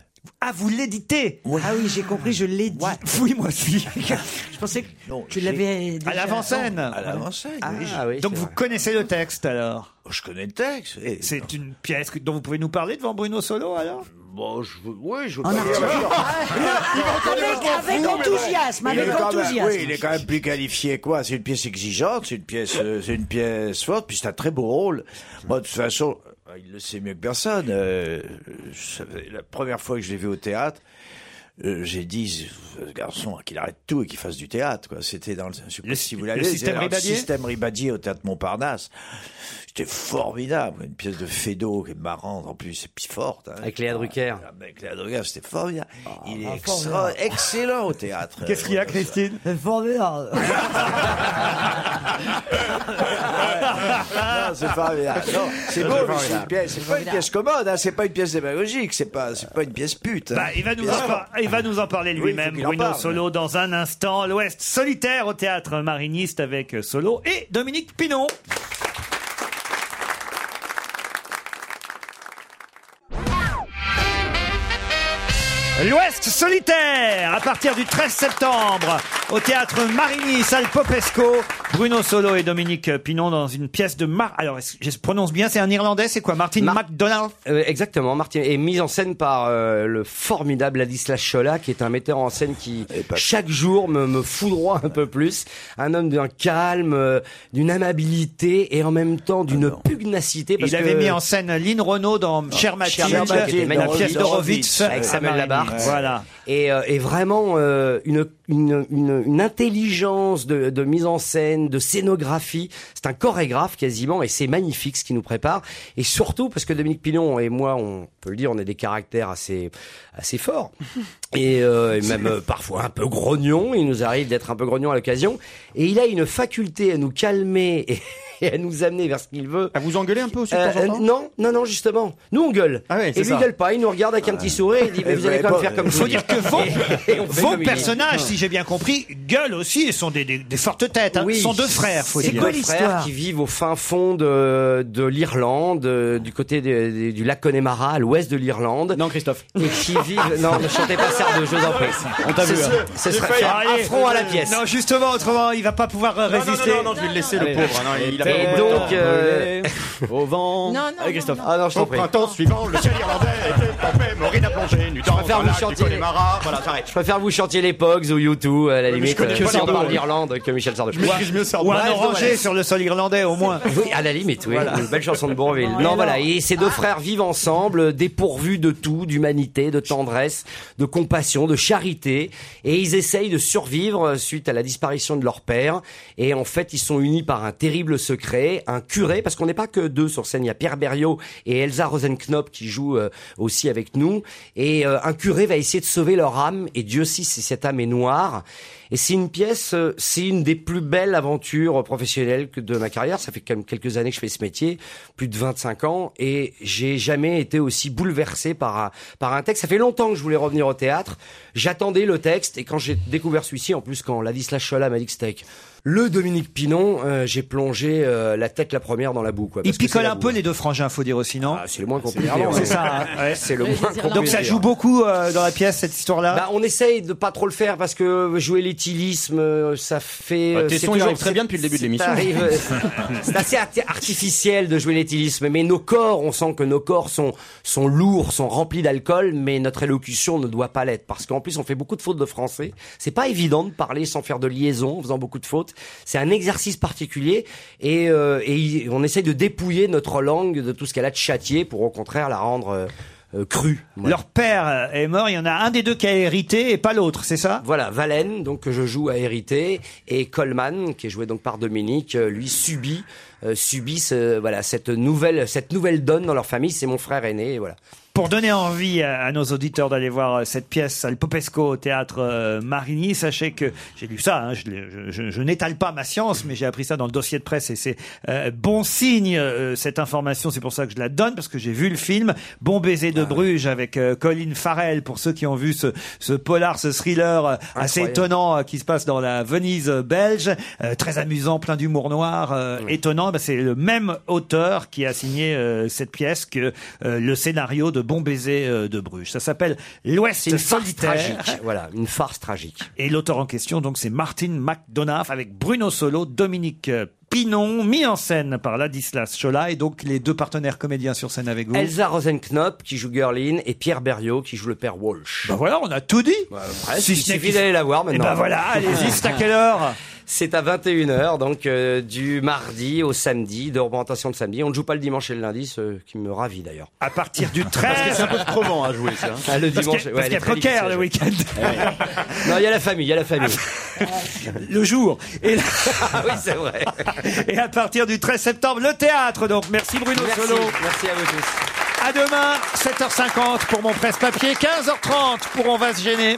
Ah, vous l'éditez Ah oui, j'ai compris, je l'ai dit. Oui, moi aussi. je pensais que tu j'ai- l'avais déjà À l'avant-scène À l'avant-scène, Ah, oui. Oh, Donc vous connaissez le texte alors Je connais le texte. C'est une pièce que- dont vous pouvez nous parler devant Bruno Solo alors Bon, Bah, je veux. Oui, je veux En pas Arthur. dire- Avec, avec enthousiasme, Il est avec quand même- enthousiasme. oui, il est quand même plus qualifié quoi. C'est une pièce exigeante, c'est une pièce, euh, c'est une pièce forte, puis c'est un très beau rôle. Moi, de toute façon, euh, il le sait mieux que personne. euh, je savais- la première fois que je l'ai vu au théâtre, euh, j'ai dit ce garçon qu'il arrête tout et qu'il fasse du théâtre. Quoi. C'était dans le, je sais pas si vous l'avez, système c'est dans Ribadier système Ribadier au théâtre Montparnasse. C'était formidable, une pièce de Fédo qui est marrante en plus, et puis forte. hein. Avec Léa Drucker. Ah, Avec Léa Drucker, c'était formidable. il est extra- formidable. excellent au théâtre. Qu'est-ce qu'il y a, Christine Formidable. Non, Ah, c'est formidable. Non, c'est beau, mais c'est une pièce. C'est pas une pièce commode, hein, c'est pas une pièce démagogique, c'est pas, c'est pas une pièce pute. hein. Bah, il, va nous Bien en sûr. par- il va nous en parler Oui, lui-même, faut qu'il en Bruno parle. Solo, dans un instant. L'Ouest solitaire au théâtre mariniste avec euh, Solo et Dominique Pinon. L'Ouest solitaire, à partir du 13 septembre, au théâtre Marigny, salle Popesco, Bruno Solo et Dominique Pinon dans une pièce de Mar... Alors, est-ce que je prononce bien, c'est un Irlandais, c'est quoi Martin McDonald Euh, exactement, Martin est mise en scène par euh, le formidable Ladislas Chola, qui est un metteur en scène qui chaque jour me, me foudroie un peu plus. Un homme d'un calme, euh, d'une amabilité et en même temps d'une pugnacité. Parce Il avait que- Ah, mis en scène Lynn Renaud dans Cher Mathilde, Cher Mathilde, qui la était magnifique. pièce Ah, d'Horowitz avec Samuel à Marigny. Labarthe. Voilà. Et, euh, et vraiment euh, une, une, une, une intelligence de, de mise en scène, de scénographie. C'est un chorégraphe quasiment et c'est magnifique ce qui nous prépare. Et surtout parce que Dominique Pilon et moi, on peut le dire, on a des caractères assez assez forts et, euh, et même euh, parfois un peu grognon. Il nous arrive d'être un peu grognon à l'occasion. Et il a une faculté à nous calmer et, et à nous amener vers ce qu'il veut. À vous engueuler un peu aussi de temps en temps Euh, Non, non, non, justement. Nous on gueule. c'est et lui ça. il gueule pas. Il nous regarde avec un petit sourire. Il dit mais Et Eh, vous vous allez avez quand même pas- faire comme ben, Faut je vous Hein. dire dis. que vos- Et- et on fait Vos comme il dit. personnages, si j'ai bien compris, gueulent aussi et sont des, des- des fortes têtes. hein. Ce sont deux frères, faut c'est dire. deux frères qui vivent au fin fond de, de l'Irlande, euh, du côté de- de- du lac Connemara, à l'ouest de l'Irlande. Non, Christophe. Et qui vivent. Non, ne chantez pas Sardou, je vous en prie. On t'a Ce vu, hein. serait- Ce J'ai serait failli. faire Allez. affront à la pièce. Non, justement, autrement, il va pas pouvoir euh, Non, non, non, résister. non, non, je vais le laisser, le Allez. pauvre, hein, non, il a pas Et beaucoup de donc, temps. euh, Au vent. Non, non, Allez, Christophe. non, Ah non, je Au t'en prie. printemps suivant, le ciel irlandais était pompé, Maureen a plongé, nu dans le lac du Connemara. Voilà, j'arrête. Je préfère vous chantiez les Pogs ou U2 à la je limite. connais euh, que si on Sardou, parle ouais. d'Irlande que Michel Sardou. Je maîtrise mieux Sardou. Ou un orangé sur le sol irlandais, au moins. Oui, à la limite, oui. Voilà. Une belle chanson de Bourville. Non, Non, alors- voilà. Et ces deux frères vivent ensemble, euh, dépourvus de tout, d'humanité, de tendresse, de compassion, de charité. Et ils essayent de survivre euh, suite à la disparition de leur père. Et en fait, ils sont unis par un terrible secret créer un curé, parce qu'on n'est pas que deux sur scène, il y a Pierre Berriot et Elsa Rosenknop qui jouent euh, aussi avec nous, et euh, un curé va essayer de sauver leur âme, et Dieu sait si cette âme est noire. Et c'est une pièce, euh, c'est une des plus belles aventures professionnelles que de ma carrière. Ça fait quand même quelques années que je fais ce métier, plus de 25 ans, et j'ai jamais été aussi bouleversé par un, par un texte. Ça fait longtemps que je voulais revenir au théâtre. J'attendais le texte, et quand j'ai découvert celui-ci, en plus quand Ladislas Chola m'a dit que c'était avec le Dominique Pinon, euh, j'ai plongé euh, la tête la première dans la boue. Quoi, Il parce que c'est picole la un boue. peu les deux frangins, faut dire aussi, non Ah, C'est le Ah, moins qu'on C'est puisse dire, ouais. ça. hein. Ouais. C'est le moins qu'on Donc puisse ça dire. joue beaucoup euh, dans la pièce, cette histoire-là Bah, on essaye de pas trop le faire parce que jouer l'éthylisme, euh, ça fait. Bah, euh, tes sons, c'est ils toujours- arrivent très bien depuis le début de c'est- l'émission. ça arrive, euh, C'est assez arti- artificiel de jouer l'éthylisme, mais nos corps, on sent que nos corps sont sont lourds, sont remplis d'alcool, mais notre élocution ne doit pas l'être parce qu'en plus on fait beaucoup de fautes de français. C'est pas évident de parler sans faire de liaison, en faisant beaucoup de fautes. C'est un exercice particulier et, euh, et il- on essaye de dépouiller notre langue de tout ce qu'elle a de châtié pour au contraire la rendre euh, euh, crue. Voilà. Leur père euh, est mort, il y en a un des deux qui a hérité et pas l'autre, c'est ça Voilà, Valène, donc que je joue à hériter, et Coleman, qui est joué donc par Dominique, euh, lui subit, euh, subit ce- voilà cette nouvelle, cette nouvelle donne dans leur famille. C'est mon frère aîné, et voilà. Pour donner envie à, à nos auditeurs d'aller voir euh, cette pièce Al Popesco au théâtre euh, Marigny, sachez que j'ai lu ça, hein, je, l'ai- je- je- je n'étale pas ma science, mais j'ai appris ça dans le dossier de presse et c'est euh, bon signe euh, cette information, c'est pour ça que je la donne parce que j'ai vu le film Bon baiser Ah de Bruges avec euh, Colin Farrell pour ceux qui ont vu ce, ce polar, ce thriller euh, assez Incroyable. étonnant étonnant, euh, qui se passe dans la Venise euh, belge, Euh, très amusant, plein d'humour noir, euh, étonnant. Bah, c'est le même auteur qui a signé euh, cette pièce que euh, le scénario de Bon baiser euh, de Bruges. Ça s'appelle C'est L'Ouest une farce solitaire. tragique, voilà, une farce tragique. Et l'auteur en question, donc, c'est Martin McDonough avec Bruno Solo, Dominique euh, Pinon, mis en scène par Ladislas Chola et donc les deux partenaires comédiens sur scène avec vous. Elsa Rosenknop qui joue Gerlin et Pierre Berriot qui joue le père Walsh. Bah voilà, on a tout dit. presque, Si Ah, il ce n'est suffit qu'il- d'aller la voir Eh maintenant. ben voilà, allez-y, c'est à quelle heure C'est à 21h, donc euh, du mardi au samedi, de représentation de samedi. On ne joue pas le dimanche et le lundi, ce qui me ravit d'ailleurs. À partir du 13 Parce que c'est un peu trop vent à jouer ça. Ah, le Parce dimanche, qu'il y a- ouais, parce qu'il elle y a est très poker difficile à le jouer. Ah, week-end. Non, il y a la famille, il y a la famille. Ah le jour. Et là- oui, c'est vrai. Et à partir du 13 septembre, le théâtre. Donc, merci Bruno Merci, Solo. merci à vous tous. À demain, 7h50 pour mon presse-papier, 15h30 pour On va se gêner.